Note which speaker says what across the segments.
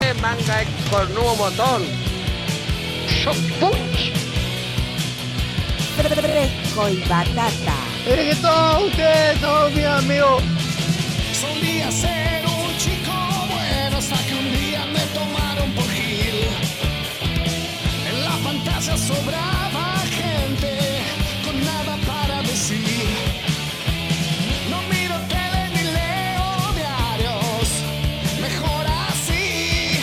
Speaker 1: Este manga es cornudo motón.
Speaker 2: ¡Shopuch!
Speaker 3: Fresco y batata.
Speaker 1: Es que todos ustedes son mis amigos.
Speaker 4: Solía ser un chico bueno hasta que un día me tomaron por Gil. En la fantasía sobraba gente con nada para decir. No miro tele ni leo diarios, mejor así.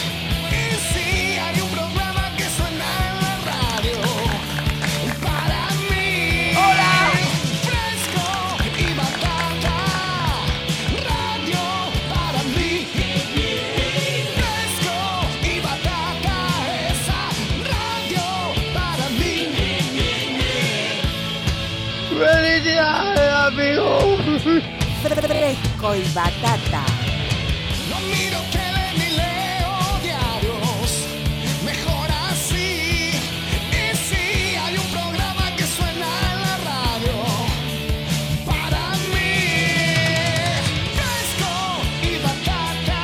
Speaker 4: Y si hay un programa que suena en la radio, para mí. ¡Hola! Fresco y batata. Radio para mí. Fresco y batata. Esa radio para mí.
Speaker 1: ¡Felicidades, amigos!
Speaker 3: Fresco y batata.
Speaker 4: No miro tele ni leo diarios. Mejor así. Y si hay un programa que suena en la radio. Para mí. Fresco y batata.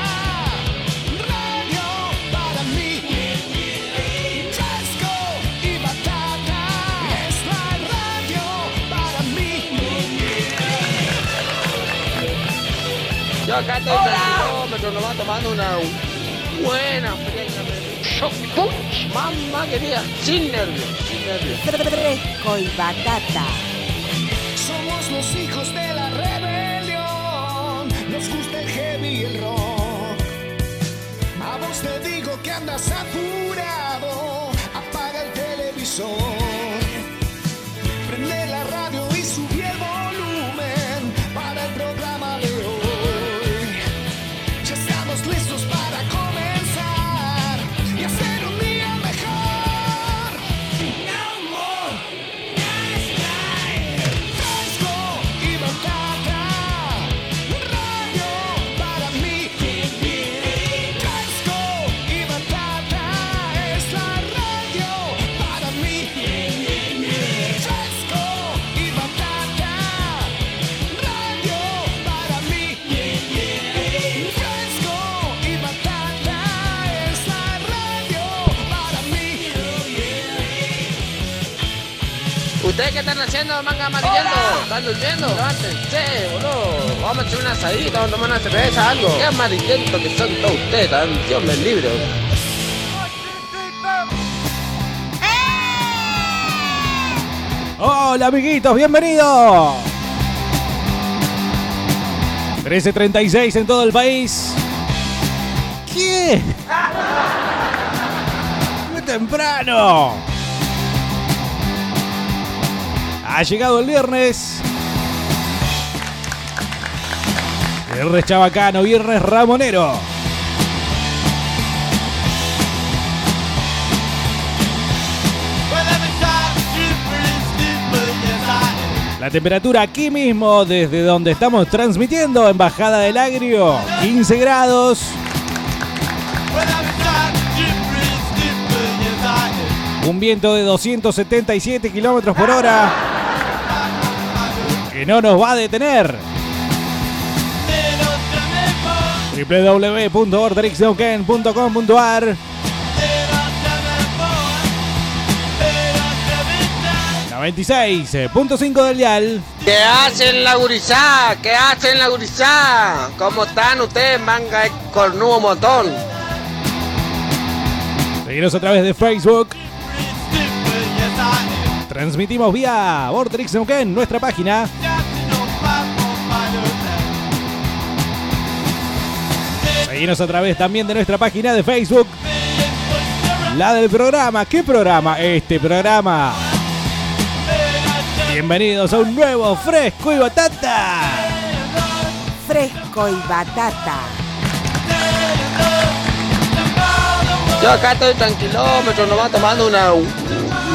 Speaker 4: Radio para mí. Fresco y batata. Es la radio para mí.
Speaker 1: Yo acá estoy tranquilo, pero nos va tomando una buena friega.
Speaker 2: ¡Shopuch!
Speaker 1: Mamá querida, sin nervios, sin nervios.
Speaker 3: Fresco y batata.
Speaker 4: Somos los hijos de la rebelión. Nos gusta el heavy y el rock. A vos te digo que andas apurado. Apaga el televisor. Prende la radio y subí el volumen para el programa de hoy. Ya estamos listos para comenzar y hacer un día mejor. No more. Fresco y batata, radio para mí. Fresco y batata es la radio para mí. Fresco y batata, radio para mí. Fresco y batata es la radio para mí.
Speaker 1: ¿Ustedes qué están haciendo, manga amarillento? ¿Están durmiendo? Levántense, boludo. Vamos a hacer una asadita, vamos a tomar una cerveza, algo. Qué amarillento que son todos ustedes, tan- Dios me libre.
Speaker 5: Hola amiguitos, bienvenidos. 13.36 en todo el país. ¿Qué? Muy temprano. Ha llegado el viernes. Viernes chabacano, viernes ramonero. La temperatura aquí mismo, desde donde estamos transmitiendo, en Bajada del Agrio, 15 grados. Un viento de 277 kilómetros por hora. Que no nos va a detener. www.ordrixdeuquen.com.ar La 26.5 del dial.
Speaker 1: ¿Qué hacen la gurizá? ¿Qué hacen la gurizá? ¿Cómo están ustedes, manga de cornudo motón?
Speaker 5: Seguiros a través de Facebook. Transmitimos vía Vortrix Neuquén, nuestra página. Seguinos a través también de nuestra página de Facebook. La del programa. ¿Qué programa? Este programa. Bienvenidos a un nuevo Fresco y Batata.
Speaker 3: Fresco y batata.
Speaker 1: Yo acá estoy tranquilo, pero nos va tomando una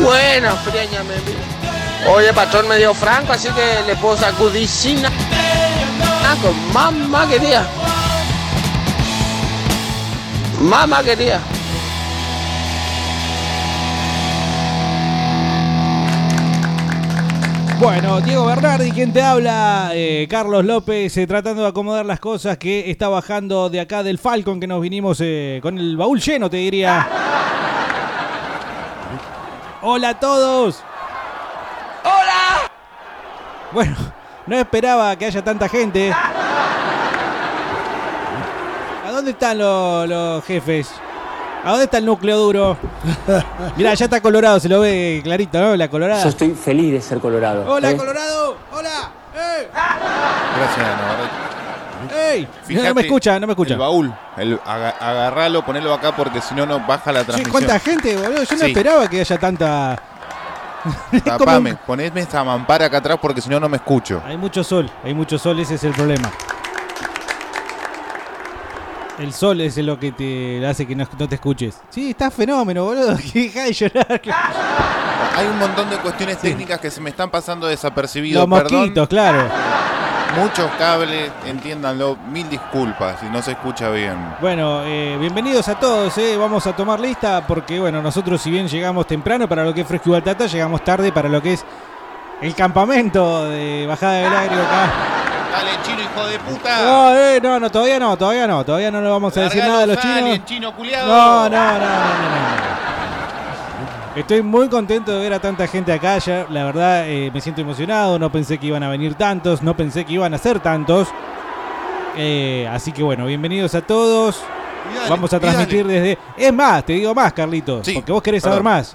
Speaker 1: buena friega. me mira. Oye, patrón me dio franco, así que le puedo sacudir sin na- Ah, con Mamá querida. Mamá querida.
Speaker 5: Bueno, Diego Bernardi, quien te habla, eh, Carlos López, eh, tratando de acomodar las cosas que está bajando de acá del Falcon, que nos vinimos eh, con el baúl lleno, te diría. Hola a todos.
Speaker 6: ¡Hola!
Speaker 5: Bueno, no esperaba que haya tanta gente. ¿A dónde están los, los jefes? ¿A dónde está el núcleo duro? Mirá, ya está colorado, se lo ve clarito, ¿no? La
Speaker 7: Yo
Speaker 5: colorada.
Speaker 7: estoy feliz de ser colorado.
Speaker 5: ¡Hola,
Speaker 7: ¿eh?
Speaker 5: Colorado! ¡Hola! ¡Eh! ¡Ey!
Speaker 8: Gracias, Navarrete.
Speaker 5: ¡Ey! No, no
Speaker 8: Fíjate,
Speaker 5: me escucha, no me escucha.
Speaker 8: El baúl, el, aga- agarralo, ponelo acá porque si no, no baja la
Speaker 5: Che,
Speaker 8: transmisión.
Speaker 5: ¿Cuánta gente, boludo? Yo no
Speaker 8: Sí.
Speaker 5: esperaba que haya tanta. Es como
Speaker 8: Tapame,
Speaker 5: un-
Speaker 8: ponedme esta mampara acá atrás porque si no, no me escucho.
Speaker 5: Hay mucho sol, hay mucho sol, ese es el problema. El sol es lo que te hace que no, no te escuches. Sí, estás fenómeno, boludo. que Deja de llorar.
Speaker 8: Hay un montón de cuestiones técnicas que se me están pasando desapercibido.
Speaker 5: Los
Speaker 8: Perdón,
Speaker 5: mosquitos, claro.
Speaker 8: muchos cables, entiéndanlo. Mil disculpas si no se escucha bien.
Speaker 5: Bueno, eh, bienvenidos a todos, eh. vamos a tomar lista porque, bueno, nosotros si bien llegamos temprano para lo que es Fresco y Batata, llegamos tarde para lo que es el campamento de Bajada del Agrio acá.
Speaker 8: Dale, chino, hijo de puta.
Speaker 5: No, eh, no, no, todavía no, todavía no, todavía no le vamos a decir nada a los chinos.
Speaker 8: chino
Speaker 5: No, no, no, no, no, no. Estoy muy contento de ver a tanta gente acá. Ya, la verdad, eh, me siento emocionado. No pensé que iban a venir tantos. No pensé que iban a ser tantos. Eh, así que bueno, bienvenidos a todos. Vamos a transmitir desde. Es más, te digo más, Carlitos.
Speaker 8: Sí,
Speaker 5: porque vos querés saber
Speaker 8: perdón.
Speaker 5: más.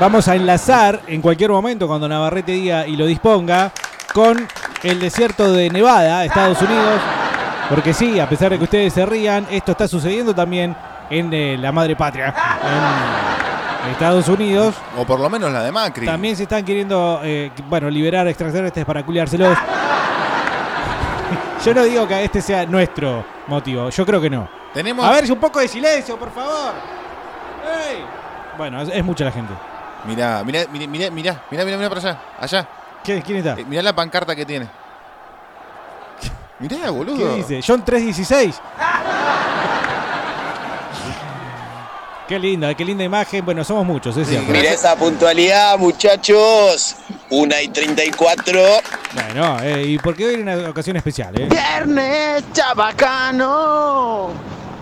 Speaker 5: Vamos a enlazar en cualquier momento cuando Navarrete diga y lo disponga con el desierto de Nevada, Estados Unidos. Porque sí, a pesar de que ustedes se rían, esto está sucediendo también en eh, la madre patria, en Estados Unidos.
Speaker 8: O por lo menos la de Macri.
Speaker 5: También se están queriendo, eh, bueno, liberar extraterrestres para culiárselos. Yo no digo que este sea nuestro motivo, yo creo que no.
Speaker 8: Tenemos.
Speaker 5: A ver, un poco de silencio, por favor. ¡Ey! Bueno, es, es mucha la gente.
Speaker 8: Mirá, mirá, mirá, mirá, mirá, mirá, mirá, mirá para allá. Allá.
Speaker 5: ¿Quién, quién está?
Speaker 8: Eh, mirá la pancarta que tiene. Mirá, boludo.
Speaker 5: ¿Qué dice? John 316. Qué linda, qué linda imagen. Bueno, somos muchos, es cierto.
Speaker 8: Mirá
Speaker 9: esa puntualidad, muchachos. Una y 34.
Speaker 5: Bueno, eh, y porque hoy era una ocasión especial, ¿eh?
Speaker 10: Viernes chabacano,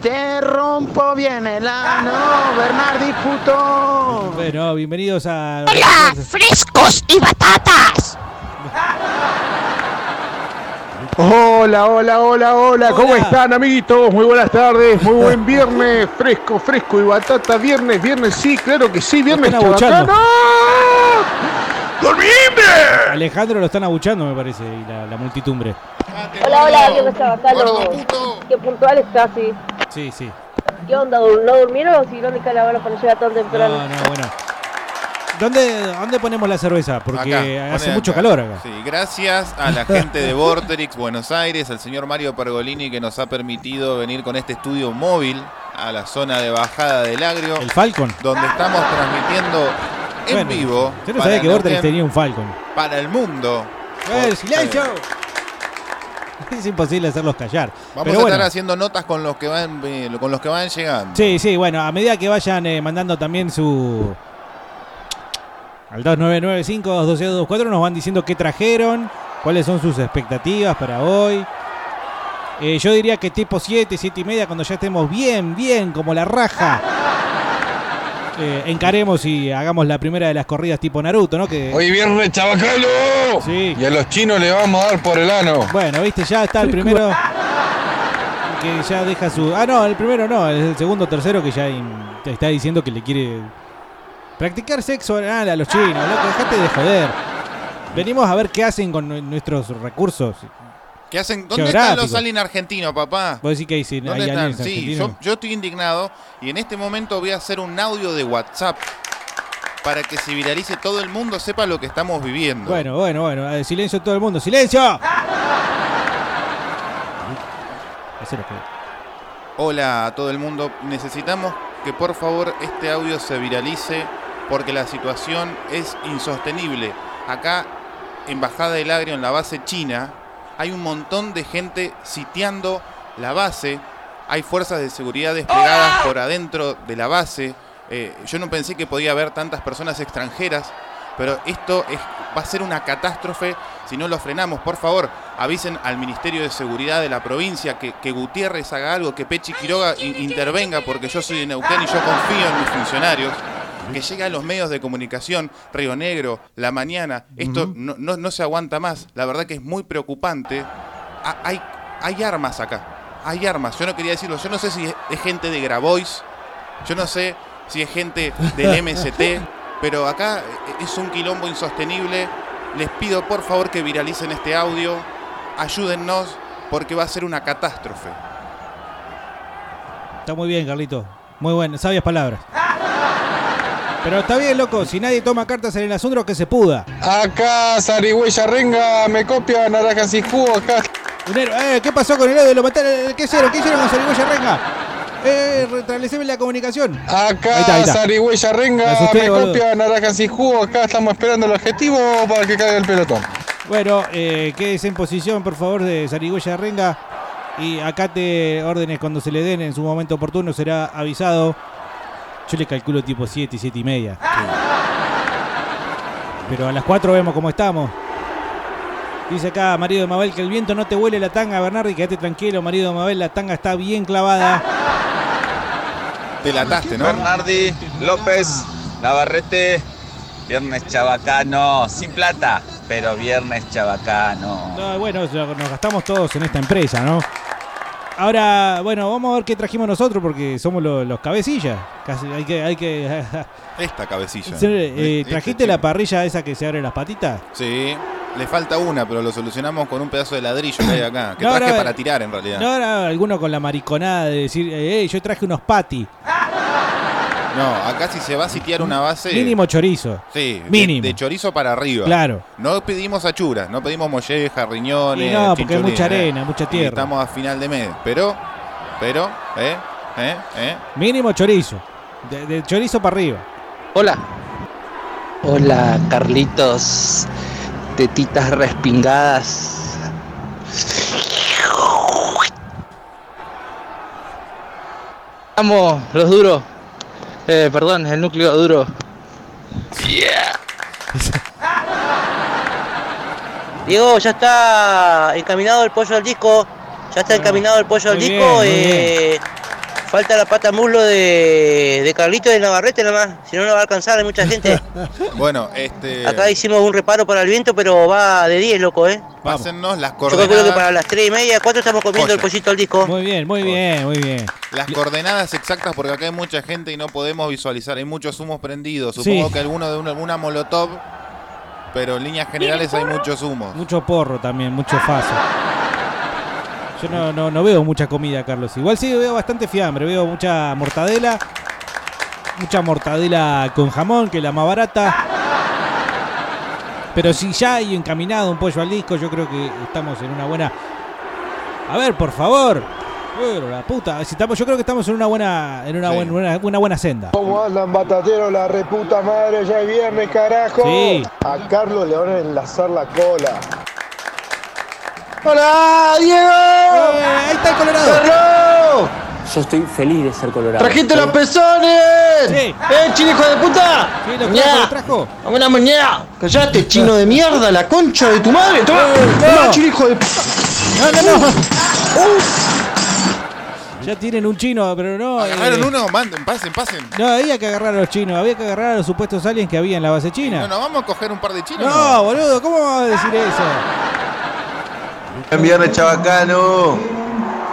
Speaker 10: te rompo bien el ano, Bernardi puto.
Speaker 5: Bueno, bienvenidos a.
Speaker 11: frescos y batatas.
Speaker 12: Hola, hola, hola, hola, ¿cómo
Speaker 5: Hola.
Speaker 12: están amiguitos? Muy buenas tardes, muy buen viernes, fresco, fresco y batata, viernes, viernes, sí, claro que sí, viernes
Speaker 5: están abuchando.
Speaker 12: chabacano. ¡Dormime!
Speaker 5: Alejandro lo están abuchando, me parece, y la, la multitudumbre.
Speaker 11: Hola, hola, Diego Chabacalo.
Speaker 8: Gordo puto.
Speaker 11: Qué puntual estás, sí.
Speaker 5: Sí, sí.
Speaker 11: ¿Qué onda? du- ¿No durmieron o siguieron de calabana para no llegar tan temprano?
Speaker 5: No, no, bueno. ¿Dónde, ¿Dónde ponemos la cerveza? Porque
Speaker 8: Acá,
Speaker 5: hace
Speaker 8: poné
Speaker 5: mucho
Speaker 8: acá.
Speaker 5: calor acá.
Speaker 8: Sí, gracias a la gente de Vorterix Buenos Aires, al señor Mario Pergolini que nos ha permitido venir con este estudio móvil a la zona de bajada del agrio,
Speaker 5: El Falcon.
Speaker 8: donde estamos transmitiendo en
Speaker 5: Bueno,
Speaker 8: vivo
Speaker 5: Yo no
Speaker 8: para
Speaker 5: sabía que Vortex
Speaker 8: Neuquén,
Speaker 5: tenía un Falcon.
Speaker 8: para el mundo.
Speaker 5: ¡Eh,
Speaker 8: Por-
Speaker 5: silencio!
Speaker 8: eh,
Speaker 5: Es imposible hacerlos callar.
Speaker 8: Vamos
Speaker 5: Pero
Speaker 8: a
Speaker 5: bueno,
Speaker 8: estar haciendo notas con los que van eh, con los que van llegando.
Speaker 5: Sí, sí, bueno, a medida que vayan eh, mandando también su. Al 2995-212-224 nos van diciendo qué trajeron, cuáles son sus expectativas para hoy. Eh, yo diría que tipo 7, 7 y media, cuando ya estemos bien, bien, como la raja. eh, encaremos y hagamos la primera de las corridas tipo Naruto, ¿no? Que,
Speaker 13: Hoy viernes, chabacalo.
Speaker 5: Sí.
Speaker 13: Y a los chinos le vamos a dar por el ano.
Speaker 5: Bueno, viste, ya está el primero que ya deja su. Ah, no, el primero no, es el segundo tercero que ya in- te está diciendo que le quiere practicar sexo anal a los chinos, loco, dejate de joder. Venimos a ver qué hacen con nu- nuestros recursos.
Speaker 8: ¿Qué hacen? ¿Dónde están
Speaker 5: Geográfico.
Speaker 8: los aliens argentinos, papá?
Speaker 5: Vos decís que hay, sin-
Speaker 8: ¿Dónde
Speaker 5: hay
Speaker 8: están?
Speaker 5: aliens
Speaker 8: Sí,
Speaker 5: argentinos.
Speaker 8: yo, yo estoy indignado y en este momento voy a hacer un audio de WhatsApp para que se viralice todo el mundo sepa lo que estamos viviendo.
Speaker 5: Bueno, bueno, bueno, eh, silencio todo el mundo, silencio. Eso es lo que-
Speaker 8: Hola a todo el mundo, necesitamos que por favor este audio se viralice porque la situación es insostenible. Acá en Bajada del Agrio, en la base china, hay un montón de gente sitiando la base, hay fuerzas de seguridad desplegadas por adentro de la base. Eh, yo no pensé que podía haber tantas personas extranjeras, pero esto es- va a ser una catástrofe si no lo frenamos. Por favor, avisen al Ministerio de Seguridad de la provincia que, que Gutiérrez haga algo, que Pechi Quiroga i- intervenga, porque yo soy de Neuquén y yo confío en mis funcionarios. Que llegue a los medios de comunicación, Río Negro, La Mañana. Esto
Speaker 5: Ujú.
Speaker 8: no, no- no se aguanta más. La verdad que es muy preocupante. Ha- hay, hay armas acá. Hay armas. Yo no quería decirlo. Yo no sé si es, es gente de Grabois. Yo no sé si es gente del MST. Pero acá eh, es un quilombo insostenible. Les pido por favor que viralicen este audio. Ayúdennos porque va a ser una catástrofe.
Speaker 5: Está muy bien, Carlito. Muy bueno, sabias palabras. Pero está bien, loco. Si nadie toma cartas en el asunto, que se puda.
Speaker 13: Acá, Zarigüeya Renga, me copia Naranjas y Cubo acá.
Speaker 5: Un héroe. Eh, ¿Qué pasó con el audio? ¿Lo mataron? eh, ¿Qué hicieron? ¿Qué hicieron con Zarigüeya Renga? Eh, restableceme la comunicación.
Speaker 13: Acá,
Speaker 5: Ahí está, ahí está.
Speaker 13: Zarigüeya
Speaker 5: Me
Speaker 13: Renga,
Speaker 5: asusté,
Speaker 13: me
Speaker 5: boludo.
Speaker 13: copia Naranjas y Cubo acá. Estamos esperando el objetivo para que caiga el pelotón.
Speaker 5: Bueno, eh, quédese en posición, por favor, de Zarigüeya Renga. Y acate órdenes cuando se le den en su momento oportuno, será avisado. Yo le calculo tipo 7, 7 y media. Pero a las 4 vemos cómo estamos. Dice acá, marido de Mabel, que el viento no te huele la tanga, Bernardi. Quédate tranquilo, marido de Mabel, la tanga está bien clavada.
Speaker 8: Te lataste, ¿no?
Speaker 7: Bernardi, López, Navarrete, viernes chabacano, sin plata, pero viernes chabacano.
Speaker 5: No, bueno, lo- nos gastamos todos en esta empresa, ¿no? Ahora, bueno, vamos a ver qué trajimos nosotros porque somos lo- los cabecillas. Casi, hay que, hay que
Speaker 8: Esta cabecilla.
Speaker 5: Sí, eh,
Speaker 8: Este
Speaker 5: ¿Trajiste la parrilla esa que se abre las patitas?
Speaker 8: Sí. Le falta una, pero lo solucionamos con un pedazo de ladrillo que hay acá. Que
Speaker 5: No,
Speaker 8: traje
Speaker 5: no,
Speaker 8: para tirar en realidad.
Speaker 5: No, ahora alguno con la mariconada de decir, eh, eh, yo traje unos patis.
Speaker 8: No, acá si se va a sitiar una base.
Speaker 5: Mínimo chorizo.
Speaker 8: Sí, de-
Speaker 5: Mínimo.
Speaker 8: De, chorizo para arriba.
Speaker 5: Claro.
Speaker 8: No pedimos achuras, no pedimos mollejas, riñones.
Speaker 5: Y no, porque hay
Speaker 8: chinchulines,
Speaker 5: mucha
Speaker 8: eh.
Speaker 5: arena, mucha tierra.
Speaker 8: Y Estamos a final de mes. Pero, pero, ¿eh? ¿eh? ¿eh?
Speaker 5: Mínimo chorizo. De, de chorizo para arriba.
Speaker 14: Hola. Hola, Carlitos. Tetitas respingadas. Vamos, los duros. Eh, perdón, el núcleo duro.
Speaker 15: Diego, ya está encaminado el pollo al disco. Ya está encaminado el pollo al
Speaker 5: Muy
Speaker 15: disco.
Speaker 5: bien, muy
Speaker 15: eh, falta la pata muslo de, de Carlito y de Navarrete nomás. Si no, no va a alcanzar, hay mucha gente.
Speaker 8: Bueno, este.
Speaker 15: Acá hicimos un reparo para el viento, pero va de 10, loco, ¿eh?
Speaker 8: Pásennos las
Speaker 15: Yo calculo que
Speaker 8: coordenadas,
Speaker 15: para las 3 y media, 4 estamos comiendo el pollito al disco.
Speaker 5: Muy bien, muy bien, muy bien.
Speaker 8: las coordenadas exactas porque acá hay mucha gente y no podemos visualizar. Hay muchos humos prendidos. Supongo
Speaker 5: Sí.
Speaker 8: que alguno de una, alguna molotov, pero en líneas generales hay muchos humos.
Speaker 5: Mucho porro también, mucho faso. Yo no, no, no veo mucha comida, Carlos. Igual sí veo bastante fiambre. Veo mucha mortadela. Mucha mortadela con jamón, que es la más barata. Pero si ya hay encaminado un pollo al disco, yo creo que estamos en una buena. A ver, por favor. Pero la puta. si estamos, yo creo que estamos en una buena, en una
Speaker 16: Sí.
Speaker 5: buena, una- una buena senda.
Speaker 16: ¿Cómo andan, batateros? La reputa madre, ya es viernes, carajo.
Speaker 5: Sí.
Speaker 16: A Carlos le van a enlazar la cola.
Speaker 17: Ah,
Speaker 16: ¡Hola, Diego!
Speaker 5: Eh, ahí está el colorado.
Speaker 18: Yo estoy feliz de ser colorado.
Speaker 16: ¡Trajiste los
Speaker 18: Estoy-
Speaker 16: pezones!
Speaker 5: Sí.
Speaker 16: ¡Eh, chino hijo de puta!
Speaker 5: Sí, lo trajo,
Speaker 16: Ñá.
Speaker 5: lo trajo.
Speaker 16: ¡Dame una mañana! ¡Callate, chino de mierda! ¡La concha de tu madre! ¡Toma!
Speaker 5: Eh,
Speaker 18: Eh,
Speaker 16: ¡Toma,
Speaker 5: no.
Speaker 16: chino hijo de puta!
Speaker 5: No, no, no. Ya tienen un chino, pero no.
Speaker 8: Agarraron
Speaker 5: eh,
Speaker 8: uno, manden, pasen, pasen.
Speaker 5: No, había que agarrar a los chinos, había que agarrar a los supuestos aliens que había en la base china.
Speaker 8: No, nos vamos a coger un par de chinos.
Speaker 5: No, boludo, ¿cómo vas a decir eso?
Speaker 19: Buen viernes, chabacano.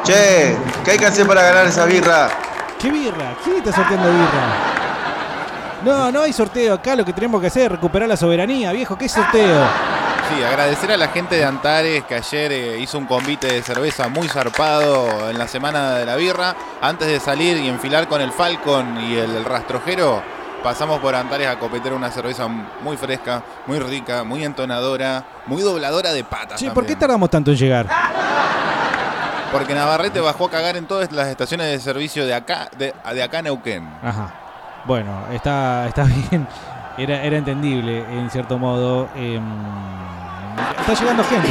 Speaker 19: Che, ¿qué hay que hacer para ganar esa birra?
Speaker 5: ¿Qué birra? ¿Quién está sorteando birra? No, no hay sorteo acá, lo que tenemos que hacer es recuperar la soberanía, viejo, ¿qué sorteo?
Speaker 8: Sí, agradecer a la gente de Antares que ayer eh, hizo un convite de cerveza muy zarpado en la semana de la birra. Antes de salir y enfilar con el Falcon y el, rastrojero, pasamos por Antares a copetear una cerveza muy fresca, muy rica, muy entonadora, muy dobladora de patas.
Speaker 5: Che, ¿por qué
Speaker 8: también.
Speaker 5: tardamos tanto en llegar?
Speaker 8: Porque Navarrete bajó a cagar en todas las estaciones de servicio de acá, de, de acá a Neuquén.
Speaker 5: Ajá. Bueno, está, está bien. Era, era entendible, en cierto modo. Em, está llegando gente.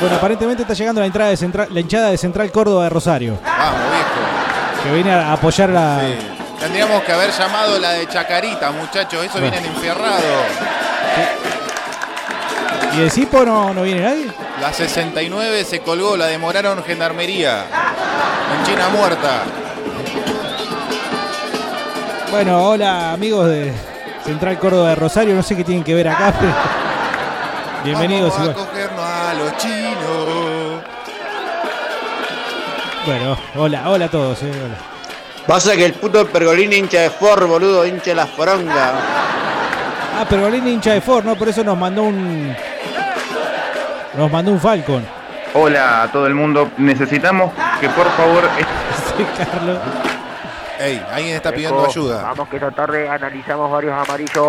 Speaker 5: Bueno, aparentemente está llegando la, entrada de Central- la hinchada de Central Córdoba de Rosario.
Speaker 8: Vamos, viejo.
Speaker 5: Que viene a apoyar la,
Speaker 8: Tendríamos que haber llamado la de Chacarita, muchachos. Eso
Speaker 5: Bueno.
Speaker 8: vienen enfierrados.
Speaker 5: ¿Y el Cipo no, no viene nadie?
Speaker 8: La 69 se colgó, la demoraron gendarmería. En China muerta.
Speaker 5: Bueno, hola amigos de Central Córdoba de Rosario, no sé qué tienen que ver acá, pero... Bienvenidos
Speaker 8: Vamos a
Speaker 5: igual.
Speaker 8: cogernos a los chinos.
Speaker 5: Bueno, hola, hola a todos, eh, hola.
Speaker 16: Pasa que el puto pergolín hincha de Ford, boludo, hincha de la poronga.
Speaker 5: Ah, pero Berlín hincha de Ford, ¿no? Por eso nos mandó un. Nos mandó un Falcon.
Speaker 8: Hola a todo el mundo. Necesitamos que por favor.
Speaker 5: Carlos.
Speaker 8: Ey, alguien está pidiendo ayuda.
Speaker 20: Vamos que esta tarde analizamos varios amarillos.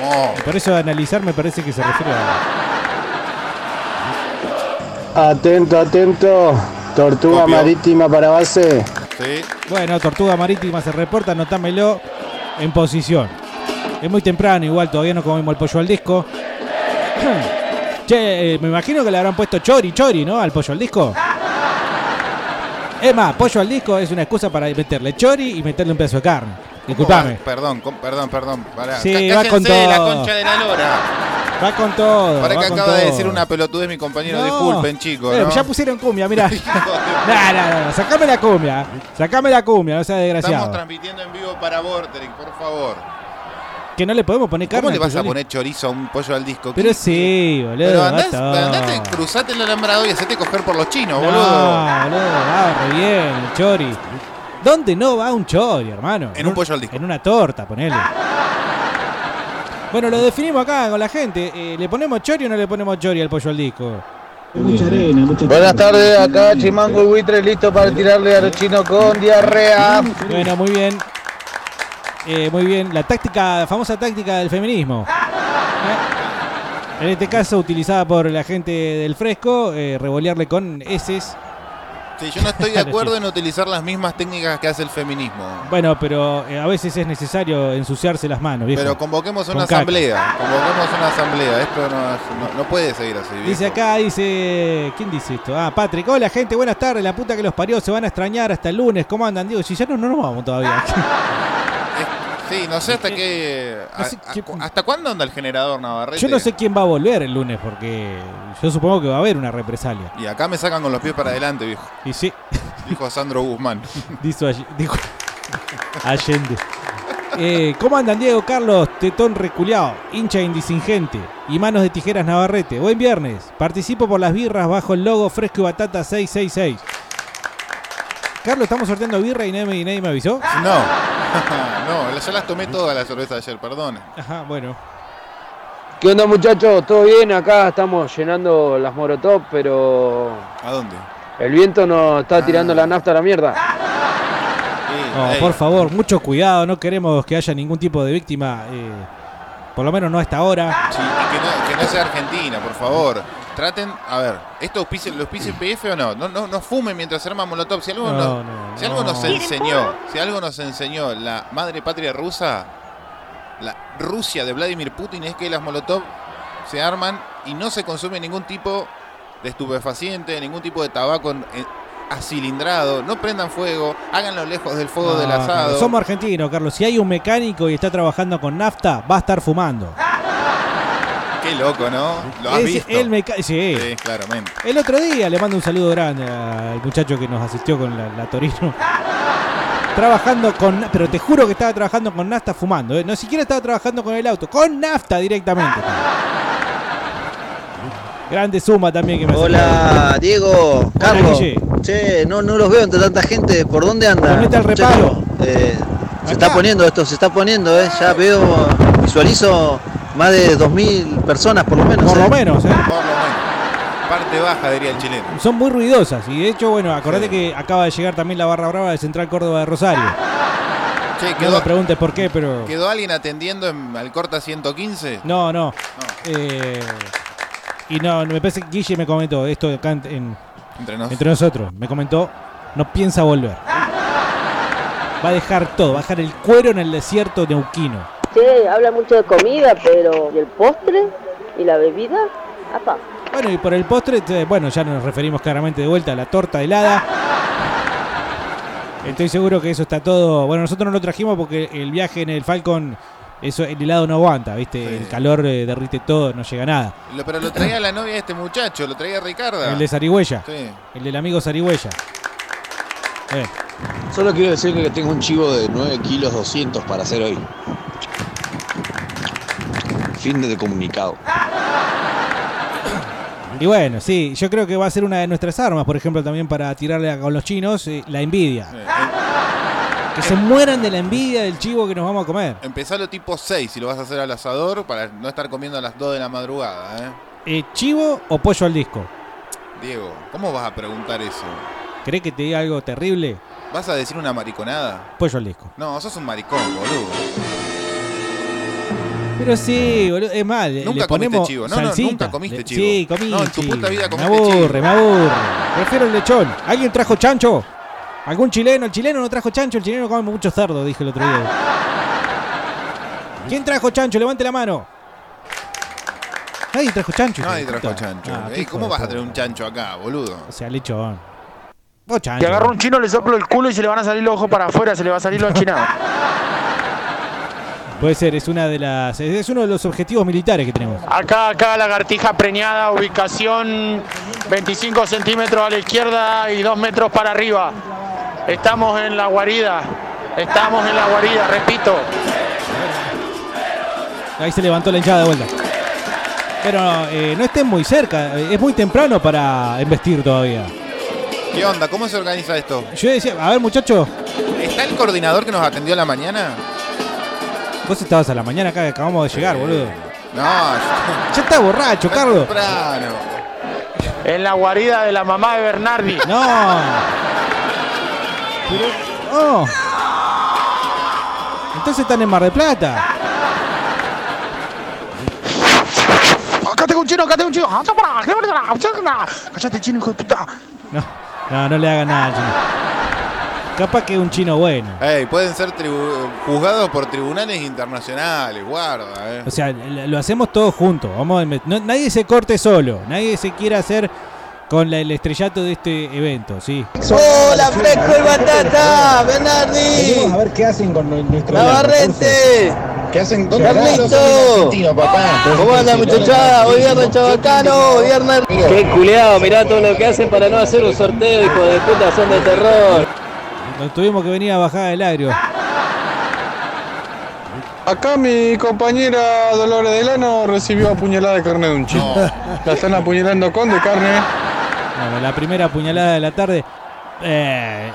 Speaker 8: Vamos.
Speaker 5: Por eso analizar me parece que se refiere a.
Speaker 21: Atento, atento. Tortuga
Speaker 5: Copio.
Speaker 21: marítima para base.
Speaker 5: Bueno, Tortuga Marítima se reporta, anotámelo en posición. Es muy temprano, igual todavía no comimos el pollo al disco. che, eh, me imagino que le habrán puesto chori, chori, ¿no? Al pollo al disco. Es más, pollo al disco es una excusa para meterle chori y meterle un pedazo de carne. Disculpame.
Speaker 8: Perdón, con- perdón, perdón. Pará.
Speaker 5: Sí,
Speaker 8: Cá-
Speaker 5: va con
Speaker 8: cállense la
Speaker 5: todo.
Speaker 8: concha de la lora.
Speaker 5: Va con todo.
Speaker 8: Para
Speaker 5: va
Speaker 8: que
Speaker 5: con
Speaker 8: acaba de
Speaker 5: todo.
Speaker 8: decir una pelotudez mi compañero.
Speaker 5: No.
Speaker 8: Disculpen, chicos.
Speaker 5: Eh,
Speaker 8: ¿no?
Speaker 5: Ya pusieron cumbia, mirá. nah, nah, nah, sacame la cumbia. Sacame la cumbia, no seas
Speaker 8: Estamos
Speaker 5: desgraciado.
Speaker 8: transmitiendo en vivo para Borderix, por favor.
Speaker 5: Que no le podemos poner carne.
Speaker 8: ¿Cómo le
Speaker 5: al
Speaker 8: vas a
Speaker 5: pollo.
Speaker 8: poner chorizo a un pollo al disco?
Speaker 5: Pero sí, boludo.
Speaker 8: Pero andás,
Speaker 5: basta.
Speaker 8: andate, cruzate el alambrado y hacete coger por los chinos,
Speaker 5: No, boludo,
Speaker 8: boludo.
Speaker 5: va re bien, el chori. ¿Dónde no va un chori, hermano? En un pollo al disco. En una torta, ponele. Bueno, lo definimos acá con la gente. Eh, ¿Le ponemos chori o no le ponemos chori al pollo al disco?
Speaker 17: Buenas tardes, acá Chimango y Buitre listo para tirarle a los chinos con diarrea.
Speaker 5: Bueno, muy bien. Eh, muy bien. La táctica, famosa táctica del feminismo. ¿Eh? En este caso, utilizada por la gente del fresco, eh, revolearle con heces.
Speaker 8: Sí, yo no estoy de acuerdo en utilizar las mismas técnicas que hace el feminismo.
Speaker 5: Bueno, pero eh, a veces es necesario ensuciarse las manos, viejo.
Speaker 8: Pero convoquemos
Speaker 5: Con
Speaker 8: una
Speaker 5: caca.
Speaker 8: asamblea. Convoquemos una asamblea. Esto no, es- no- no puede seguir así. viejo.
Speaker 5: Dice acá, dice. ¿Quién dice esto? Ah, Patrick. Hola, gente, buenas tardes. La puta que los parió, se van a extrañar hasta el lunes. ¿Cómo andan? Digo, si ya no, no nos vamos todavía.
Speaker 8: Sí, no sé hasta qué. a- a- cu- ¿Hasta cuándo anda el generador Navarrete?
Speaker 5: Yo no sé quién va a volver el lunes porque yo supongo que va a haber una represalia.
Speaker 8: Y acá me sacan con los pies para adelante, viejo.
Speaker 5: Y sí.
Speaker 8: Dijo Sandro Guzmán.
Speaker 5: Dijo, All- dijo Allende. Eh, ¿Cómo andan Diego Carlos? Tetón reculeado, hincha indisingente y manos de tijeras Navarrete. Buen viernes. Participo por las birras bajo el logo Fresco y Batata 666. Carlos, estamos sorteando birra y nadie, me- y nadie me avisó.
Speaker 8: No. Ah, no, yo las tomé todas las cervezas ayer, perdón.
Speaker 5: Ajá, bueno.
Speaker 17: ¿Qué onda muchachos? ¿Todo bien? Acá estamos llenando las morotop, pero
Speaker 8: ¿A dónde? Ah.
Speaker 17: el viento nos está tirando la nafta a la mierda.
Speaker 5: No,
Speaker 17: Ey.
Speaker 5: Oh, por favor, mucho cuidado. No queremos que haya ningún tipo de víctima. eh, por lo menos no a esta hora.
Speaker 8: Sí, y que no, que no sea Argentina, por favor. Traten, a ver, ¿esto auspicia- lo auspicia PF o no? No, no, no fumen mientras arman molotov. Si algo,
Speaker 5: No,
Speaker 8: no-
Speaker 5: no,
Speaker 8: si algo
Speaker 5: no.
Speaker 8: nos enseñó, si algo nos enseñó la madre patria rusa, la Rusia de Vladimir Putin, es que las molotov se arman y no se consume ningún tipo de estupefaciente, ningún tipo de tabaco en- en- acilindrado. No prendan fuego, háganlo lejos del fuego del
Speaker 5: No,
Speaker 8: asado.
Speaker 5: Carlos, Ah, somos argentinos, Carlos. Si hay un mecánico y está trabajando con nafta, va a estar fumando.
Speaker 8: Qué loco, ¿no? Lo has
Speaker 5: Es
Speaker 8: visto.
Speaker 5: el meca- sí.
Speaker 8: Sí, claramente.
Speaker 5: El otro día le mando un saludo grande al muchacho que nos asistió con la, la Torino. Trabajando con. na- Pero te juro que estaba trabajando con nafta fumando. ¿eh? No siquiera estaba trabajando con el auto. Con nafta directamente. Grande suma también que me
Speaker 20: Hola, Diego, Carlos.
Speaker 5: Guille.
Speaker 20: Che, no, no los veo entre tanta gente. ¿Por dónde andan?
Speaker 5: Ponete al
Speaker 20: muchachos? Eh, se está poniendo esto, se está poniendo, eh. Ya veo, visualizo más de 2.000 personas por lo menos.
Speaker 5: Por lo
Speaker 20: eh.
Speaker 5: menos, ¿eh?
Speaker 8: Parte baja, diría el chileno.
Speaker 5: Son muy ruidosas. Y de hecho, bueno, acordate que acaba de llegar también la barra brava de Central Córdoba de Rosario.
Speaker 8: Che,
Speaker 5: No me
Speaker 8: quedó,
Speaker 5: preguntes por qué, pero.
Speaker 8: ¿Quedó alguien atendiendo en Alcorta 115?
Speaker 5: No, no. Eh, y no, me parece que Guille me comentó esto acá en- en-
Speaker 8: Entre nos.
Speaker 5: nosotros. Me comentó, no piensa volver. Va a dejar todo, va a dejar el cuero en el desierto neuquino.
Speaker 11: Che, habla mucho de comida, pero ¿y el postre? ¿Y la bebida? Apa.
Speaker 5: Bueno, y por el eh, postre, te- bueno, ya nos referimos claramente de vuelta a la torta helada. Estoy seguro que eso está todo. Bueno, nosotros no lo trajimos porque el viaje en el Falcon, eso el helado no aguanta, ¿viste? El calor eh, derrite todo, no llega nada.
Speaker 8: Lo- pero lo traía la novia de este muchacho, lo traía Ricarda.
Speaker 5: El de Zarigüeya.
Speaker 8: Sí. eh,
Speaker 5: El del amigo Zarigüeya. Eh,
Speaker 22: Solo quiero decirle que tengo un chivo de 9 kilos 200 para hacer hoy. Fin de comunicado.
Speaker 5: Y bueno, sí, yo creo que va a ser una de nuestras armas, por ejemplo, también para tirarle a- con los chinos, eh, la envidia.
Speaker 8: em,
Speaker 5: Que se mueran de la envidia del chivo que nos vamos a comer.
Speaker 8: Empezalo tipo 6 si lo vas a hacer al asador para no estar comiendo a las 2 de la madrugada, ¿eh?
Speaker 5: Eh, ¿Chivo o pollo al disco?
Speaker 8: Diego, ¿cómo vas a preguntar eso?
Speaker 5: ¿Querés que te diga algo terrible?
Speaker 8: ¿Vas a decir una mariconada?
Speaker 5: Pollo al disco.
Speaker 8: No, sos un maricón, boludo.
Speaker 5: Pero sí, boludo, es mal. eh, le
Speaker 8: Nunca comiste
Speaker 5: ponemos
Speaker 8: chivo. No, no,
Speaker 5: salsita.
Speaker 8: nunca comiste
Speaker 5: Le-
Speaker 8: chivo.
Speaker 5: Sí, comí
Speaker 8: No, en tu
Speaker 5: chivo.
Speaker 8: puta vida
Speaker 5: Me
Speaker 8: comiste
Speaker 5: aburre,
Speaker 8: chivo.
Speaker 5: me aburre. Prefiero el lechón. ¿Alguien trajo chancho? ¿Algún chileno? El chileno no trajo chancho, el chileno come mucho cerdo, dije el otro día. ¿Quién trajo chancho? Levante la mano. Nadie trajo chancho.
Speaker 8: Nadie
Speaker 5: hijo de
Speaker 8: trajo
Speaker 5: puta.
Speaker 8: chancho.
Speaker 5: Ah,
Speaker 8: Ey,
Speaker 5: qué hijo
Speaker 8: ¿Cómo
Speaker 5: de
Speaker 8: vas a
Speaker 5: puta.
Speaker 8: tener un chancho acá, boludo?
Speaker 5: O sea, lechón. Vos chancho.
Speaker 10: Que agarra un chino, le soplo el culo y se le van a salir los ojos para afuera, se le va a salir los chinados.
Speaker 5: Puede ser, es una de las. Es uno de los objetivos militares que tenemos.
Speaker 10: Acá, acá, lagartija preñada, ubicación 25 centímetros a la izquierda y 2 metros para arriba. Estamos en la guarida, estamos en la guarida, repito.
Speaker 5: Ahí se levantó la hinchada de vuelta. Pero eh, no estén muy cerca, eh, es muy temprano para investir todavía.
Speaker 8: ¿Qué onda? ¿Cómo se organiza esto?
Speaker 5: Yo decía, a ver muchachos,
Speaker 8: ¿Está el coordinador que nos atendió a la mañana?
Speaker 5: vos estabas a la mañana acá, acabamos de llegar, boludo.
Speaker 8: No,
Speaker 5: Ya está borracho, Carlos.
Speaker 8: temprano.
Speaker 10: En la guarida de la mamá de Bernardi.
Speaker 5: No. No. Entonces están en Mar del Plata.
Speaker 10: Acá tengo Oh, un chino, acá tengo un Ah, chino. Cállate chino, hijo de puta.
Speaker 5: No, no le hagan nada al chino. Capaz que es un chino bueno.
Speaker 8: Ey, pueden ser tribu- juzgados por tribunales internacionales, guarda, eh.
Speaker 5: O sea, l- lo hacemos todos juntos. Vamos, a inve- no- nadie se corte solo. Nadie se quiera hacer con la- el estrellato de este evento, sí.
Speaker 23: Hola, fresco y batata, Bernardi.
Speaker 1: ver qué hacen con nuestro.
Speaker 23: Navarrete.
Speaker 1: ¿Qué hacen
Speaker 23: Carlito. Ah, ¿Cómo anda muchachada? Hoy viernes chabacano, hoy viernes.
Speaker 1: Qué culeado, mirá todo lo que hacen para no hacer un sorteo, hijo de puta, son de terror.
Speaker 5: Nos tuvimos que venir a bajar del agrio.
Speaker 13: Acá mi compañera Dolores Delano recibió apuñalada de carne de un chico. La están apuñalando con de carne.
Speaker 5: Bueno, la primera puñalada de la tarde. eh,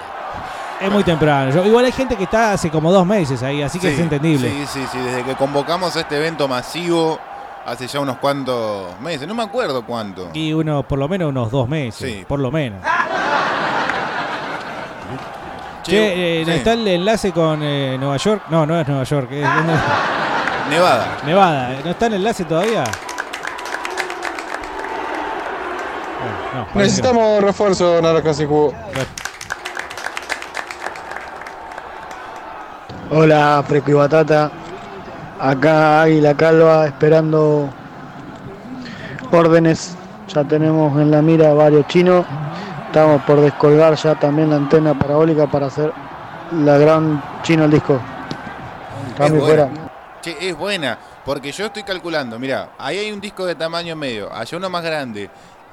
Speaker 5: es muy temprano. Yo- igual hay gente que está hace como dos meses ahí, así que
Speaker 8: Sí,
Speaker 5: es entendible.
Speaker 8: Sí, sí, sí. Desde que convocamos a este evento masivo hace ya unos cuantos meses, no me acuerdo cuánto.
Speaker 5: Y uno, por lo menos unos dos meses. Por lo menos. Che, eh,
Speaker 8: sí.
Speaker 5: está el enlace con eh, Nueva York. No, no es Nueva York. es- ¿dónde es?
Speaker 8: Nevada.
Speaker 5: Nevada. ¿No está el enlace todavía? Bueno, no, parece que no.
Speaker 13: Necesitamos refuerzo, Naranja Sicubo.
Speaker 1: Hola, Fresco y Batata. Acá Águila Calva esperando órdenes. Ya tenemos en la mira varios chinos. Estamos por descolgar ya también la antena parabólica para hacer la gran chino al disco. Cambio fuera.
Speaker 8: Che, es buena, porque yo estoy calculando, mira, ahí hay un disco de tamaño medio, allá uno más grande.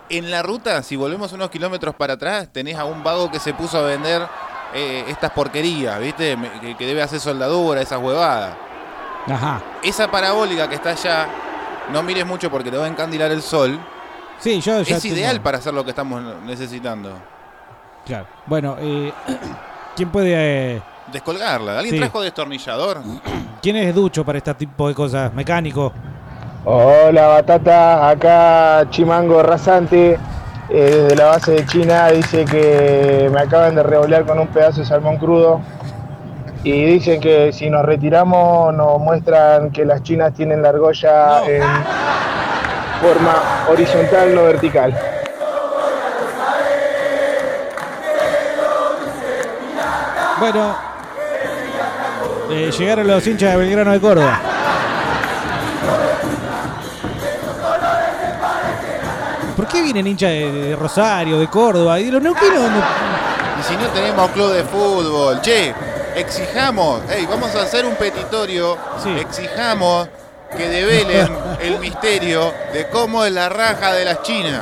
Speaker 8: En la ruta, si volvemos unos kilómetros para atrás, tenés a un vago que se puso a vender eh, estas porquerías, ¿viste? Me- Que, que debe hacer soldadura, esas huevadas.
Speaker 5: Ajá.
Speaker 8: Esa parabólica que está allá, no mires mucho porque te va a encandilar el sol.
Speaker 5: Sí, yo ya
Speaker 8: es
Speaker 5: tengo-
Speaker 8: ideal para hacer lo que estamos necesitando.
Speaker 5: Claro. Bueno, eh, ¿quién puede...? eh,
Speaker 8: Descolgarla. ¿Alguien
Speaker 5: Sí.
Speaker 8: trajo destornillador?
Speaker 5: ¿Quién es ducho para este tipo de cosas? ¿Mecánico?
Speaker 24: Hola Batata, acá Chimango Rasante, eh, desde la base de China, dice que me acaban de revolear con un pedazo de salmón crudo y dicen que si nos retiramos nos muestran que las chinas tienen la argolla en forma horizontal, no vertical.
Speaker 5: Bueno, eh, llegaron los hinchas de Belgrano de Córdoba. ¿Por qué vienen hinchas de, de Rosario, de Córdoba? ¿Y de los neuquinos? dónde?
Speaker 8: Y si no tenemos club de fútbol, che, exijamos, hey, vamos a hacer un petitorio, exijamos que develen el misterio de cómo es la raja de las chinas.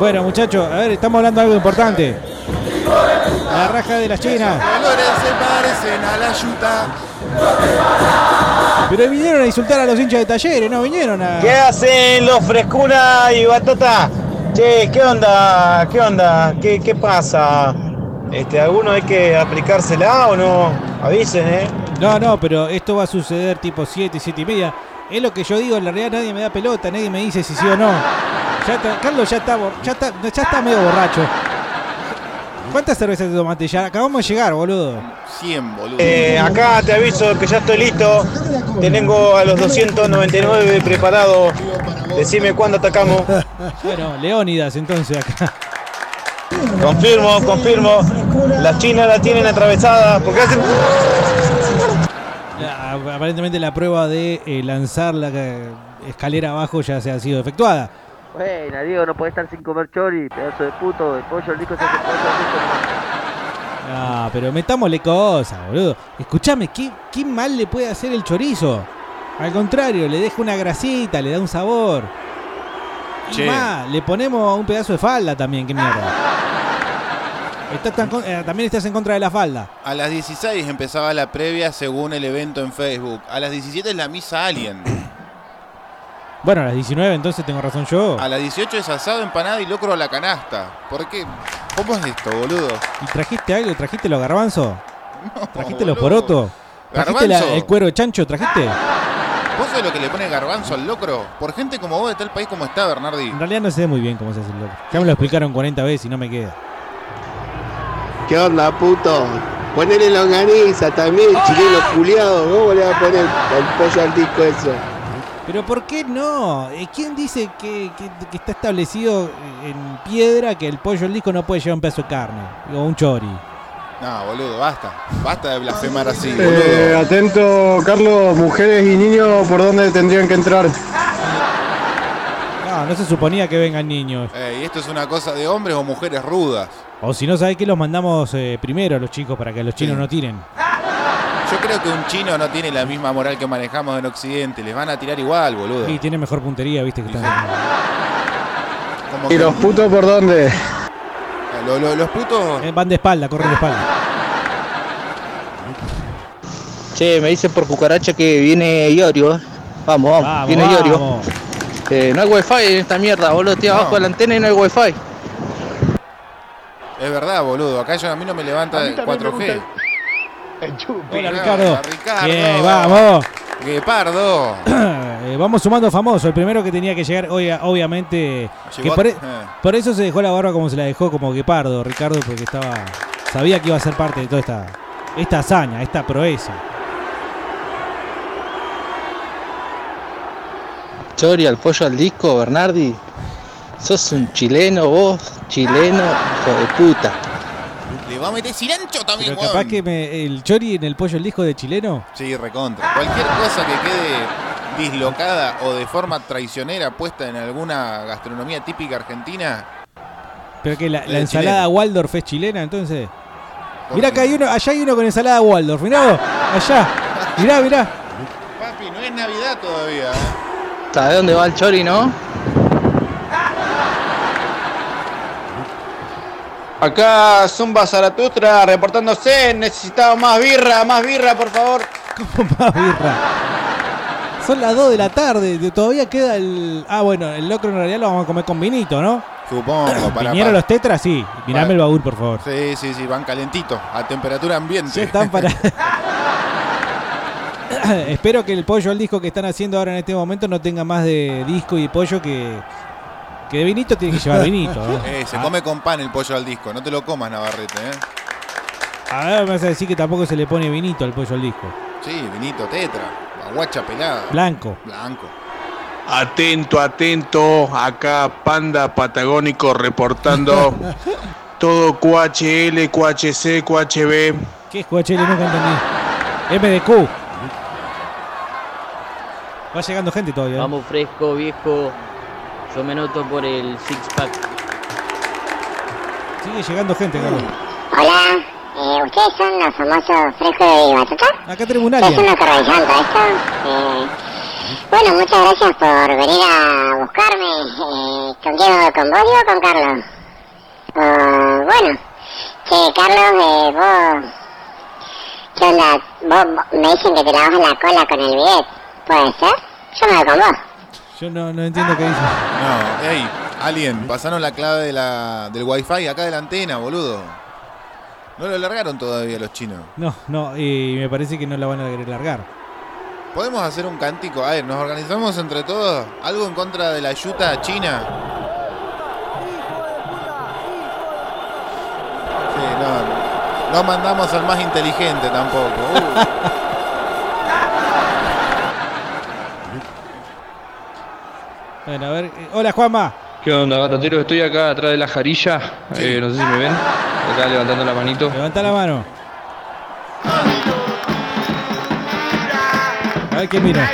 Speaker 5: Bueno, muchachos, a ver, estamos hablando de algo importante. La raja de las chinas.
Speaker 8: Colores se parecen a la yuta.
Speaker 5: Pero vinieron a insultar a los hinchas de talleres, no vinieron a.
Speaker 23: ¿Qué hacen los frescura y batata? Che, ¿qué onda? ¿Qué onda? ¿Qué, qué pasa? Este, ¿Alguno hay que aplicársela o no? Avisen, ¿eh?
Speaker 5: No, no, pero esto va a suceder tipo 7, 7 y media. Es lo que yo digo, en la realidad nadie me da pelota, nadie me dice si sí o no. Ya está- Carlos ya está, bor- ya, está, ya está medio borracho. ¿Cuántas cervezas te tomaste ya? Acabamos de llegar, boludo.
Speaker 8: 100, boludo.
Speaker 23: Eh, acá te aviso que ya estoy listo. Te tengo a los 299 preparado. Decime cuándo atacamos.
Speaker 5: Bueno, Leónidas entonces acá.
Speaker 23: Confirmo, confirmo. La China la tienen atravesada. Porque hacen.
Speaker 5: La- Ah, aparentemente la prueba de eh, lanzar la eh, escalera abajo ya se ha sido efectuada.
Speaker 15: Bueno, Diego, no podés estar sin comer chori, pedazo de puto, de pollo, el disco se hace pollo, el
Speaker 5: Ah, pero metámosle cosas, boludo. Escuchame, ¿qué, ¿qué mal le puede hacer el chorizo? Al contrario, le deja una grasita, le da un sabor. Y
Speaker 8: Che.
Speaker 5: más, le ponemos un pedazo de falda también, qué mierda. Estás tan con- eh, también estás en contra de la falda.
Speaker 8: A las 16 empezaba la previa según el evento en Facebook. A las 17 es la misa Alien.
Speaker 5: Bueno, a las 19 entonces tengo razón yo.
Speaker 8: A las 18 es asado, empanada y locro a la canasta. ¿Por qué? ¿Cómo es esto, boludo?
Speaker 5: ¿Y trajiste algo? ¿Trajiste los garbanzos? ¿Trajiste los
Speaker 8: boludo.
Speaker 5: porotos? ¿Trajiste la-
Speaker 8: Garbanzo.
Speaker 5: el cuero de chancho? ¿Trajiste?
Speaker 8: ¿Vos sabés lo que le pone garbanzo al locro? Por gente como vos está el país como está, Bernardi.
Speaker 5: En realidad no sé muy bien cómo se hace el loco. Ya me lo explicaron 40 veces y no me queda.
Speaker 6: ¿Qué onda, puto? Ponele longaniza también, chileno culiado. ¿Cómo le va a poner el pollo al disco eso?
Speaker 5: Pero ¿por qué no? Eh, ¿Quién dice que, que- que está establecido en piedra que el pollo al disco no puede llevar un pedazo de carne? O un chori.
Speaker 8: No, boludo, basta. Basta de blasfemar así, boludo.
Speaker 21: Eh, atento, Carlos, mujeres y niños, ¿por dónde tendrían que entrar?
Speaker 5: Ah, No, no se suponía que vengan niños.
Speaker 8: Ey, esto es una cosa de hombres o mujeres rudas.
Speaker 5: O si no sabés que los mandamos eh, primero a los chicos para que los chinos no tiren.
Speaker 8: Yo creo que un chino no tiene la misma moral que manejamos en Occidente. Les van a tirar igual, boludo.
Speaker 5: Y tiene mejor puntería, viste que están.
Speaker 8: Como
Speaker 21: ¿Y
Speaker 8: que-
Speaker 21: los putos por dónde?
Speaker 8: Eh, Lo- lo- los putos.
Speaker 5: Eh, Van de espalda, corren de espalda.
Speaker 14: Che, me dice por cucaracha que viene Iorio. eh. Vamos, vamos,
Speaker 5: Vamos,
Speaker 14: viene
Speaker 5: vamos.
Speaker 14: Iorio. Eh, no hay wifi en esta mierda, boludo. Tío, abajo de la antena y no hay wifi.
Speaker 8: Es verdad, boludo. Acá yo, a mí no me levanta el 4G.
Speaker 5: Hola,
Speaker 8: Ricardo.
Speaker 5: Ricardo.
Speaker 8: Ricardo.
Speaker 5: Bien, vamos.
Speaker 8: Guepardo.
Speaker 5: Eh, vamos sumando famoso. El primero que tenía que llegar, obvia- obviamente. que
Speaker 8: Llegó-
Speaker 5: por, e-
Speaker 8: eh.
Speaker 5: por eso se dejó la barba como se la dejó, como guepardo, Ricardo, porque estaba. Sabía que iba a ser parte de toda esta, esta hazaña, esta proeza.
Speaker 14: Chori al pollo al disco, Bernardi. Sos un chileno vos, chileno, hijo de puta.
Speaker 8: Le va a meter silencio también,
Speaker 5: Pero
Speaker 8: weón.
Speaker 5: capaz que me- el chori en el pollo el disco de chileno.
Speaker 8: Sí, recontra. Cualquier cosa que quede dislocada o de forma traicionera puesta en alguna gastronomía típica argentina.
Speaker 5: Pero que la,
Speaker 8: De
Speaker 5: la ensalada
Speaker 8: chileno.
Speaker 5: Waldorf es chilena, entonces. Mirá que hay uno, allá hay uno con ensalada Waldorf, mirá vos, allá. Mirá, mirá.
Speaker 8: Papi, no es Navidad todavía. ¿eh?
Speaker 14: ¿Sabés dónde va el Chori, no?
Speaker 23: Acá Zumba Zaratutra reportándose. Necesitaba más birra, más birra, por favor.
Speaker 5: Más birra. Son las 2 de la tarde, de- todavía queda el. Ah, bueno, el locro en realidad lo vamos a comer con vinito, ¿no?
Speaker 8: Supongo, para.
Speaker 5: ¿Vinieron los tetras? Sí. Mirame el baúl, por favor.
Speaker 8: Sí, sí, sí, van calentitos, a temperatura ambiente.
Speaker 5: están para. Espero que el pollo al disco que están haciendo ahora en este momento no tenga más de disco y pollo que. Que de vinito tiene que llevar vinito. ¿no?
Speaker 8: Eh, se
Speaker 5: Ah,
Speaker 8: come con pan el pollo al disco, no te lo comas, Navarrete, ¿eh?
Speaker 5: A ver, me vas a decir que tampoco se le pone vinito al pollo al disco.
Speaker 8: Sí, vinito, tetra, aguacha pelada.
Speaker 5: Blanco.
Speaker 8: Blanco.
Speaker 3: Atento, atento, acá Panda Patagónico reportando todo QHL, QHC, QHB.
Speaker 5: ¿Qué es Coachella? Nunca entendí. MDQ. Va llegando gente todavía. ¿eh?
Speaker 4: Vamos fresco, viejo. Yo me noto por el six pack.
Speaker 5: Sigue llegando gente, Carlos.
Speaker 7: Hola, eh, ¿ustedes son los famosos frescos de Batata?
Speaker 5: Acá Tribunalia.
Speaker 7: Es una correllanta esto. Eh, bueno, muchas gracias por venir a buscarme. Eh, ¿Con quién? ¿Con vos o con Carlos? Eh, bueno, che, Carlos, eh, vos... ¿Qué onda? Vos, vos- me dicen que te lavas la cola con el bidet. ¿Puede ser? Yo me voy con vos.
Speaker 5: Yo no, no entiendo qué dice.
Speaker 8: No, ey, alguien, pasaron la clave de la, del wifi acá de la antena, boludo. No lo largaron todavía los chinos.
Speaker 5: No, no, y me parece que no la van a querer largar.
Speaker 8: ¿Podemos hacer un cántico? A ver, ¿nos organizamos entre todos? ¿Algo en contra de la yuta china? Sí, no. No mandamos al más inteligente tampoco. Uh.
Speaker 5: Bueno, a ver. eh, hola, Juanma.
Speaker 25: ¿Qué onda, gatatero? Estoy acá atrás de la jarilla. Eh, no sé si me ven. Acá levantando la manito.
Speaker 5: Levanta la mano. A ver qué mira.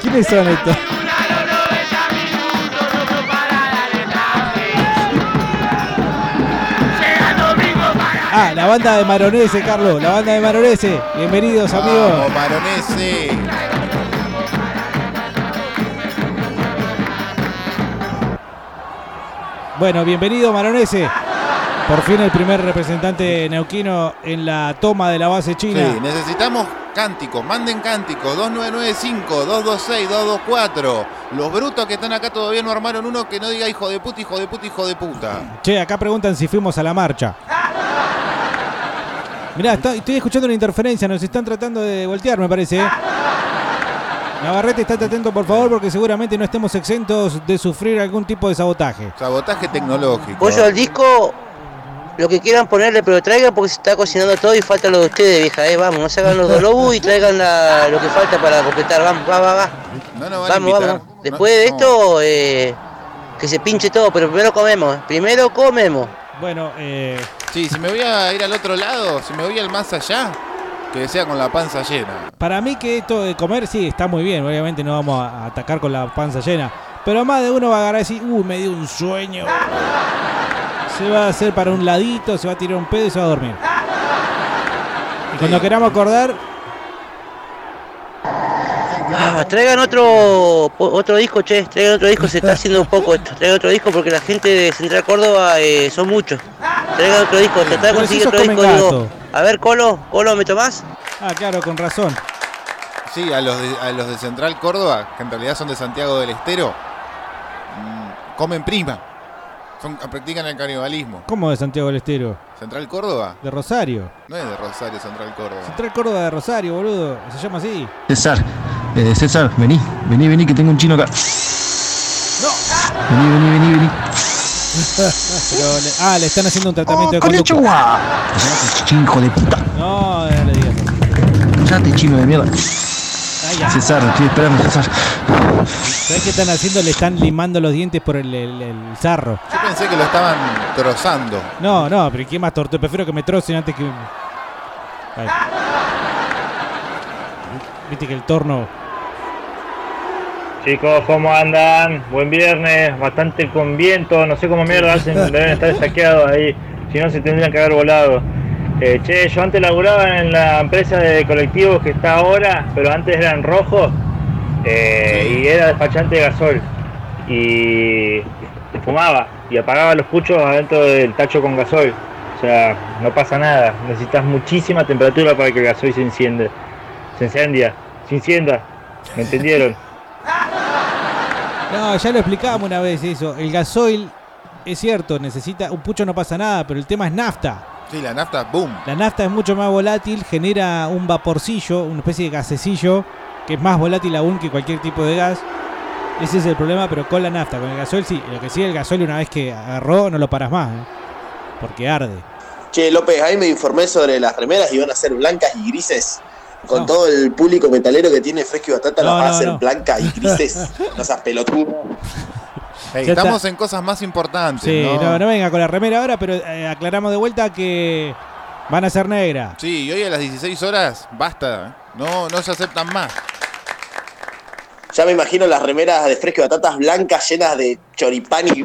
Speaker 5: ¿Quiénes son estos? Ah, la banda de Maronese, Carlos, la banda de Maronese. Bienvenidos, amigos.
Speaker 8: Vamos, Maronese.
Speaker 5: Bueno, bienvenido, Maronese. Por fin el primer representante neuquino en la toma de la base china.
Speaker 8: Sí, necesitamos cánticos, manden cánticos, 2995, 226, 224. Los brutos que están acá todavía no armaron uno que no diga hijo de puta, hijo de puta, hijo de puta.
Speaker 5: Che, acá preguntan si fuimos a la marcha. Mirá, está- estoy escuchando una interferencia, nos están tratando de voltear, me parece. ¿eh? Navarrete, estate atento, por favor, porque seguramente no estemos exentos de sufrir algún tipo de sabotaje.
Speaker 8: Sabotaje tecnológico.
Speaker 15: Pollo al disco, lo que quieran ponerle, pero traigan porque se está cocinando todo y falta lo de ustedes, vieja. Eh. Vamos, no se hagan los dolobus y traigan la- lo que falta para completar. Vamos, va, va, va.
Speaker 8: van a
Speaker 15: vamos,
Speaker 8: invitar.
Speaker 15: vamos. Después de esto, eh, que se pinche todo, pero primero comemos. Primero comemos.
Speaker 5: Bueno, eh...
Speaker 8: Sí, si me voy a ir al otro lado, si me voy al más allá, que sea con la panza llena.
Speaker 5: Para mí que esto de comer sí está muy bien, obviamente no vamos a a atacar con la panza llena, pero más de uno va a agarrar y decir, uy, me dio un sueño. Se va a hacer para un ladito, se va a tirar un pedo y se va a dormir. Y cuando queramos acordar,
Speaker 15: Ah, traigan otro po- otro disco, che, traigan otro disco, se está haciendo un poco esto, traigan otro disco porque la gente de Central Córdoba eh, son muchos. Traigan otro disco, tratá de
Speaker 5: Pero si
Speaker 15: conseguir
Speaker 5: esos
Speaker 15: otro
Speaker 5: comen
Speaker 15: disco, digo.
Speaker 5: gato.
Speaker 15: A ver, Colo, Colo, ¿me tomás?
Speaker 5: ah, claro, con razón.
Speaker 8: Sí, a los de, a los de Central Córdoba, que en realidad son de Santiago del Estero, mm, comen prima. Son, practican el canibalismo.
Speaker 5: ¿Cómo de Santiago del Estero?
Speaker 8: ¿Central Córdoba?
Speaker 5: De Rosario.
Speaker 8: No es de Rosario, Central Córdoba.
Speaker 5: Central Córdoba de Rosario, boludo. Se llama así.
Speaker 26: César, eh, César, vení, vení, vení, que tengo un chino acá. Vení, vení, vení, vení.
Speaker 5: Pero le- ah, le están haciendo un tratamiento de conducta.
Speaker 26: ¡Konnichiwa! Chin, Hijo de puta.
Speaker 5: No, no le digas
Speaker 26: Ya te chino de mierda.
Speaker 5: Ay, ya.
Speaker 26: César, estoy esperando, César.
Speaker 5: ¿Sabés qué están haciendo? Le están limando los dientes por el, el- el sarro.
Speaker 8: Yo pensé que lo estaban trozando.
Speaker 5: No, no, pero ¿qué más torto? Prefiero que me trocen antes que. Ay. Viste que el torno.
Speaker 14: Chicos, ¿cómo andan? Buen viernes, bastante con viento, no sé cómo mierda hacen, deben estar saqueados ahí, si no se tendrían que haber volado. Eh, che, yo antes laburaba en la empresa de colectivos que está ahora, pero antes eran rojos eh, y era despachante de gasol. Y fumaba y apagaba los puchos adentro del tacho con gasol. O sea, no pasa nada, necesitas muchísima temperatura para que el gasoil se encienda. Se incendia, se encienda, ¿me entendieron?
Speaker 5: No, ya lo explicábamos una vez eso. El gasoil, es cierto, necesita. Un pucho no pasa nada, pero el tema es nafta.
Speaker 8: Sí, la nafta, boom.
Speaker 5: La nafta es mucho más volátil, genera un vaporcillo, una especie de gasecillo, que es más volátil aún que cualquier tipo de gas. Ese es el problema, pero con la nafta, con el gasoil sí. Lo que sí, el gasoil una vez que agarró, no lo paras más, ¿eh? porque arde.
Speaker 1: Che, López, ahí me informé sobre las remeras y van a ser blancas y grises. Con todo el público metalero que tiene Fresco y Batata,
Speaker 5: No,
Speaker 1: las van a
Speaker 5: no,
Speaker 1: hacer
Speaker 5: no.
Speaker 1: blancas y grises. no seas pelotudo.
Speaker 8: Ey,
Speaker 5: Ya está.
Speaker 8: estamos en cosas más importantes.
Speaker 5: Sí,
Speaker 8: ¿no?
Speaker 5: no, no venga con la remera ahora, pero eh, aclaramos de vuelta que Van a ser negra.
Speaker 8: Sí, y hoy a las 16 horas, basta. ¿eh? No, no se aceptan más.
Speaker 27: Ya me imagino las remeras de fresco y batatas blancas llenas de choripán y.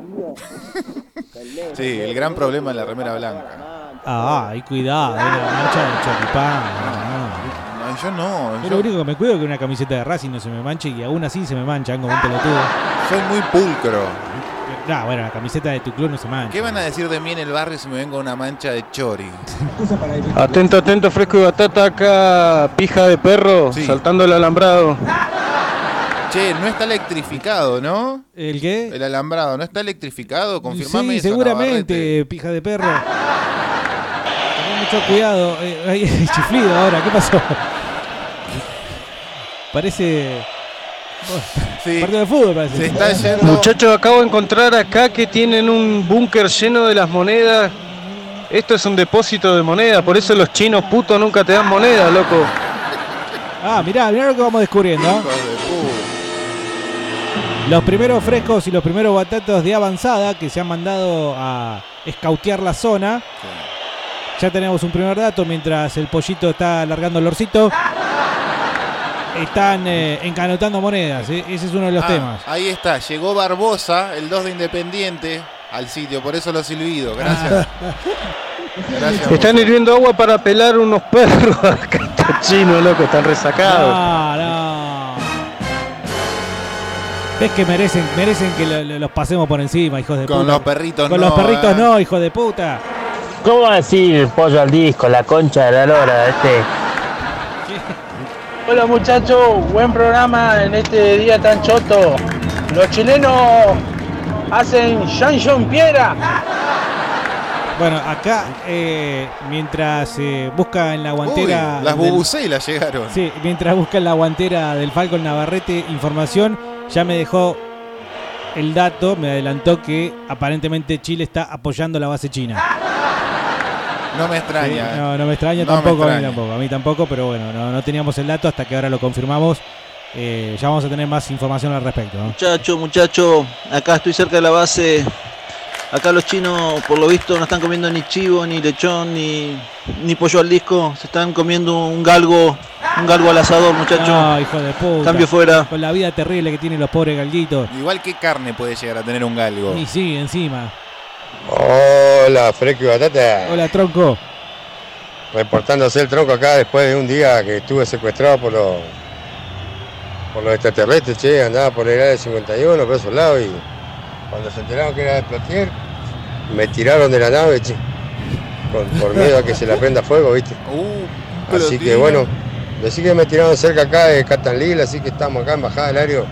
Speaker 8: Sí, el gran problema es la remera blanca.
Speaker 5: Ah, y cuidado, eh, la mancha del choripán.
Speaker 8: No, yo no.
Speaker 5: Yo
Speaker 8: yo
Speaker 5: lo único que me cuido es que una camiseta de Racing no se me manche y aún así se me manchan como un pelotudo.
Speaker 8: Soy muy pulcro.
Speaker 5: Ah, bueno, la camiseta de tu club no se mancha.
Speaker 8: ¿Qué van a decir de mí en el barrio si me vengo una mancha de chori?
Speaker 13: Atento, atento, fresco y batata acá, pija de perro, saltando el alambrado.
Speaker 8: Che, no está electrificado, ¿no?
Speaker 5: ¿El qué?
Speaker 8: El alambrado, ¿no está electrificado? Confirmame
Speaker 5: sí,
Speaker 8: eso,
Speaker 5: seguramente, pija de perro. Ten mucho cuidado. Eh, ay, chiflido ahora, ¿qué pasó? Parece. Partido de fútbol parece.
Speaker 13: Muchachos, acabo de encontrar acá que tienen un búnker lleno de las monedas. Esto es un depósito de monedas, por eso los chinos putos nunca te dan monedas, loco.
Speaker 5: Ah, mirá, mirá lo que vamos descubriendo. ¿eh? Los primeros frescos y los primeros batatos de avanzada que se han mandado a escautear la zona. Ya tenemos un primer dato mientras el pollito está alargando el orcito. Están eh, encanotando monedas. ¿eh? Ese es uno de los
Speaker 8: Ah,
Speaker 5: temas.
Speaker 8: Ahí está, llegó Barbosa, el 2 de Independiente, al sitio, por eso lo silbido. Gracias. Gracias.
Speaker 13: Están hirviendo agua para pelar unos perros. Acá está chino, loco, están resacados.
Speaker 5: Ah, no. Ves que merecen, merecen que lo- lo- los pasemos por encima, hijos de
Speaker 8: Con
Speaker 5: puta.
Speaker 8: los perritos
Speaker 5: Con
Speaker 8: no,
Speaker 5: los perritos
Speaker 8: eh.
Speaker 5: no, hijo de puta.
Speaker 7: ¿Cómo va a decir pollo al disco, la concha de la lora? Este?
Speaker 16: Hola muchachos, buen programa en este día tan choto. Los chilenos hacen Jean Jean Piedra.
Speaker 5: Bueno, acá, eh, mientras eh, busca en la guantera.
Speaker 8: Uy, las
Speaker 5: del-
Speaker 8: bubucelas llegaron.
Speaker 5: Sí, mientras busca en la guantera del Falcon Navarrete información, ya me dejó el dato, me adelantó que aparentemente Chile está apoyando la base china.
Speaker 8: No me
Speaker 5: Sí,
Speaker 8: Ah, extraña.
Speaker 5: no, no me extraña
Speaker 8: No me
Speaker 5: tampoco, a mí
Speaker 8: extraña.
Speaker 5: tampoco, a mí tampoco, pero bueno, no, no teníamos el dato hasta que ahora lo confirmamos. Eh, ya vamos a tener más información al respecto. ¿no?
Speaker 20: Muchacho, muchacho, acá estoy cerca de la base. Acá los chinos, por lo visto, no están comiendo ni chivo, ni lechón, ni, ni pollo al disco. Se están comiendo un galgo, un galgo al asador, muchacho.
Speaker 5: No, hijo de puta.
Speaker 20: Cambio fuera.
Speaker 5: Con la vida terrible que tienen los pobres galguitos.
Speaker 8: Igual que carne puede llegar a tener un galgo.
Speaker 5: Y sí, encima.
Speaker 18: Hola, Fresco y Batata.
Speaker 5: Hola, tronco.
Speaker 18: Reportándose el tronco acá después de un día que estuve secuestrado por los por los extraterrestres, che, andaba por el área 51, por esos lados, y cuando se enteraron que era de Plotier, me tiraron de la nave, che, con- por miedo a que se la prenda fuego, viste. así que
Speaker 8: Plotier.
Speaker 18: bueno, decí que me tiraron cerca acá de Catanlil, así que estamos acá en Bajada del Ario.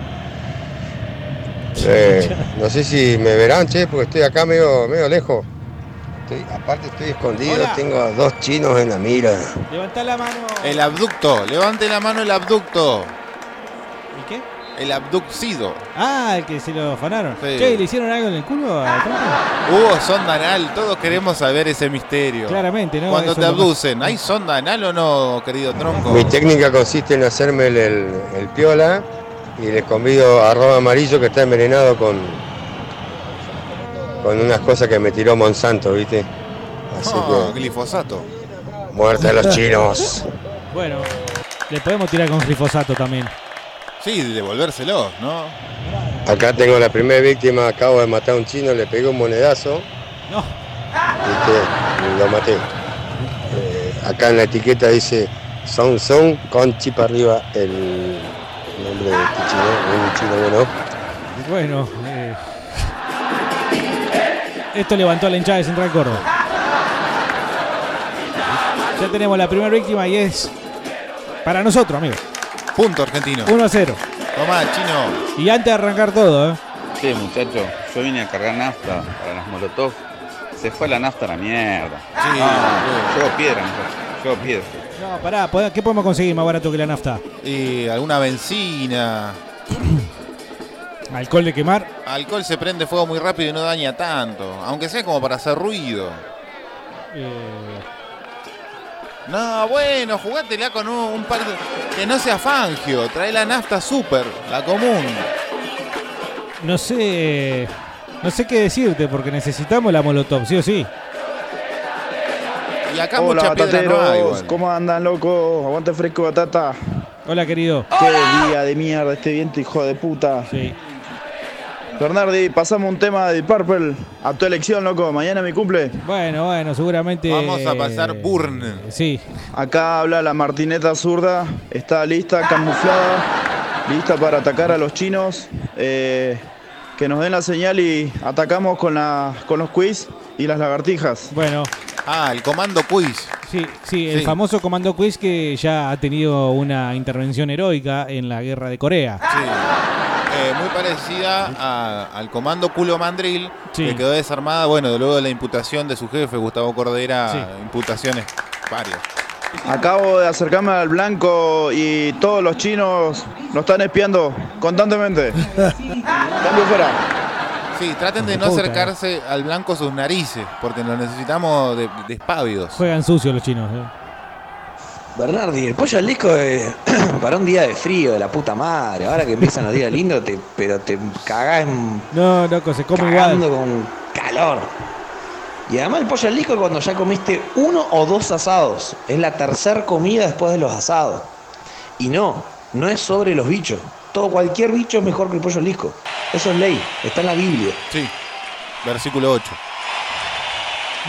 Speaker 18: Eh, no sé si me verán, che, porque estoy acá medio, medio lejos. Estoy- aparte estoy escondido, tengo a dos chinos en la mira.
Speaker 5: Levanta la mano.
Speaker 8: El abducto, levante la mano el abducto.
Speaker 5: ¿Y qué?
Speaker 8: El abducido.
Speaker 5: Ah, el que se lo afanaron.
Speaker 8: Sí.
Speaker 5: Che, ¿le hicieron algo en el culo al tronco?
Speaker 8: Hubo sonda anal, todos queremos saber ese misterio.
Speaker 5: Claramente, ¿no?
Speaker 8: Cuando
Speaker 5: Eso
Speaker 8: te
Speaker 5: es lo más-
Speaker 8: abducen, ¿hay sonda anal o no, querido tronco?
Speaker 18: Mi técnica consiste en hacerme el, el- el piola y les convido a arroba amarillo que está envenenado con, con unas cosas que me tiró Monsanto, ¿viste? Así
Speaker 8: No, Oh, glifosato.
Speaker 18: que muerte a los chinos.
Speaker 5: Bueno, le podemos tirar con glifosato también.
Speaker 8: Sí, devolvérselos, ¿no?
Speaker 18: Acá tengo la primera víctima, acabo de matar a un chino, le pegué un monedazo.
Speaker 5: No.
Speaker 18: ¿viste? Y lo maté. Eh, acá en la etiqueta dice Son Son con chip arriba el, el nombre de este chino, un chino bueno.
Speaker 5: Bueno, eh, esto levantó a la hinchada de Central Córdoba. Ya tenemos la primera víctima y es para nosotros, amigo.
Speaker 8: Punto argentino.
Speaker 5: 1 a 0.
Speaker 8: Tomá, chino.
Speaker 5: Y antes de arrancar todo, ¿eh?
Speaker 19: Che, muchacho, yo vine a cargar nafta para las molotov. Se fue la nafta a la mierda. Ah.
Speaker 8: Sí,
Speaker 19: no, llevo piedra, muchacho. Llevo piedra.
Speaker 5: No, pará, ¿pod- ¿qué podemos conseguir más barato que la nafta?
Speaker 8: Y alguna benzina.
Speaker 5: Alcohol de quemar.
Speaker 8: Alcohol se prende fuego muy rápido y no daña tanto. Aunque sea como para hacer ruido. No, bueno, jugátela con un, un par de. Que no sea Fangio. Trae la nafta super, la común.
Speaker 5: No sé. No sé qué decirte porque necesitamos la molotov, sí o sí.
Speaker 8: Y acá mucha piedra no hay, igual.
Speaker 20: ¿Cómo andan, loco? Aguante fresco, batata.
Speaker 5: Hola, querido.
Speaker 20: Qué día de mierda, este viento, hijo de puta.
Speaker 5: Sí.
Speaker 20: Bernardi, pasamos un tema de Purple a tu elección, loco. Mañana mi cumple.
Speaker 5: Bueno, bueno, seguramente.
Speaker 20: Vamos a pasar
Speaker 5: Burn. Eh, Sí.
Speaker 20: Acá habla la martineta zurda, está lista, camuflada, lista para atacar a los chinos. Eh, que nos den la señal y atacamos con, la, con los quiz y las lagartijas.
Speaker 5: Bueno.
Speaker 8: Ah, el comando quiz.
Speaker 5: Sí, sí, el
Speaker 8: Sí.
Speaker 5: famoso Comando Quiz que ya ha tenido una intervención heroica en la guerra de Corea.
Speaker 8: Eh, muy parecida a- al comando culo mandril
Speaker 5: Sí.
Speaker 8: que quedó desarmada, bueno, luego de la imputación de su jefe, Gustavo Cordera,
Speaker 20: Sí.
Speaker 8: imputaciones varias.
Speaker 20: Acabo de acercarme al blanco y todos los chinos nos están espiando constantemente. Cambio fuera.
Speaker 8: Sí, traten de
Speaker 20: Hijo de
Speaker 8: no
Speaker 20: puta,
Speaker 8: acercarse al blanco sus narices, porque nos necesitamos de, de espabios.
Speaker 5: Juegan sucio los chinos. ¿eh?
Speaker 28: Bernardi, el pollo al disco es para un día de frío, de la puta madre. Ahora que empiezan los días lindos, te, pero te cagás en
Speaker 5: No, loco, se come igual.
Speaker 28: cagando con calor. Y además el pollo al disco es cuando ya comiste uno o dos asados. Es la tercer comida después de los asados. Y no, no es sobre los bichos. Todo, cualquier bicho es mejor que el pollo al disco. Eso es ley, está en la Biblia.
Speaker 8: Sí, versículo 8.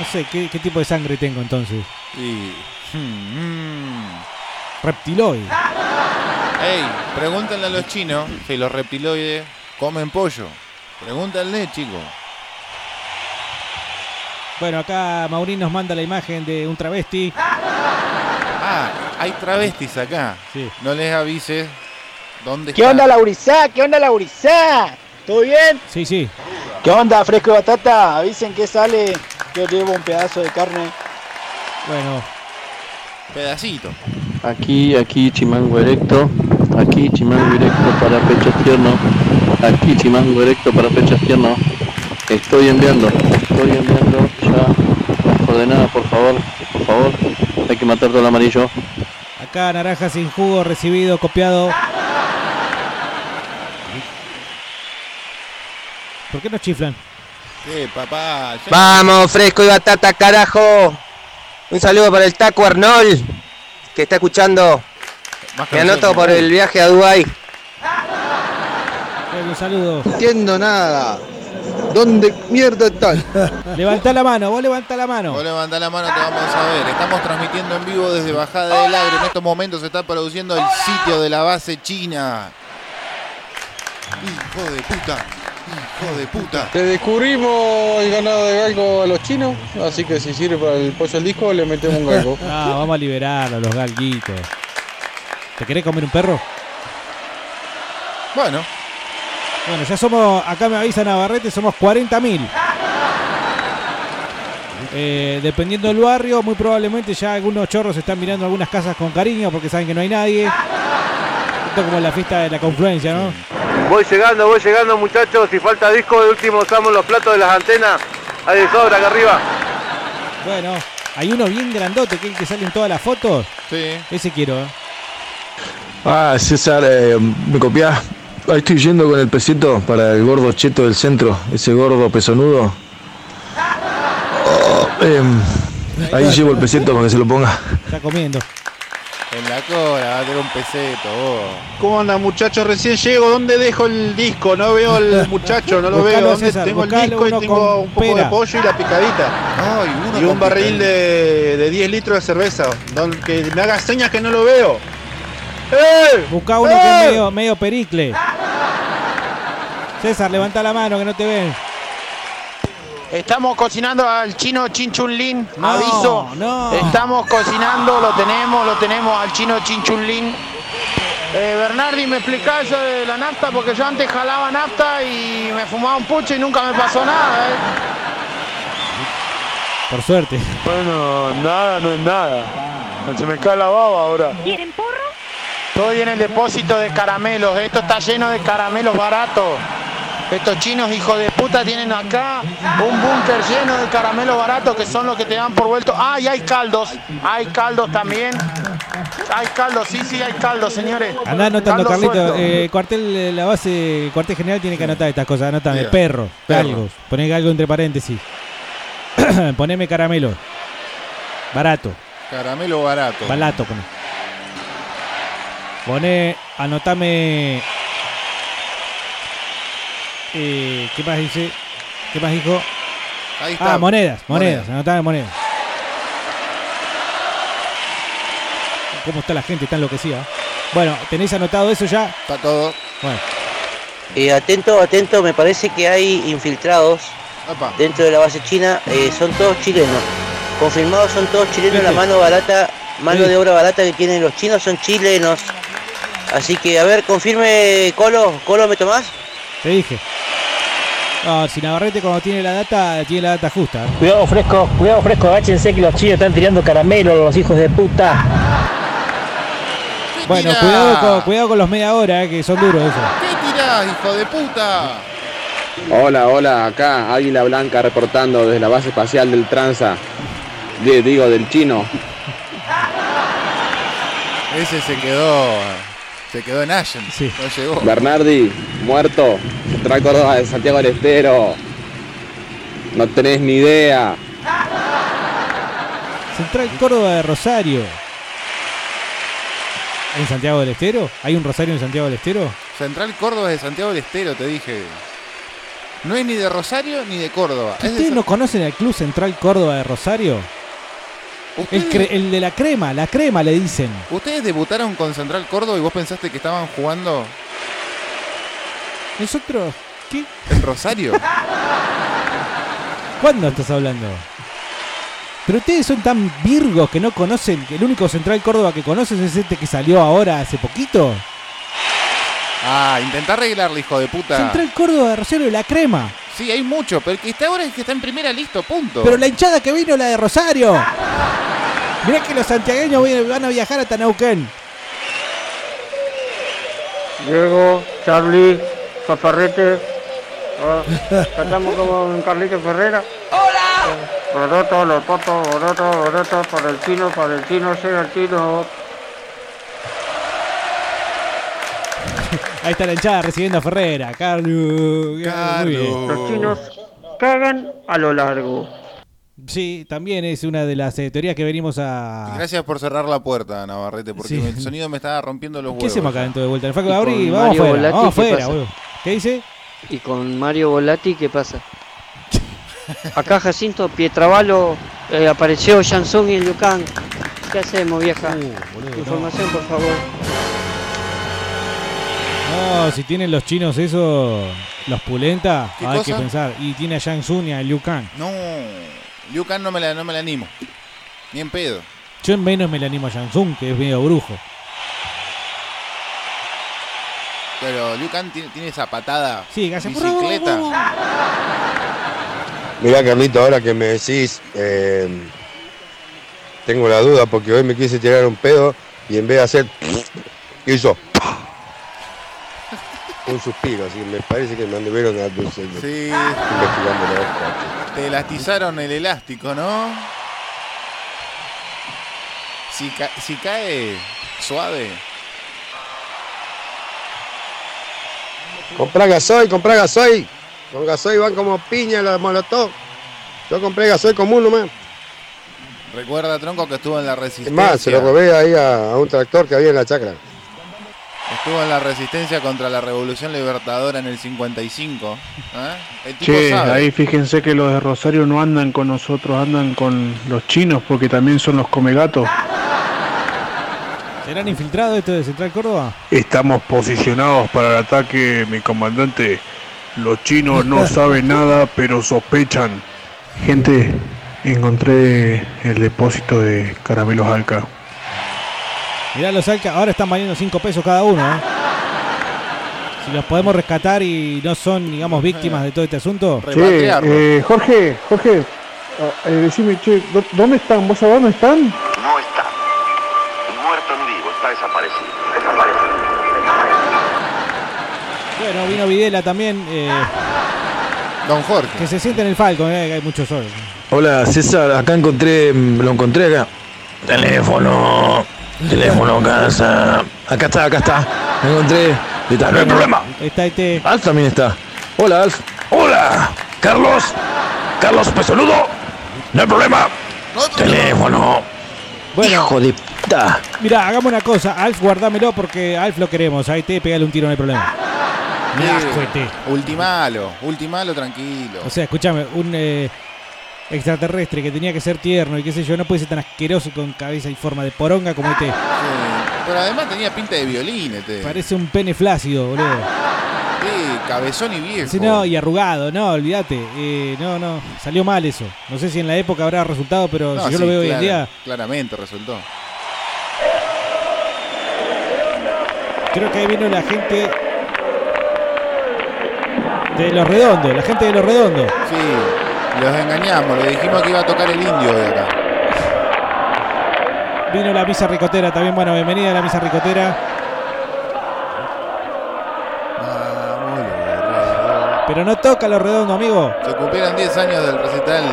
Speaker 5: No sé, ¿qué, qué tipo de sangre tengo entonces?
Speaker 8: Y. hmm, mm.
Speaker 5: Reptiloide.
Speaker 8: Ey, pregúntale a los chinos si los reptiloides comen pollo. Pregúntale, chicos.
Speaker 5: Bueno, acá Maurín nos manda la imagen de un travesti.
Speaker 8: Ah, hay travestis acá. No les avises dónde
Speaker 29: ¿Qué
Speaker 8: están.
Speaker 29: onda la Urizá? ¿Qué onda la Urizá? ¿Todo bien?
Speaker 5: Sí, sí.
Speaker 29: ¿Qué onda, fresco y batata? Avisen que sale. Yo llevo un pedazo de carne.
Speaker 5: Bueno.
Speaker 8: Pedacito.
Speaker 14: Aquí, aquí Chimango Erecto, aquí Chimango Erecto para pechos tiernos, aquí Chimango Erecto para pechos tiernos. Estoy enviando, estoy enviando ya las coordenadas, por favor, por favor. Hay que matar todo el amarillo.
Speaker 5: Acá naranja sin jugo, recibido, copiado.
Speaker 8: Ah.
Speaker 5: ¿Por qué nos chiflan?
Speaker 8: Sí, papá. ya-
Speaker 30: Vamos, fresco y batata, carajo. Un saludo para el Taco Arnold, que está escuchando. Me anoto por el viaje a Dubái.
Speaker 5: Eh, Un saludo.
Speaker 31: No entiendo nada. ¿Dónde mierda están?
Speaker 5: Levanta la mano, vos levanta la mano.
Speaker 8: Vos levantá la mano, te vamos a ver. Estamos transmitiendo en vivo desde Bajada del Agro. En estos momentos se está produciendo el sitio de la base china. Hijo de puta. Hijo de puta.
Speaker 1: Le descubrimos el ganado de galgo a los chinos, así que si sirve para el pollo al disco, le metemos un galgo.
Speaker 5: Ah, vamos a liberar a los galguitos. ¿Te querés comer un perro?
Speaker 8: Bueno.
Speaker 5: Bueno, ya somos, acá me avisa Navarrete, somos 40.000. Eh, dependiendo del barrio, muy probablemente ya algunos chorros están mirando algunas casas con cariño porque saben que no hay nadie. Esto como la fiesta de la confluencia, ¿no?
Speaker 30: Voy llegando, voy llegando muchachos, si falta disco de último usamos los platos de las antenas, hay de sobra acá arriba.
Speaker 5: Bueno, hay uno bien grandote que es el que sale en todas las fotos.
Speaker 8: Sí.
Speaker 5: Ese quiero, ¿eh?
Speaker 1: Ah, César, eh, me copiás. Ahí estoy yendo con el pesito para el gordo cheto del centro, ese gordo pesonudo. Oh, em, ahí llevo el pesito para que se lo ponga.
Speaker 5: Está comiendo.
Speaker 8: En la cola, va a tener un peseto, vos.
Speaker 1: ¿Cómo andan muchachos? Recién llego. ¿Dónde dejo el disco? No veo al muchacho, no lo
Speaker 8: Buscalo,
Speaker 1: veo. ¿Dónde
Speaker 8: César,
Speaker 1: tengo el
Speaker 8: buscalo
Speaker 1: disco y
Speaker 8: uno
Speaker 1: tengo
Speaker 8: con
Speaker 1: un poco de
Speaker 8: pera.
Speaker 1: pollo y la picadita? y un
Speaker 8: con
Speaker 1: barril de, de 10 litros de cerveza. Don- que me haga señas que no lo veo. ¡Eh!
Speaker 5: Busca uno que es medio, medio pericle. César, levanta la mano que no te ven.
Speaker 1: Estamos cocinando al chino Chinchunlin,
Speaker 5: No,
Speaker 1: aviso.
Speaker 5: no.
Speaker 1: Estamos cocinando, lo tenemos, lo tenemos al chino Chinchunlin. Eh, Bernardi, me explicá eso de la nafta, porque yo antes jalaba nafta y me fumaba un pucho y nunca me pasó nada. eh.
Speaker 5: Por suerte.
Speaker 1: Bueno, nada, no es nada. Se me cae la baba ahora. ¿Quieren porro? Estoy en el depósito de caramelos. Esto está lleno de caramelos baratos. Estos chinos, hijos de puta, tienen acá un búnker lleno de caramelos baratos que son los que te dan por vuelto. Ah, y hay caldos. Hay caldos también. Hay caldos, sí, sí, hay caldos, señores.
Speaker 5: Andá anotando,
Speaker 1: Caldo
Speaker 5: Carlito.
Speaker 1: suelto.
Speaker 5: Eh, cuartel, eh, la base, el cuartel general tiene que anotar estas cosas. Anotame,
Speaker 1: Bien.
Speaker 5: perro,
Speaker 1: Perro.
Speaker 5: galgos. Poné galgo entre paréntesis. Poneme caramelo. Barato.
Speaker 8: Caramelo barato.
Speaker 5: Balato pone. Pone, anotame. Eh, ¿Qué más dice? ¿Qué más dijo?
Speaker 8: Ahí
Speaker 5: Ah, monedas, monedas, anotame monedas. ¿Cómo está la gente? Está enloquecida. ¿eh? Bueno, ¿tenéis anotado eso ya?
Speaker 8: Está todo.
Speaker 5: Bueno.
Speaker 15: Eh, atento, atento, me parece que hay infiltrados dentro de la base china, eh, son todos chilenos. Confirmados son todos chilenos, la mano barata, mano
Speaker 5: Sí.
Speaker 15: de obra barata que tienen los chinos son chilenos. Así que a ver, confirme Colo, Colo me tomás.
Speaker 5: Te dije. No, si Navarrete cuando tiene la data, tiene la data justa. ¿eh?
Speaker 7: Cuidado fresco, cuidado fresco, agáchense que los chinos están tirando caramelo, los hijos de puta.
Speaker 5: Bueno,
Speaker 8: Mira.
Speaker 5: cuidado con, cuidado con los media hora, eh, que son duros esos.
Speaker 8: ¿Qué tirás, hijo de puta?
Speaker 6: Hola, hola, acá Águila Blanca reportando desde la base espacial del Transa, de- digo del chino.
Speaker 8: Ese se quedó. Se quedó en Ashen. No llegó.
Speaker 6: Bernardi, muerto, trae Córdoba de Santiago del Estero. No tenés ni idea.
Speaker 5: Central Córdoba de Rosario. ¿En Santiago del Estero? ¿Hay un Rosario en Santiago del Estero?
Speaker 8: Central Córdoba es de Santiago del Estero, te dije. No es ni de Rosario ni de Córdoba. Es de
Speaker 5: ¿Ustedes no conocen al Club Central Córdoba de Rosario? El, cre- el de la crema, la crema le dicen.
Speaker 8: Sa- ¿Ustedes debutaron con Central Córdoba y vos pensaste que estaban jugando
Speaker 5: Nosotros, ¿qué?
Speaker 8: en Rosario?
Speaker 5: ¿Cuándo estás hablando? Pero ustedes son tan virgos que no conocen, que el único Central Córdoba que conocen es este que salió ahora hace poquito.
Speaker 8: ah, intentá arreglarle, hijo de puta.
Speaker 5: Central Córdoba de Rosario de la crema.
Speaker 8: Sí, hay mucho, pero el que está ahora es el que está en primera, listo, punto.
Speaker 5: Pero la hinchada que vino la de Rosario. Mirá que los santiagueños vi- van a viajar hasta Neuquén.
Speaker 3: Diego, Charlie, Paparrete. ah, Cantamos como un Carlito Ferrera. ¡Hola! Boroto, los potos, boroto, boroto, para el chino, para el chino, sea el chino.
Speaker 5: Ahí está la hinchada recibiendo a Ferrera. Carlos. Muy bien.
Speaker 3: Los chinos cagan a lo largo.
Speaker 5: Sí, también es una de las eh, teorías que venimos a.
Speaker 8: Gracias por cerrar la puerta, Navarrete, porque
Speaker 5: Sí.
Speaker 8: el sonido me estaba rompiendo los huevos.
Speaker 5: ¿Qué hacemos acá dentro de vuelta? El Facu
Speaker 21: Y
Speaker 5: Gabri,
Speaker 21: con
Speaker 5: vamos
Speaker 21: Mario
Speaker 5: afuera,
Speaker 21: Volati,
Speaker 5: vamos
Speaker 21: ¿qué
Speaker 5: afuera,
Speaker 21: pasa?
Speaker 5: boludo. ¿Qué dice?
Speaker 21: Y con Mario Volati, ¿qué pasa? Acá Jacinto Pietrabalo eh, apareció Jansón y el Lucán. ¿Qué hacemos, vieja?
Speaker 5: Uh,
Speaker 21: Información, por favor.
Speaker 5: No, si tienen los chinos eso, los pulenta,
Speaker 8: ¿Qué
Speaker 5: hay
Speaker 8: cosa?
Speaker 5: que pensar. Y tiene a Yang Sun y a Liu Kang.
Speaker 8: No, Liu Kang no me la, no me la animo. Ni en pedo.
Speaker 5: Yo en menos me le animo a Yang Sun, que es medio brujo.
Speaker 8: Pero Liu Kang tiene, tiene esa patada.
Speaker 5: Sí, hace-
Speaker 8: Bicicleta.
Speaker 18: Mirá, Carlito, ahora que me decís, eh, tengo la duda porque hoy me quise tirar un pedo y en vez de hacer, hizo un suspiro, así que me parece que me anduvieron a dulce.
Speaker 8: Sí.
Speaker 18: Investigando la otra.
Speaker 8: Te elastizaron el elástico, ¿no? Si, ca- si cae suave.
Speaker 18: Comprá gasoil, comprá gasoil. Con gasoil van como piña los molotov. Yo compré gasoil común nomás.
Speaker 8: Recuerda, Tronco, que estuvo en la
Speaker 18: Es
Speaker 8: resistencia.
Speaker 18: más, se lo robé ahí a, a un tractor que había en la chacra.
Speaker 8: Estuvo en la resistencia contra la Revolución Libertadora en el 55. ¿eh? El tipo
Speaker 23: Che,
Speaker 8: sabe.
Speaker 23: ahí fíjense que los de Rosario no andan con nosotros, andan con los chinos porque también son los comegatos.
Speaker 5: ¿Serán infiltrados estos de Central Córdoba?
Speaker 23: Estamos posicionados para el ataque, mi comandante. Los chinos no saben nada, pero sospechan. Gente, encontré el depósito de caramelos Alca.
Speaker 5: Mirá los Alca, ahora están valiendo 5 pesos cada uno. ¿eh? Si los podemos rescatar y no son, digamos, víctimas de todo este asunto.
Speaker 23: Che, eh, Jorge, Jorge, ah, eh, decime, che, ¿dó- ¿dónde están? ¿Vos sabés dónde están?
Speaker 24: No está. Muerto en vivo, está desaparecido. Desaparecido.
Speaker 5: Bueno, vino Videla también. eh,
Speaker 8: Don Jorge.
Speaker 5: Que se siente en el Falcon, eh, que hay muchos solos.
Speaker 32: Hola César, acá encontré, mm, lo encontré acá. Teléfono, teléfono casa. Acá está, acá está. Me encontré. Ahí Está, no hay problema.
Speaker 5: Está este.
Speaker 32: Alf también está. Hola Alf. Hola, Carlos. Carlos Pesonudo. No hay problema. Teléfono.
Speaker 5: Hijo de puta. Mira, hagamos una cosa. Alf, guardámelo porque Alf lo queremos. Ahí te pegale un tiro, no hay problema.
Speaker 8: Sí. Ultimalo, ultimalo tranquilo.
Speaker 5: este. O sea, escúchame, un eh, extraterrestre que tenía que ser tierno y qué sé yo, no puede ser tan asqueroso con cabeza y forma de poronga como este.
Speaker 8: Pero además tenía pinta de violín, este.
Speaker 5: Parece un pene flácido, boludo.
Speaker 8: Sí, cabezón y viejo.
Speaker 5: Sí, no, y arrugado, no, olvídate. Eh, no, no, salió mal eso. No sé si en la época habrá resultado, pero
Speaker 8: No,
Speaker 5: si yo
Speaker 8: sí,
Speaker 5: lo veo hoy en
Speaker 8: clara-
Speaker 5: día,
Speaker 8: Claramente resultó.
Speaker 5: creo que ahí vino la gente de Los Redondos, la gente de Los Redondos.
Speaker 8: Sí, los engañamos, le dijimos que iba a tocar el indio de acá.
Speaker 5: Vino la misa ricotera también, bueno, bienvenida a la misa ricotera.
Speaker 8: Ah,
Speaker 5: Pero no toca Los Redondos, amigo.
Speaker 8: Se cumplieron 10 años del recital.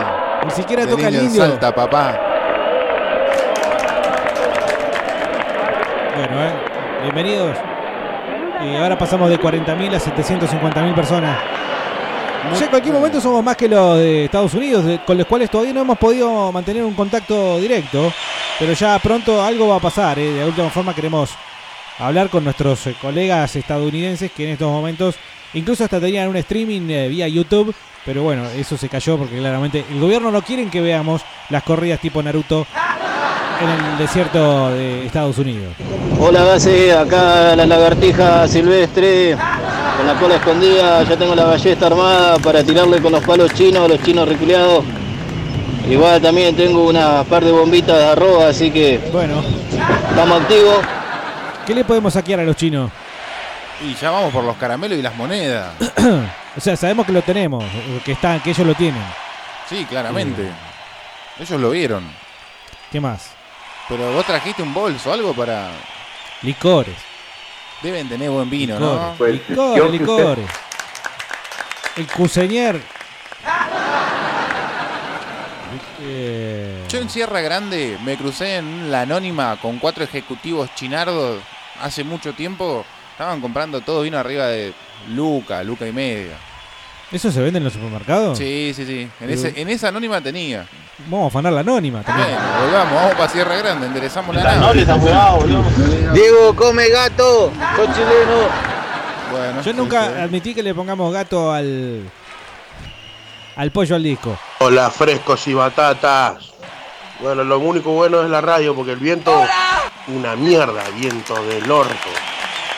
Speaker 5: Ni siquiera
Speaker 8: del
Speaker 5: toca el
Speaker 8: en
Speaker 5: indio.
Speaker 8: Salta, papá.
Speaker 5: Bueno, eh, bienvenidos. Y ahora pasamos de 40.000 a 750.000 personas. Ya en cualquier momento somos más que los de Estados Unidos, de- con los cuales todavía no hemos podido mantener un contacto directo. Pero ya pronto algo va a pasar. eh. De última forma queremos hablar con nuestros eh, colegas estadounidenses que en estos momentos incluso hasta tenían un streaming eh, vía YouTube. Pero bueno, eso se cayó porque claramente el gobierno no quieren que veamos las corridas tipo Naruto en el desierto de Estados Unidos.
Speaker 4: Hola Gase, acá la lagartija silvestre con la cola escondida, ya tengo la ballesta armada para tirarle con los palos chinos a los chinos reculeados. Igual también tengo una par de bombitas de arroz, así que
Speaker 5: bueno,
Speaker 4: estamos activos.
Speaker 5: ¿Qué le podemos saquear a los chinos?
Speaker 8: Y ya vamos por los caramelos y las monedas.
Speaker 5: o sea, sabemos que lo tenemos, o que están, que ellos lo tienen.
Speaker 8: Sí, claramente.
Speaker 5: Mm.
Speaker 8: Ellos lo vieron.
Speaker 5: ¿Qué más?
Speaker 8: Pero vos trajiste un bolso, algo para.
Speaker 5: Licores.
Speaker 8: Deben tener buen vino, ¿no?
Speaker 5: Licores, licores, licores. El cuseñer. Eh,
Speaker 8: Yo en Sierra Grande me crucé en la anónima con cuatro ejecutivos chinardos hace mucho tiempo. Estaban comprando todo vino arriba de Luca, Luca y media.
Speaker 5: ¿Eso se vende en los supermercados?
Speaker 8: Sí, sí, sí. En, ese- en esa anónima tenía.
Speaker 5: Vamos a afanar la anónima también.
Speaker 8: Bueno, volvamos, vamos para Sierra Grande, enderezamos la nave.
Speaker 5: Diego, come gato. Soy chileno.
Speaker 8: Bueno,
Speaker 5: Yo nunca admití que le pongamos gato al. al pollo al disco.
Speaker 9: Hola, frescos y batatas. Bueno, lo único bueno es la radio porque el viento. Una mierda, viento del orto.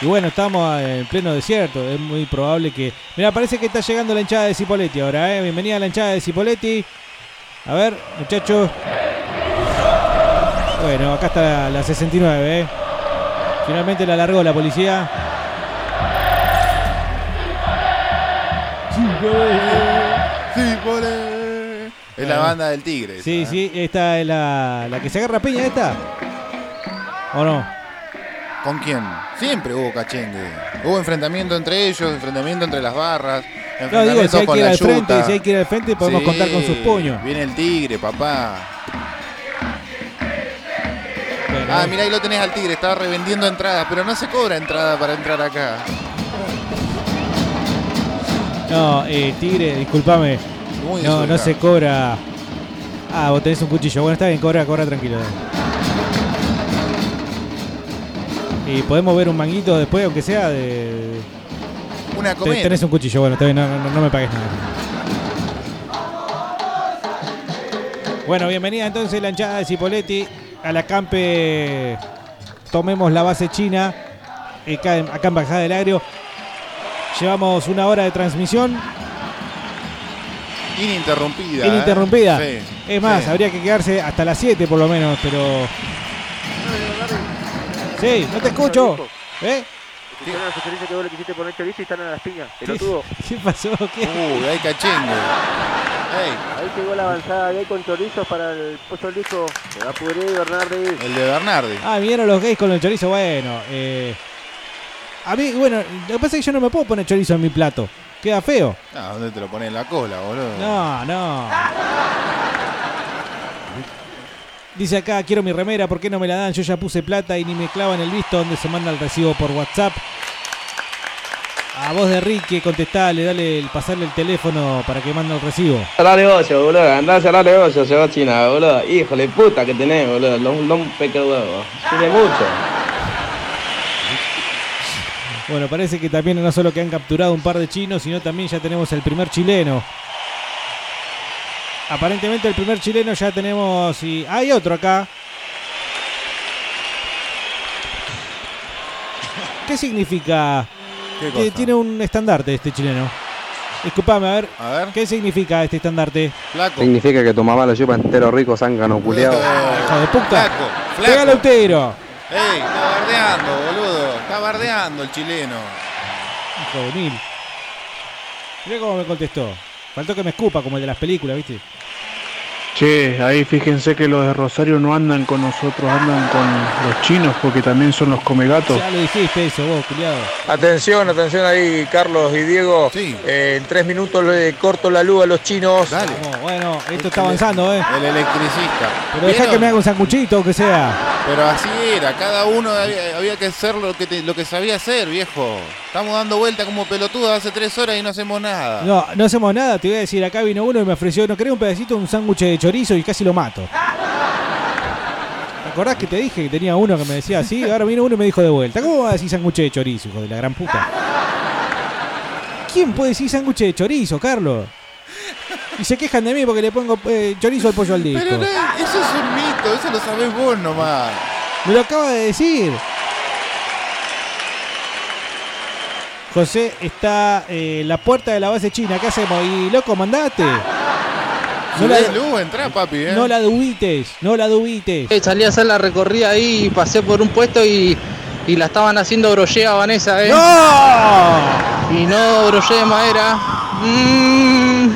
Speaker 5: Y bueno, estamos eh, en pleno desierto. Es muy probable que. Mira, parece que está llegando la hinchada de Cipoletti ahora, ¿eh? Bienvenida a la hinchada de Cipoletti. A ver, muchachos. Bueno, acá está la 69, ¿eh? Finalmente la largó la policía.
Speaker 8: Es la banda del Tigre.
Speaker 5: Eh, Sí,
Speaker 8: esa, ¿eh?
Speaker 5: sí, esta es la, la que se agarra a piña, esta. ¿O no?
Speaker 8: ¿Con quién? Siempre hubo cachengue. Hubo enfrentamiento entre ellos, enfrentamiento entre las barras,
Speaker 5: No,
Speaker 8: enfrentamiento
Speaker 5: digo, si hay
Speaker 8: con
Speaker 5: que ir
Speaker 8: la
Speaker 5: al frente,
Speaker 8: yuta.
Speaker 5: si hay que ir al frente, podemos
Speaker 8: Sí,
Speaker 5: contar con sus puños.
Speaker 8: Viene el tigre, papá. Ah, mirá, ahí lo tenés al tigre, estaba revendiendo entradas, pero no se cobra entrada para entrar acá.
Speaker 5: No, eh, Tigre, discúlpame.
Speaker 8: Muy
Speaker 5: No, no
Speaker 8: desordenado.
Speaker 5: se cobra. Ah, vos tenés un cuchillo. Bueno, está bien, cobra, cobra tranquilo. Y podemos ver un manguito después, aunque sea de.
Speaker 8: Una
Speaker 5: Te-
Speaker 8: cometa.
Speaker 5: Tenés un cuchillo, bueno, está bien, no, no- no me pagues nada. Bueno, bienvenida entonces la hinchada de Cipoletti a la campe. Tomemos la base china eh, acá en, acá en Bajada del Agrio. Llevamos una hora de transmisión
Speaker 8: Ininterrumpida. ¿eh?
Speaker 5: ininterrumpida.
Speaker 8: Sí,
Speaker 5: es más,
Speaker 8: sí.
Speaker 5: habría que quedarse hasta las 7 por lo menos, pero. Sí, no te escucho. ¿Eh?
Speaker 12: Escucharon la sugerencia que vos le quisiste poner chorizo y están a las piñas, pelotudo.
Speaker 5: ¿Qué pasó? ¿Qué?
Speaker 8: Uy, hay cachengue.
Speaker 12: Ahí llegó la avanzada gay con chorizos para el pollo lico. Se va a pudrir Bernardi.
Speaker 8: El de Bernardi.
Speaker 5: Ah, vinieron los gays con el chorizo. Bueno, eh, a mí, bueno, lo que pasa es que yo no me puedo poner chorizo en mi plato. Queda feo.
Speaker 8: Ah, ¿dónde te lo pones en la cola, boludo?
Speaker 5: No, no. Dice acá, quiero mi remera, ¿por qué no me la dan? Yo ya puse plata y ni me clavan el visto donde se manda el recibo por WhatsApp. A voz de Ricky, contestale, dale, el- pasarle el teléfono para que mande el recibo.
Speaker 10: Cerrar negocio, boludo. Andá a cerrar negocio, se va a China, boludo. Híjole puta que tenés, boludo. Los un peca huevo. Tiene mucho.
Speaker 5: Bueno, parece que también no solo que han capturado un par de chinos, sino también ya tenemos el primer chileno. Aparentemente el primer chileno ya tenemos y hay otro acá. ¿Qué significa?
Speaker 8: ¿Qué
Speaker 5: Que
Speaker 8: cosa?
Speaker 5: Tiene un estandarte este chileno. Disculpame, a ver, ¿qué significa este estandarte?
Speaker 13: Significa que tu mamá lo lleva entero rico, zángano, culeado.
Speaker 5: Hijo de puta. Pégale a Utero.
Speaker 8: ¡Ey! Está bardeando, boludo. Está bardeando el chileno.
Speaker 5: Hijo de mil. Mirá cómo me contestó. Faltó que me escupa como el de las películas, ¿viste?
Speaker 23: Che, ahí fíjense que los de Rosario no andan con nosotros, andan con los chinos porque también son los comegatos.
Speaker 5: Ya lo dijiste eso vos, culiado.
Speaker 19: Atención, atención ahí, Carlos y Diego. Eh, en tres minutos le corto la luz a los chinos.
Speaker 5: Vamos, bueno, esto está avanzando, ¿eh?
Speaker 8: El electricista.
Speaker 5: Pero dejá
Speaker 8: ¿Vieron?
Speaker 5: que me haga un sanguchito, aunque sea.
Speaker 8: Pero así era, cada uno había, había que hacer lo que, te- lo que sabía hacer, viejo. Estamos dando vuelta como pelotudos hace tres horas y no hacemos nada.
Speaker 5: No, no hacemos nada, te voy a decir, acá vino uno y me ofreció, no querés un pedacito, un sándwich de chorizo y casi lo mato. ¿Te acordás que te dije que tenía uno que me decía así? Ahora vino uno y me dijo de vuelta, ¿cómo vas a decir sándwich de chorizo, hijo de la gran puta? ¿Quién puede decir sándwich de chorizo, Carlos? Y se quejan de mí porque le pongo eh, chorizo al pollo al disco.
Speaker 8: Pero no, eso es un mito, eso lo sabés vos nomás.
Speaker 5: Me lo acaba de decir. José está eh, en la puerta de la base china. ¿Qué hacemos? Y loco, mandate.
Speaker 8: No
Speaker 5: No la,
Speaker 8: luz, entrá, papi, eh.
Speaker 5: no la dubites, no la dubites.
Speaker 14: Eh, salí a hacer la recorrida ahí y pasé por un puesto y, y la estaban haciendo brollea a Vanessa, ¿eh?
Speaker 5: ¡No!
Speaker 14: Y no brollea de madera. Mm.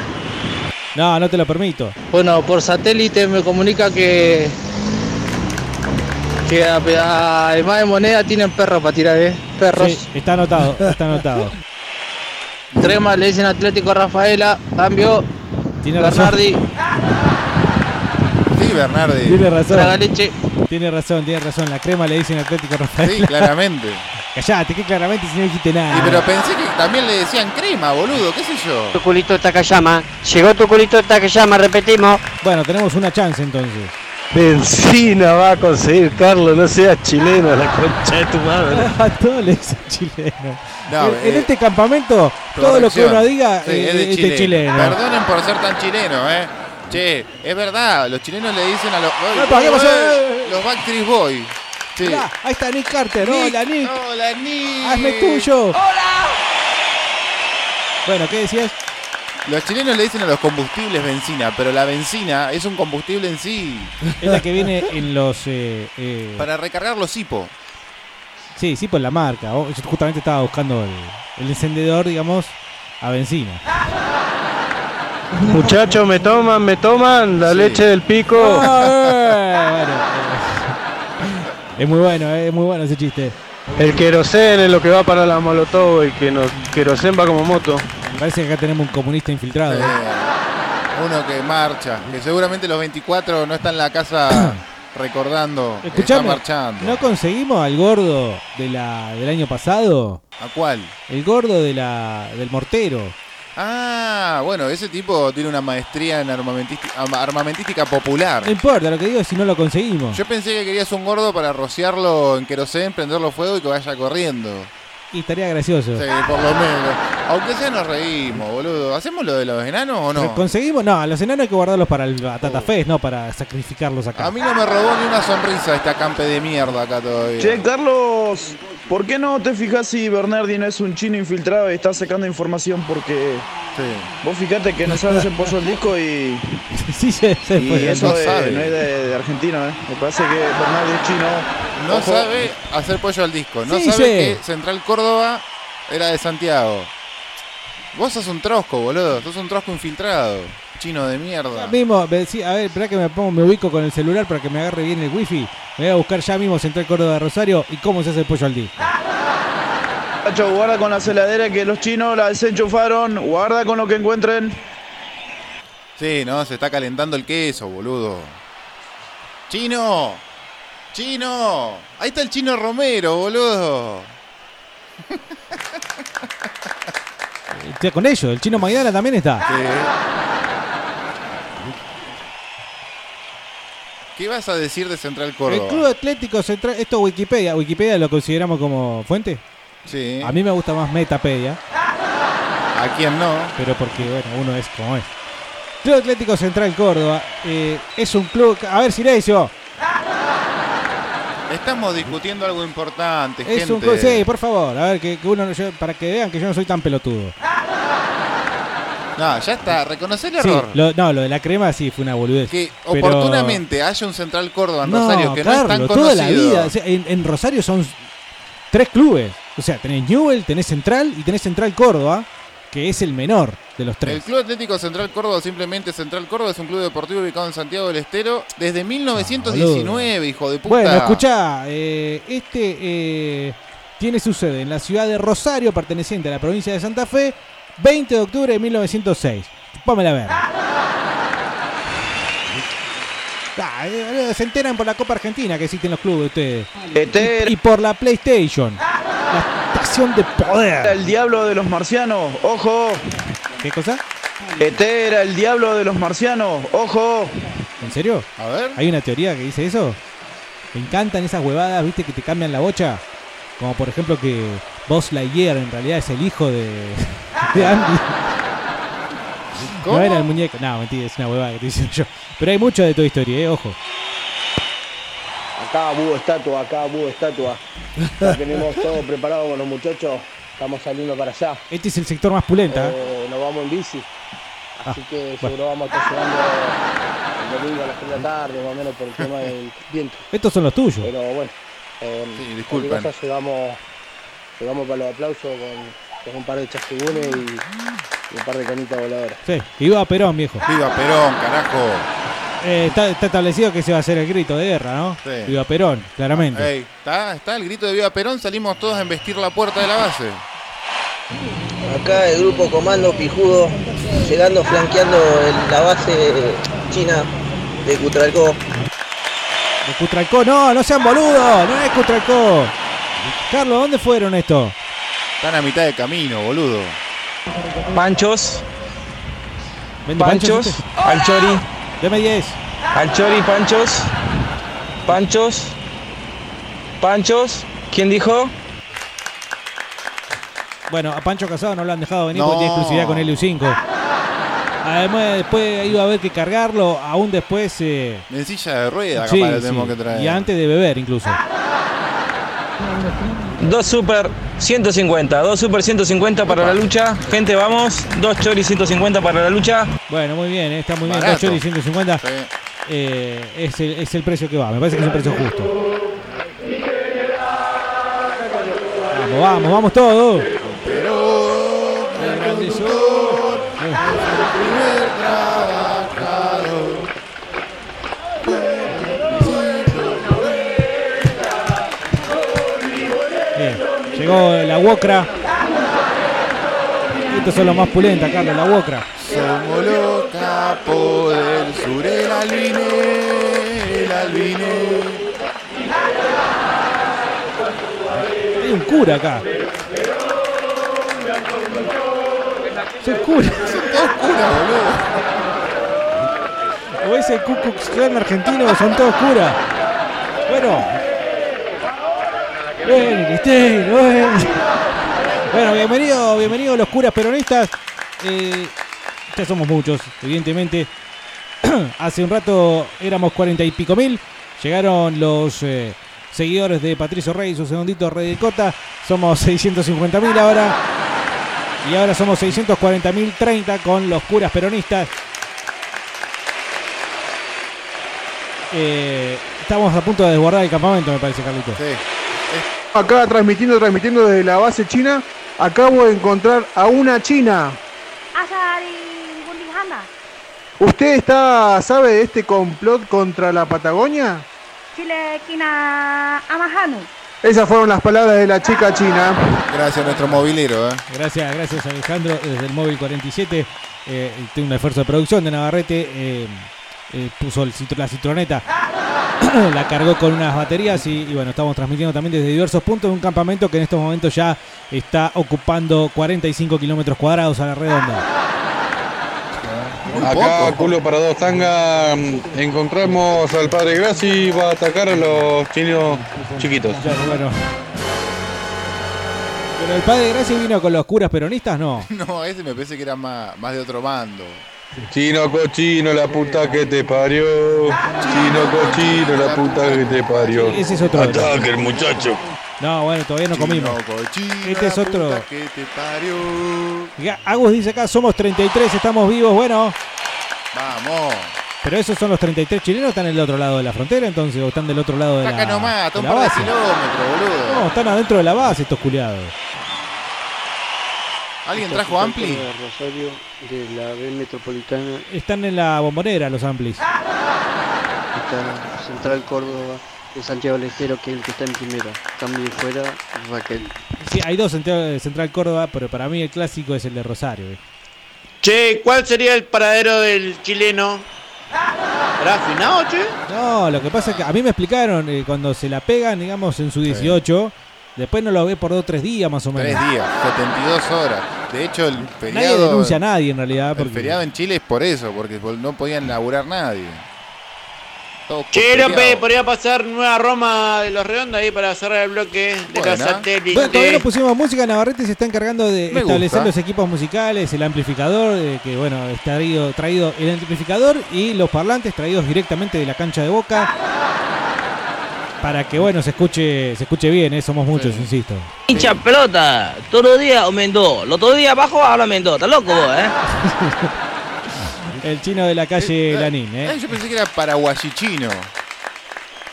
Speaker 5: No, no te lo permito.
Speaker 14: Bueno, por satélite me comunica que. que a- a- además de moneda tienen perros para tirar, ¿eh? Perros.
Speaker 5: Sí, está anotado, está anotado.
Speaker 14: Trema le dicen Atlético Rafaela, cambio.
Speaker 5: Tiene
Speaker 14: Bernardi,
Speaker 8: Sí, Bernardi.
Speaker 5: Tiene razón.
Speaker 14: traga leche.
Speaker 5: Tiene razón, tiene razón. La crema le dicen Atlético Rafael.
Speaker 8: Sí, claramente.
Speaker 5: Callate, que claramente si no dijiste nada.
Speaker 8: Y pero pensé que también le decían crema, boludo, qué sé yo.
Speaker 21: Tu culito de Takayama. Llegó tu culito de Takayama, repetimos.
Speaker 5: Bueno, tenemos una chance entonces.
Speaker 32: Benzina va a conseguir, Carlos, no seas chileno, la concha de tu madre.
Speaker 5: A todos le dicen chileno.
Speaker 32: No,
Speaker 5: en, en
Speaker 32: eh,
Speaker 5: este campamento, todo lo que
Speaker 8: Corrección.
Speaker 5: uno diga
Speaker 8: Sí,
Speaker 5: eh,
Speaker 8: es de
Speaker 5: este
Speaker 8: Chile.
Speaker 5: chileno.
Speaker 8: Perdonen por ser tan chileno, eh. Che, es verdad, los chilenos le dicen a los. ¡Ay,
Speaker 5: Epa, ¿qué pasó?
Speaker 8: eh, Los Backstreet Boys. Sí.
Speaker 5: Mirá, ahí está Nick Carter. Hola, Nick.
Speaker 8: Hola, Nick.
Speaker 5: Hazme tuyo. Bueno, ¿qué decías?
Speaker 8: Los chilenos le dicen a los combustibles benzina, pero la benzina es un combustible en sí.
Speaker 5: Es la que viene en los. eh, eh,
Speaker 8: Para recargar los hipo.
Speaker 5: Sí, sí, por la marca. Oh, Yo justamente estaba buscando el, el encendedor, digamos, a benzina.
Speaker 32: Muchachos, me toman, me toman la leche del pico.
Speaker 5: Ah,
Speaker 11: Ah,
Speaker 5: eh, Es muy bueno, eh, es muy bueno ese chiste.
Speaker 32: El querosén es lo que va para la molotov y que nos querosén va como moto.
Speaker 5: Me eh, parece que acá tenemos un comunista infiltrado. eh.
Speaker 8: Uno que marcha, que seguramente los 24 no está en la casa recordando. que
Speaker 5: Escuchame,
Speaker 8: Está marchando.
Speaker 5: ¿no conseguimos al gordo de la, del año pasado?
Speaker 8: ¿A cuál?
Speaker 5: El gordo de la, del mortero.
Speaker 8: Ah, bueno, ese tipo tiene una maestría en armamentisti- ama- armamentística popular.
Speaker 5: No importa, lo que digo es si no lo conseguimos.
Speaker 8: Yo pensé que querías un gordo para rociarlo en querosén, prenderlo fuego y que vaya corriendo.
Speaker 5: Y estaría gracioso.
Speaker 8: Sí, por lo menos. Aunque sea nos reímos, boludo. ¿Hacemos lo de los enanos o no? Oh.
Speaker 5: ¿Conseguimos? No, a los enanos hay que guardarlos para el Batata Fest, no para sacrificarlos acá.
Speaker 8: A mí no me robó ni una sonrisa esta campe de mierda acá todavía.
Speaker 20: Che, Carlos, ¿por qué no te fijas si Bernardi no es un chino infiltrado y está sacando información? Porque vos fijate que no sabes el pollo al disco y,
Speaker 5: sí, se, se
Speaker 20: y
Speaker 5: fue.
Speaker 20: eso
Speaker 5: No
Speaker 20: es-
Speaker 5: sabe.
Speaker 20: no es de, de argentino, ¿eh? Me parece que Bernardi es chino.
Speaker 8: No
Speaker 20: Ojo.
Speaker 8: sabe hacer pollo al disco. No
Speaker 20: Sí,
Speaker 8: sabe
Speaker 20: sí.
Speaker 8: que Central Córdoba era de Santiago. Vos sos un trosco, boludo. Sos un trosco infiltrado. Chino de mierda.
Speaker 5: Ya mismo, me decí- a ver, espera que me pongo, me ubico con el celular para que me agarre bien el wifi. Me voy a buscar ya mismo Central Córdoba de Rosario y cómo se hace el pollo al disco.
Speaker 8: Ah.
Speaker 20: Nacho, guarda con la celadera que los chinos la desenchufaron. Guarda con lo que encuentren.
Speaker 8: Sí, no, se está calentando el queso, boludo. ¡Chino! ¡Chino! Ahí está el chino Romero, boludo.
Speaker 5: Está con ellos. El chino Maidana también está.
Speaker 8: ¿Qué vas a decir de Central
Speaker 5: El Club
Speaker 8: Córdoba?
Speaker 5: Atlético Central. Esto Wikipedia. Wikipedia lo consideramos como fuente.
Speaker 8: Sí.
Speaker 5: A mí me gusta más Metapedia.
Speaker 8: ¿A quién no?
Speaker 5: Pero porque, bueno, uno es como es. Club Atlético Central Córdoba eh, es un club. A ver, Silencio.
Speaker 8: Estamos discutiendo algo importante,
Speaker 5: Es
Speaker 8: gente.
Speaker 5: un club. Sí, por favor. A ver, que, que uno. no- yo- para que vean que yo no soy tan pelotudo.
Speaker 8: No, ya está, reconocer el
Speaker 5: Sí,
Speaker 8: error.
Speaker 5: lo- no, lo de la crema sí fue una boludez.
Speaker 8: Que
Speaker 5: pero-
Speaker 8: oportunamente haya un Central Córdoba en
Speaker 5: No,
Speaker 8: Rosario que no es tan
Speaker 5: Carlos, toda la
Speaker 8: conocido.
Speaker 5: vida. O sea, en, en Rosario son tres clubes. O sea, tenés Newell, tenés Central y tenés Central Córdoba, que es el menor de los
Speaker 8: El
Speaker 5: tres.
Speaker 8: Club Atlético Central Córdoba, simplemente Central Córdoba, es un club deportivo ubicado en Santiago del Estero desde 1919, hijo de puta.
Speaker 5: Bueno, escuchá, eh, este eh, tiene su sede en la ciudad de Rosario, perteneciente a la provincia de Santa Fe, 20 de octubre de 1906. Pómela a ver. Ah, eh, boludo, se enteran por la Copa Argentina que existen los clubes ustedes. Y, y por la PlayStation. La estación de poder.
Speaker 20: El diablo de los marcianos, ojo.
Speaker 5: ¿Qué cosa?
Speaker 20: Este era el diablo de los marcianos, ojo.
Speaker 5: ¿En serio?
Speaker 8: A ver.
Speaker 5: ¿Hay una teoría que dice eso? Me encantan esas huevadas, viste, que te cambian la bocha. Como por ejemplo que Buzz Lightyear en realidad es el hijo de, de Andy.
Speaker 8: ¿Cómo?
Speaker 5: No era el muñeco. No, mentira, es una huevada que estoy diciendo yo. Pero hay mucho de tu historia, eh, ojo.
Speaker 11: Acá búho estatua, acá búho estatua. Ya tenemos todo preparado con los muchachos. Estamos saliendo para allá.
Speaker 5: Este es el sector más pulenta. eh.
Speaker 11: Eh, nos vamos en bici. Así
Speaker 5: Ah,
Speaker 11: que
Speaker 5: bueno.
Speaker 11: seguro vamos a estar llegando el domingo a las 3 de la tarde, más o menos por el tema del viento.
Speaker 5: Estos son los tuyos.
Speaker 11: Pero bueno, eh,
Speaker 5: Sí, disculpen.
Speaker 11: cualquier cosa llegamos, llegamos para los aplausos con, con un par de chasquigunes y, y un par de canitas voladoras.
Speaker 5: Sí, que viva Perón, viejo.
Speaker 8: Viva Perón, carajo.
Speaker 5: Eh, está, está establecido que se va a hacer el grito de guerra, ¿no?
Speaker 8: Sí.
Speaker 5: Viva Perón, claramente.
Speaker 8: Ey, está, está el grito de Viva Perón, salimos todos a embestir la puerta de la base.
Speaker 15: Acá el grupo Comando Pijudo, llegando flanqueando el- la base china de Cutralcó.
Speaker 5: De Cutralcó, no, no sean boludos, no es Cutralcó. Carlos, ¿dónde fueron estos?
Speaker 8: Están a mitad de camino, boludo.
Speaker 32: Panchos.
Speaker 5: ¿Vende
Speaker 32: Panchos.
Speaker 5: panchos,
Speaker 32: Al Chori.
Speaker 5: Deme 10.
Speaker 32: Al Chori, Panchos. Panchos. Panchos. ¿Quién dijo?
Speaker 5: Bueno, a Pancho Casado no lo han dejado venir
Speaker 32: No.
Speaker 5: porque tiene exclusividad con el U5. Además, después iba a haber que cargarlo, aún después. eh,
Speaker 8: En silla de rueda,
Speaker 5: sí,
Speaker 8: capaz lo
Speaker 5: sí,
Speaker 8: tenemos que traer.
Speaker 5: Y antes de beber, incluso.
Speaker 32: Dos super 150. Dos super 150 para la lucha. Gente, vamos. Dos Chori 150 para la lucha.
Speaker 5: Bueno, muy bien, eh, está muy bien.
Speaker 32: Barato.
Speaker 5: 8 y 150. eh, es, el, es el precio que va, me parece que es un precio justo. Vamos, vamos, vamos todos. Bien, Eh, llegó la Wocra. Estos son los más pulentas, Carlos, la Wocra.
Speaker 8: Somos los capos del sur, el albiné, el albiné.
Speaker 5: Hay un cura acá. Soy cura. O es el Ku Klux Klan argentino, o son todos curas. Bueno. Bien, Cristina, bien. Bueno, bienvenido, bienvenido los curas peronistas. Eh, ya somos muchos, evidentemente. Hace un rato éramos cuarenta y pico mil. Llegaron los eh, seguidores de Patricio Rey, su segundito Rey de Cota. Somos 650 mil ahora. Y ahora somos 640 mil 30 con los curas peronistas. Eh, estamos a punto de desbordar el campamento, me parece, Carlito.
Speaker 16: Acá transmitiendo, transmitiendo desde la base china, acabo de encontrar a una china. ¿Usted está, sabe de este complot contra la Patagonia? Esas fueron las palabras de la chica china.
Speaker 8: Gracias a nuestro movilero, eh.
Speaker 5: Gracias, gracias Alejandro, desde el móvil 47. Eh, tiene un esfuerzo de producción de Navarrete. eh, eh, puso el citro- la citroneta la cargó con unas baterías y, y bueno, estamos transmitiendo también desde diversos puntos de un campamento que en estos momentos ya está ocupando 45 kilómetros cuadrados a la redonda.
Speaker 7: Acá, culo para dos tangas, encontramos al padre Gassi va a atacar a los chinos chiquitos.
Speaker 5: bueno. Pero el padre Gracia vino con los curas peronistas, no.
Speaker 8: No, ese me parece que era más, más de otro bando.
Speaker 7: Chino cochino, la puta que te parió. Chino cochino, la puta que te parió.
Speaker 5: Ese es otro.
Speaker 7: Ataque el muchacho.
Speaker 5: No, bueno, todavía no comimos. Este es otro.
Speaker 8: Puta que te parió.
Speaker 5: Ya, Agus dice acá, somos 33, estamos vivos, bueno.
Speaker 8: Vamos.
Speaker 5: Pero esos son los 33 chilenos, están del otro lado de la frontera entonces, o están del otro lado de la,
Speaker 8: Acá nomás, está
Speaker 5: de
Speaker 8: un
Speaker 5: la
Speaker 8: par de
Speaker 5: base.
Speaker 8: kilómetros, boludo.
Speaker 5: No, están adentro de la base estos culiados.
Speaker 8: ¿Alguien trajo ampli?
Speaker 12: De Rosario, de la B Metropolitana,
Speaker 5: Están en la bombonera los amplis.
Speaker 12: está Central Córdoba, de Santiago del Estero, que es el que está en primera. También fuera Raquel.
Speaker 5: Sí, hay dos en Teo- Central Córdoba, pero para mí el clásico es el de Rosario. eh.
Speaker 17: Che, ¿cuál sería el paradero del chileno? ¿Era afinado, che?
Speaker 5: No, lo que pasa es que a mí me explicaron eh, cuando se la pegan, digamos, en su 18, después no lo ve por dos o tres días más o menos.
Speaker 8: Tres días, 72 horas. De hecho, el
Speaker 5: Nadie
Speaker 8: feriado,
Speaker 5: denuncia a nadie en realidad.
Speaker 8: el
Speaker 5: Porque...
Speaker 8: feriado en Chile es por eso, porque no podían laburar nadie. Todos
Speaker 17: Che,
Speaker 8: por
Speaker 17: López,
Speaker 8: feriado.
Speaker 17: podría pasar Nueva Roma de los Redondos ahí para cerrar el bloque de la
Speaker 8: Bueno.
Speaker 17: satélite.
Speaker 5: Bueno, todavía no pusimos música, Navarrete se está encargando de
Speaker 17: Me
Speaker 5: establecer
Speaker 17: gusta.
Speaker 5: los equipos musicales, el amplificador, eh, que bueno, está traído, traído el amplificador y los parlantes traídos directamente de la cancha de Boca. Para que bueno, se escuche, se escuche bien, eh, somos muchos, insisto.
Speaker 22: Hincha pelota, todos los días Mendó, los otros días abajo ahora Mendó, estás loco vos, eh.
Speaker 5: El chino de la calle Lanín, eh.
Speaker 8: Ah, yo pensé que era paraguayichino.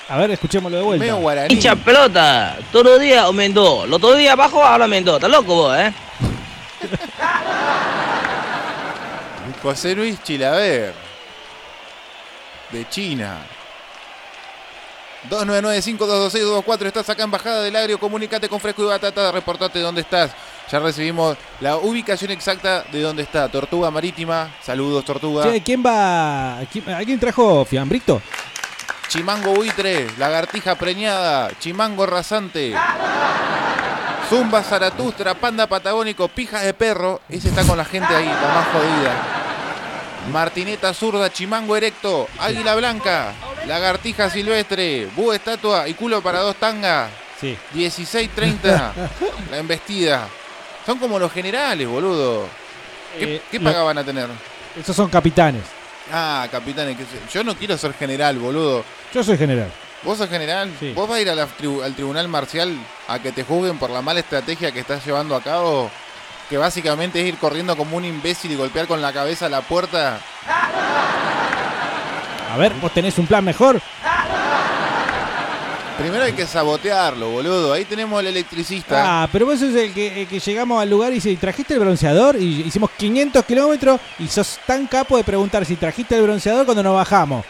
Speaker 5: A ver, escuchémoslo de vuelta.
Speaker 8: Medio guaraní.
Speaker 22: Hincha pelota, todos los días Mendó, los otros días abajo ahora Mendó, estás loco vos, eh.
Speaker 8: José Luis Chilaver. De China. 2995-226-224. Estás acá en Bajada del Agrio. Comunicate con Fresco y Batata. Reportate dónde estás. Ya recibimos la ubicación exacta de dónde está. Tortuga Marítima. Saludos, Tortuga.
Speaker 5: Che, ¿quién va? quién- ¿Alguien trajo fiambrito?
Speaker 8: Chimango Buitre. Lagartija Preñada. Chimango Rasante. Zumba Zaratustra. Panda Patagónico. Pijas de Perro. Ese está con la gente ahí. La más jodida. Martineta zurda, chimango erecto, águila blanca, lagartija silvestre, búho estatua y culo para dos tangas.
Speaker 5: Sí.
Speaker 8: 16.30, la embestida. Son como los generales, boludo. ¿Qué,
Speaker 5: Eh,
Speaker 8: qué
Speaker 5: lo-
Speaker 8: paga van a tener?
Speaker 5: Esos son capitanes.
Speaker 8: Ah, capitán, que se- yo no quiero ser general, boludo.
Speaker 5: Yo soy general.
Speaker 8: ¿Vos sos general? ¿Vos vas a ir a la tribu- al tribunal marcial a que te juzguen por la mala estrategia que estás llevando a cabo? Que básicamente es ir corriendo como un imbécil y golpear con la cabeza la puerta.
Speaker 5: A ver, vos tenés un plan mejor.
Speaker 8: Primero hay que sabotearlo, boludo. Ahí tenemos al electricista.
Speaker 5: Ah, pero vos sos el que, el que llegamos al lugar y dice, ¿trajiste el bronceador? Y hicimos 500 kilómetros y sos tan capo de preguntar si trajiste el bronceador cuando nos bajamos.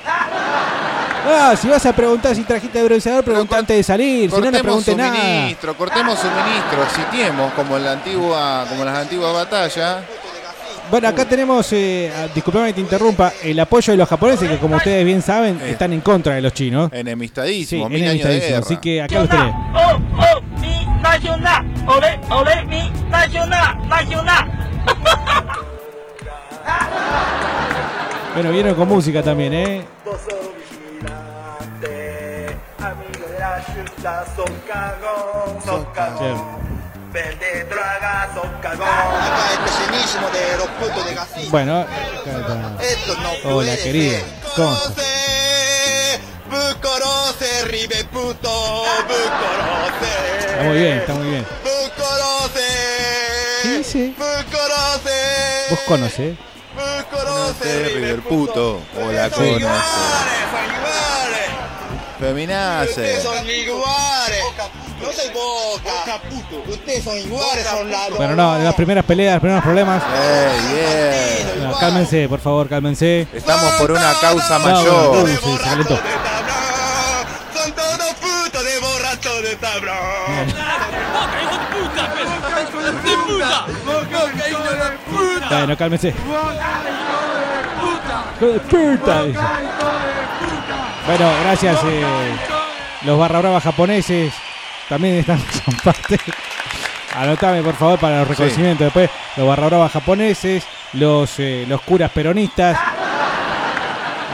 Speaker 5: Ah, si vas a preguntar si trajiste el bronceador, pregunta antes de salir. Si no, no
Speaker 8: cortemos
Speaker 5: preguntes nada.
Speaker 8: suministro, cortemos suministro, sitiemos como en la antigua, como en las antiguas batallas.
Speaker 5: Bueno, acá tenemos, eh, ah, disculpame que te interrumpa, el apoyo de los japoneses que, como ustedes bien saben,
Speaker 8: Eh.
Speaker 5: están en contra de los chinos.
Speaker 8: Enemistadísimo,
Speaker 5: Sí,
Speaker 8: mil años de
Speaker 5: enemistadísimo,
Speaker 8: guerra.
Speaker 5: así que Eh, acá los tenés.
Speaker 1: Oh, oh, mi nacional. Ole, ole, mi nacional, nacional.
Speaker 5: Bueno, vieron con música también, ¿eh?
Speaker 1: Vos sos vigilante, amigo de la ciudad, sos cagón, sos cagón.
Speaker 8: Ah.
Speaker 1: Vende droga, sos cagón. Acá el pesimismo de los putos de Gassi.
Speaker 5: Bueno, acá está. Hola, querido. ¿Cómo estás?
Speaker 1: Bucorose, ribe puto, bucorose.
Speaker 5: Está muy bien, está muy bien.
Speaker 1: Bucorose.
Speaker 5: ¿Qué dice?
Speaker 1: Bucorose.
Speaker 5: Vos conocés.
Speaker 8: Conoce River puto, o la conoce. Feminace.
Speaker 1: Ustedes son iguales. No soy boca. Ustedes son iguales, son la
Speaker 5: Bueno, no, las primeras peleas, los primeros problemas. Bueno, cálmense, por favor, cálmense.
Speaker 8: Estamos por una causa
Speaker 5: No,
Speaker 8: mayor.
Speaker 5: bueno, uh, se- se calentó. Bueno, cálmense. Hijo de puta, dice. Bueno, gracias. eh, los barra brava japoneses también están son parte. Anotame, por favor, para los reconocimientos. Después, los barra brava japoneses, los, eh, los curas peronistas.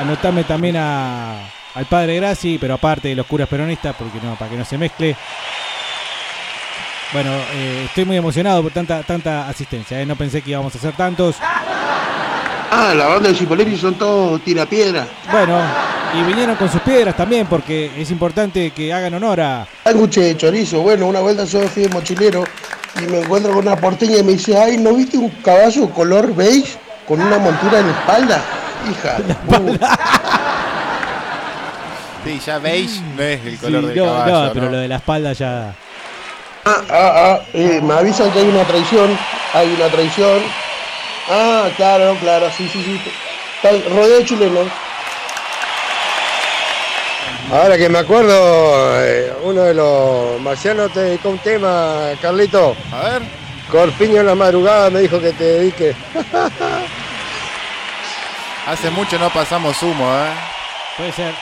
Speaker 5: Anotame también a, al padre Graci, pero aparte de los curas peronistas, porque no, para que no se mezcle. Bueno, eh, estoy muy emocionado por tanta, tanta asistencia. eh. No pensé que íbamos a hacer tantos.
Speaker 33: Ah, la banda de Cipoletti son todos tirapiedras.
Speaker 5: Bueno, y vinieron con sus piedras también, porque es importante que hagan honor a.
Speaker 34: Sándwiches de chorizo. Bueno, una vuelta yo fui de mochilero y me encuentro con una porteña y me dice, ay, ¿no viste un caballo color beige con una montura en la espalda? Hija. de puta".
Speaker 8: Sí, ya veis, no es el color
Speaker 5: Sí,
Speaker 8: del
Speaker 5: no,
Speaker 8: caballo.
Speaker 5: no, pero lo de la espalda ya.
Speaker 34: Ah, ah, ah, eh, me avisan que hay una traición. Hay una traición. Ah, claro, claro, sí, sí, sí. Tal, Rodeo chileno.
Speaker 18: Ahora que me acuerdo, eh, uno de los marcianos te dedicó un tema, Carlito.
Speaker 8: A ver.
Speaker 18: Corpiño en la madrugada me dijo que te dedique.
Speaker 8: Hace mucho no pasamos humo, ¿eh?
Speaker 5: Puede ser.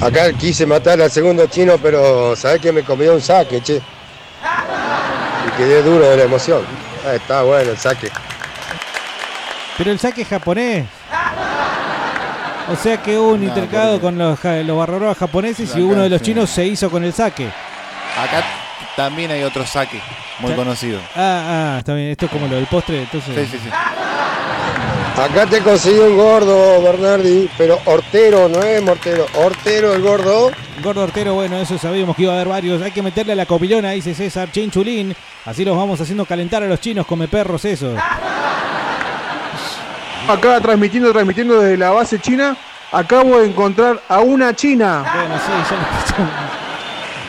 Speaker 18: Acá quise matar al segundo chino, pero sabés que me comió un saque, che. Y quedé duro de la emoción. Ah, está bueno el saque.
Speaker 5: Pero el saque es japonés. O sea que hubo un
Speaker 8: No,
Speaker 5: intercado con los, ja- los barbaroas japoneses y
Speaker 8: Acá,
Speaker 5: uno de los
Speaker 8: sí.
Speaker 5: chinos se hizo con el saque.
Speaker 8: Acá también hay otro saque, muy
Speaker 5: Ya-
Speaker 8: conocido.
Speaker 5: Ah, ah, está bien. Esto es como lo del postre, entonces.
Speaker 8: Sí, sí, sí.
Speaker 18: Acá te conseguí un gordo, Bernardi, pero hortero, no es mortero, hortero el gordo.
Speaker 5: Gordo Ortero, bueno, eso sabíamos que iba a haber varios. Hay que meterle a la copilona, dice César Chinchulín. Así los vamos haciendo calentar a los chinos, come perros, eso.
Speaker 23: Acá transmitiendo, transmitiendo desde la base china, acabo de encontrar a una china.
Speaker 5: Bueno, sí,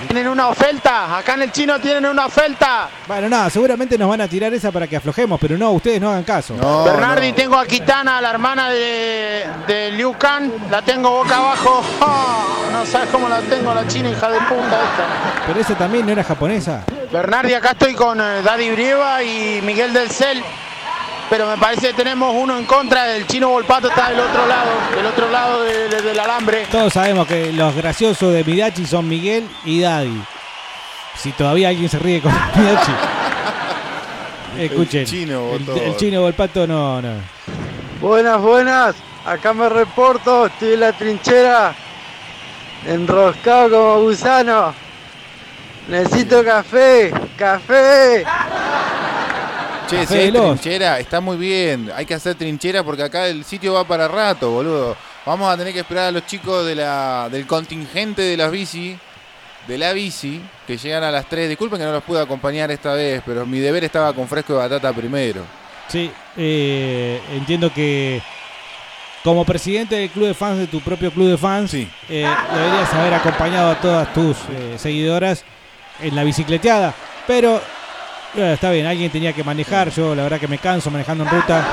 Speaker 1: Tienen una oferta, acá en el chino tienen una oferta.
Speaker 5: Bueno, nada, seguramente nos van a tirar esa para que aflojemos, pero no, ustedes no hagan caso.
Speaker 1: Bernardi, tengo a Kitana, la hermana de, de Liu Kang, la tengo boca abajo. Ah, no sabes cómo la tengo, la china hija de puta esta.
Speaker 5: Pero esa también no era japonesa.
Speaker 1: Bernardi, acá estoy con eh, Daddy Brieva y Miguel del Cel, pero me parece que tenemos uno en contra, el chino Volpato está del otro lado, del otro lado de- de- del alambre.
Speaker 5: Todos sabemos que los graciosos de Midachi son Miguel y Daddy. Si todavía alguien se ríe con Midachi. Escuchen.
Speaker 8: El chino votó.
Speaker 5: El, el chino Volpato no, no.
Speaker 14: Buenas, buenas. Acá me reporto. Estoy en la trinchera. Enroscado como gusano. Necesito café. Café.
Speaker 8: Che, si
Speaker 14: Café
Speaker 8: hay
Speaker 14: de los.
Speaker 8: trinchera, está muy bien. Hay que hacer trinchera porque acá el sitio va para rato, boludo. Vamos a tener que esperar a los chicos de la, del contingente de las bici, de la bici, que llegan a las 3. Disculpen que no los pude acompañar esta vez, pero mi deber estaba con fresco de batata primero.
Speaker 5: Sí, eh, entiendo que como presidente del club de fans, de tu propio club de fans, eh, deberías haber acompañado a todas tus eh, seguidoras en la bicicleteada. Pero eh, está bien, alguien tenía que manejar. Yo la verdad que me canso manejando en ruta.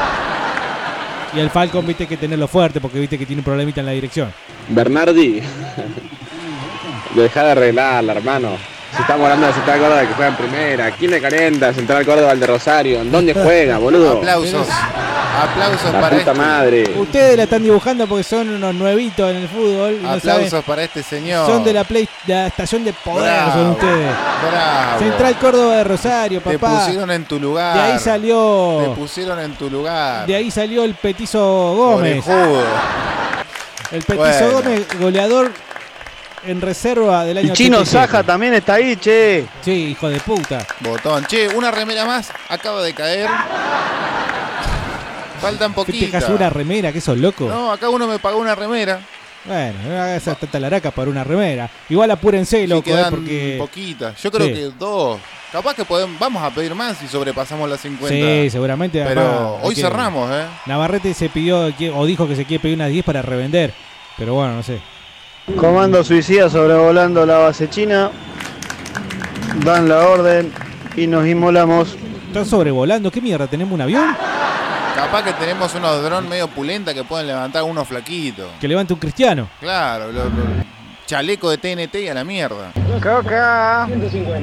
Speaker 5: Y el Falcon viste que tenerlo fuerte porque viste que tiene un problemita en la dirección.
Speaker 35: Bernardi, deja de arreglarla, hermano. Si estamos hablando de Central Córdoba que juega en primera, ¿quién le calienta Central Córdoba al de Rosario? ¿En dónde juega, boludo?
Speaker 8: Aplausos. Aplausos
Speaker 35: La
Speaker 8: para
Speaker 35: puta
Speaker 8: este.
Speaker 35: madre.
Speaker 5: Ustedes la están dibujando porque son unos nuevitos en el fútbol. y no saben-
Speaker 8: Aplausos para este señor.
Speaker 5: son de la, play, de la estación de poder, son
Speaker 8: Bravo,
Speaker 5: ustedes.
Speaker 8: bravo.
Speaker 5: Central Córdoba de Rosario,
Speaker 8: Te
Speaker 5: papá.
Speaker 8: pusieron en tu lugar.
Speaker 5: De ahí salió-
Speaker 8: Te pusieron en tu lugar.
Speaker 5: De ahí salió el Petizo Gómez.
Speaker 8: Orejudo.
Speaker 5: El Petizo
Speaker 8: Bueno.
Speaker 5: Gómez, goleador en reserva del año
Speaker 14: El chino
Speaker 5: 87.
Speaker 14: Saja también está ahí, che.
Speaker 5: Sí, hijo de puta.
Speaker 8: Botón. Che, una remera más acaba de caer. Faltan
Speaker 5: Que te
Speaker 8: poquitas.
Speaker 5: hagas una remera, que sos loco.
Speaker 8: No, acá uno me pagó una remera.
Speaker 5: Bueno, no hagas esa tanta laraca para una remera. Igual apúrense,
Speaker 8: Y
Speaker 5: loco, eh,
Speaker 8: quedan
Speaker 5: porque.
Speaker 8: poquitas. Yo creo
Speaker 5: Sí.
Speaker 8: que dos. Capaz que podemos, vamos a pedir más si sobrepasamos las 50.
Speaker 5: Sí, seguramente.
Speaker 8: Pero
Speaker 5: además, hay
Speaker 8: hoy
Speaker 5: que-
Speaker 8: cerramos, ¿eh?
Speaker 5: Navarrete se pidió que- o dijo que se quiere pedir unas 10 para revender. Pero bueno, no sé.
Speaker 14: Comando suicida sobrevolando la base china. Dan la orden y nos inmolamos.
Speaker 5: ¿Están sobrevolando? ¿Qué mierda? ¿Tenemos un avión?
Speaker 8: Capaz que tenemos unos drones medio pulenta que pueden levantar uno flaquito.
Speaker 5: Que levante un cristiano.
Speaker 8: Claro, lo- lo- chaleco de TNT y a la mierda.
Speaker 4: Coca.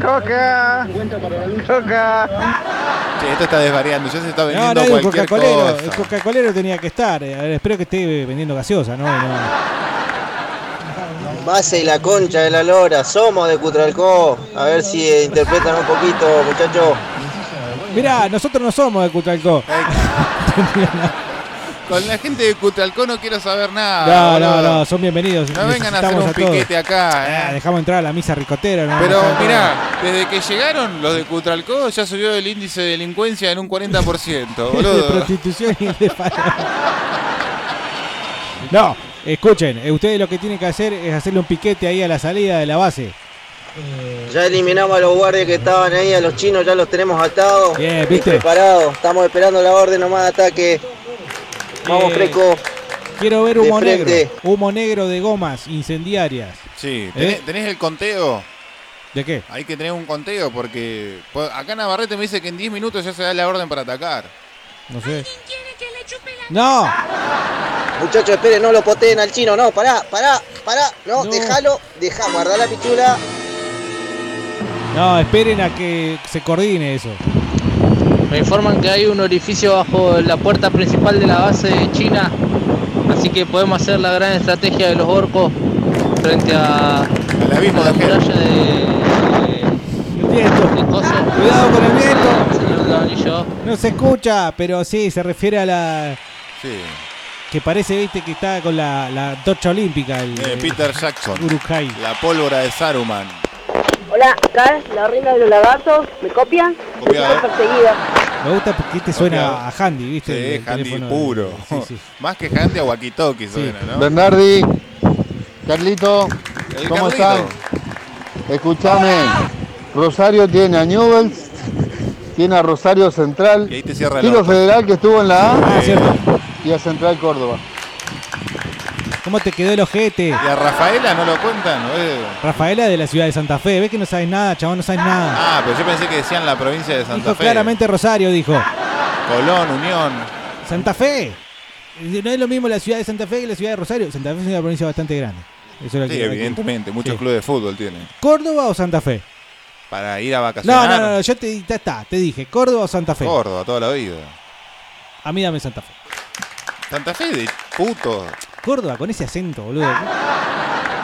Speaker 4: Coca. Coca.
Speaker 8: Che, esto está desvariando, ya se está
Speaker 5: No,
Speaker 8: vendiendo
Speaker 5: no, el
Speaker 8: cualquier
Speaker 5: Coca-Colero.
Speaker 8: cosa.
Speaker 5: El Coca-Colero tenía que estar. Eh, a ver, espero que esté vendiendo gaseosa, ¿no? Y no-
Speaker 10: Mase y la concha de la lora, somos de Cutralcó. A ver si eh, interpretan un poquito, muchachos.
Speaker 5: Mirá, nosotros no somos de Cutralcó.
Speaker 8: Eh, Con la gente de Cutralcó no quiero saber nada.
Speaker 5: No, no,
Speaker 8: boludo.
Speaker 5: no, son bienvenidos.
Speaker 8: No vengan a hacer
Speaker 5: Necesitamos
Speaker 8: un
Speaker 5: todos.
Speaker 8: piquete acá, eh.
Speaker 5: Ah, dejamos entrar a la misa ricotera. ¿no?
Speaker 8: Pero
Speaker 5: Dejamos- ah.
Speaker 8: mirá, desde que llegaron los de Cutralcó ya subió el índice de delincuencia en un 40%,
Speaker 5: de
Speaker 8: boludo.
Speaker 5: prostitución y de paro. No, escuchen, eh, ustedes lo que tienen que hacer es hacerle un piquete ahí a la salida de la base.
Speaker 10: Ya eliminamos a los guardias que estaban ahí, a los chinos ya los tenemos atados.
Speaker 5: Bien,
Speaker 10: y
Speaker 5: viste.
Speaker 10: preparados, estamos esperando la orden nomás de ataque. Vamos,
Speaker 5: Eh,
Speaker 10: Freco.
Speaker 5: Quiero ver humo
Speaker 10: De frente.
Speaker 5: negro, humo negro de gomas incendiarias.
Speaker 8: Sí, ¿tenés,
Speaker 5: ¿Eh?
Speaker 8: tenés el conteo?
Speaker 5: ¿De qué?
Speaker 8: Hay que tener un conteo porque po- acá Navarrete me dice que en 10 minutos ya se da la orden para atacar.
Speaker 5: No sé. No,
Speaker 10: Muchachos, esperen, no lo poteen al chino, no, pará, pará, pará, no, déjalo, dejá, guardá la pichula.
Speaker 5: no, esperen a que se coordine eso.
Speaker 4: Me informan que hay un orificio bajo la puerta principal de la base de China, así que podemos hacer la gran estrategia de los orcos frente a, a la muralla
Speaker 5: de,
Speaker 4: de cosas.
Speaker 5: Cuidado con el viento.
Speaker 4: Señor Lavanillo.
Speaker 5: No se escucha, pero sí, se refiere a la...
Speaker 8: Sí.
Speaker 5: Que parece, viste, que está con la, la torcha olímpica. El,
Speaker 8: Eh, Peter Jackson.
Speaker 5: Uruk-hai.
Speaker 8: La pólvora de Saruman.
Speaker 36: Hola, acá es la reina de los lagartos. ¿Me copian?
Speaker 8: Copiado.
Speaker 36: Estoy perseguida.
Speaker 5: Me gusta porque este te suena a Handy,
Speaker 8: Sí,
Speaker 5: viste. El- el
Speaker 8: Handy
Speaker 5: teléfono.
Speaker 8: puro. Más que Handy a Wakitoki suena, ¿no?
Speaker 14: Bernardi, Carlito,
Speaker 8: El
Speaker 14: ¿cómo
Speaker 8: Carlito.
Speaker 14: están? Escúchame, Rosario tiene a Newells, tiene a Rosario Central,
Speaker 8: Y ahí te cierra el
Speaker 14: Tiro
Speaker 8: orto.
Speaker 14: Federal que estuvo en la A
Speaker 5: Ah, cierto.
Speaker 14: y a Central Córdoba.
Speaker 5: ¿Cómo te quedó el ojete?
Speaker 8: Y a Rafaela no lo cuentan, boludo.
Speaker 5: Rafaela de la ciudad de Santa Fe. ¿Ves que no sabes nada, chabón? No sabes nada.
Speaker 8: Ah, pero yo pensé que decían la provincia de Santa
Speaker 5: Dijo
Speaker 8: Fe.
Speaker 5: claramente Rosario, dijo.
Speaker 8: Colón, Unión.
Speaker 5: Santa Fe. No es lo mismo la ciudad de Santa Fe que la ciudad de Rosario. Santa Fe es una provincia bastante grande. Eso es lo
Speaker 8: Sí,
Speaker 5: que-
Speaker 8: evidentemente, muchos
Speaker 5: Sí.
Speaker 8: clubes de fútbol tienen.
Speaker 5: ¿Córdoba o Santa Fe?
Speaker 8: Para ir a
Speaker 5: No,
Speaker 8: vacacionar.
Speaker 5: no, no, no, yo te, di- ya está, te dije, Córdoba o Santa Fe.
Speaker 8: Córdoba, toda la vida.
Speaker 5: A mí dame Santa Fe.
Speaker 8: Santa Fe de puto.
Speaker 5: Córdoba, con ese acento, boludo.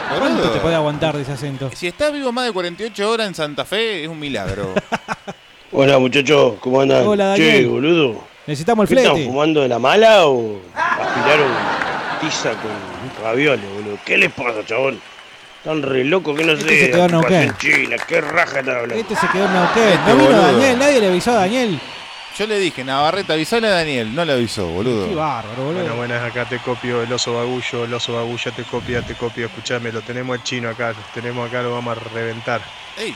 Speaker 5: ¿Cuánto
Speaker 8: Boludo.
Speaker 5: te puede aguantar de ese acento?
Speaker 8: Si estás vivo más de 48 horas en Santa Fe, es un milagro.
Speaker 1: Hola muchachos, ¿cómo andan?
Speaker 5: Hola, Daniel.
Speaker 1: che, boludo.
Speaker 5: Necesitamos el
Speaker 1: ¿Qué ¿Están
Speaker 5: flete.
Speaker 1: fumando de la mala o aspiraron tiza con ravioles, boludo? ¿Qué les pasa, chabón? Están re locos que no
Speaker 5: Este
Speaker 1: sé.
Speaker 5: se quedó en
Speaker 1: ocupación
Speaker 5: Neuquén.
Speaker 1: China, qué raja están hablando.
Speaker 5: Este se quedó en Neuquén.
Speaker 8: Este
Speaker 5: No vino
Speaker 8: boludo.
Speaker 5: Daniel, nadie le avisó a Daniel.
Speaker 8: Yo le dije, Navarrete, avisale a Daniel. No le avisó, boludo.
Speaker 5: Qué bárbaro, boludo.
Speaker 23: Bueno, buenas, acá te copio el oso bagullo, el oso bagullo te copia, te copio, escuchame, lo tenemos al chino acá, lo tenemos acá, lo vamos a reventar.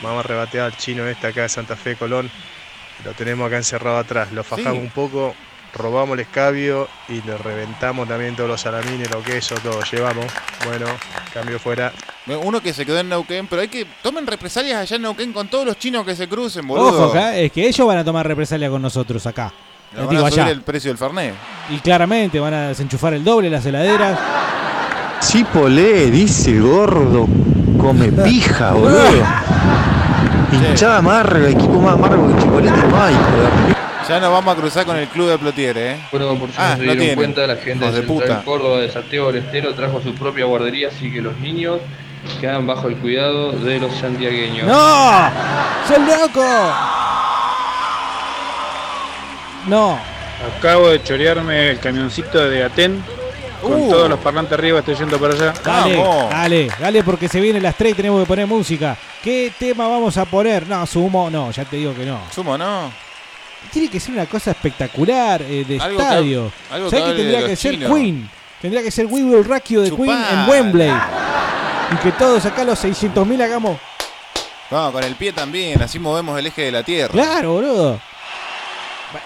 Speaker 23: Vamos a rebatear al chino este acá de Santa Fe Colón, lo tenemos acá encerrado atrás, lo fajamos
Speaker 8: Sí.
Speaker 23: un poco, robamos el escabio y le reventamos también todos los salamines, lo queso, todo, llevamos. Bueno, cambio fuera.
Speaker 8: Bueno, Uno que se quedó en Neuquén, pero hay que. Tomen represalias allá en Neuquén con todos los chinos que se crucen, boludo.
Speaker 5: Ojo eh. acá, es que ellos van a tomar represalia con nosotros acá.
Speaker 8: Le van
Speaker 5: Digo,
Speaker 8: a subir
Speaker 5: allá.
Speaker 8: el precio del Fernet.
Speaker 5: Y claramente van a desenchufar el doble las heladeras.
Speaker 37: Chipolé, dice gordo, come pija, boludo. Hinchada amarga, equipo más amargo que Chipolé no hay, joder.
Speaker 8: Ya nos vamos a cruzar con el club de Plotier, eh.
Speaker 38: Bueno, por si no
Speaker 8: Ah,
Speaker 38: se
Speaker 8: no
Speaker 38: dieron
Speaker 8: tienen.
Speaker 38: cuenta, la gente
Speaker 8: Hijos
Speaker 38: de
Speaker 8: de
Speaker 38: Central
Speaker 8: puta.
Speaker 38: Córdoba de Santiago del Estero trajo su propia guardería, así que los niños quedan bajo el cuidado de los santiagueños.
Speaker 5: ¡No! ¡Soy loco! No.
Speaker 39: Acabo de chorearme el camioncito de Aten. Con
Speaker 5: Uh.
Speaker 39: todos los parlantes arriba estoy yendo para allá.
Speaker 5: Dale, dale, dale porque se vienen las 3 y tenemos que poner música. ¿Qué tema vamos a poner? No, sumo, no, ya te digo que no.
Speaker 8: Sumo, no.
Speaker 5: Tiene que ser una cosa espectacular eh, de
Speaker 8: Algo que-
Speaker 5: estadio.
Speaker 8: algo
Speaker 5: ¿Sabes
Speaker 8: que
Speaker 5: qué
Speaker 8: hable
Speaker 5: tendría
Speaker 8: de
Speaker 5: que
Speaker 8: los
Speaker 5: ser
Speaker 8: chinos.
Speaker 5: Queen? Tendría que ser We Will Rock You de Queen en Wembley. Y que todos acá los 600.000 hagamos.
Speaker 8: Vamos, con el pie también, así movemos el eje de la tierra.
Speaker 5: Claro, boludo.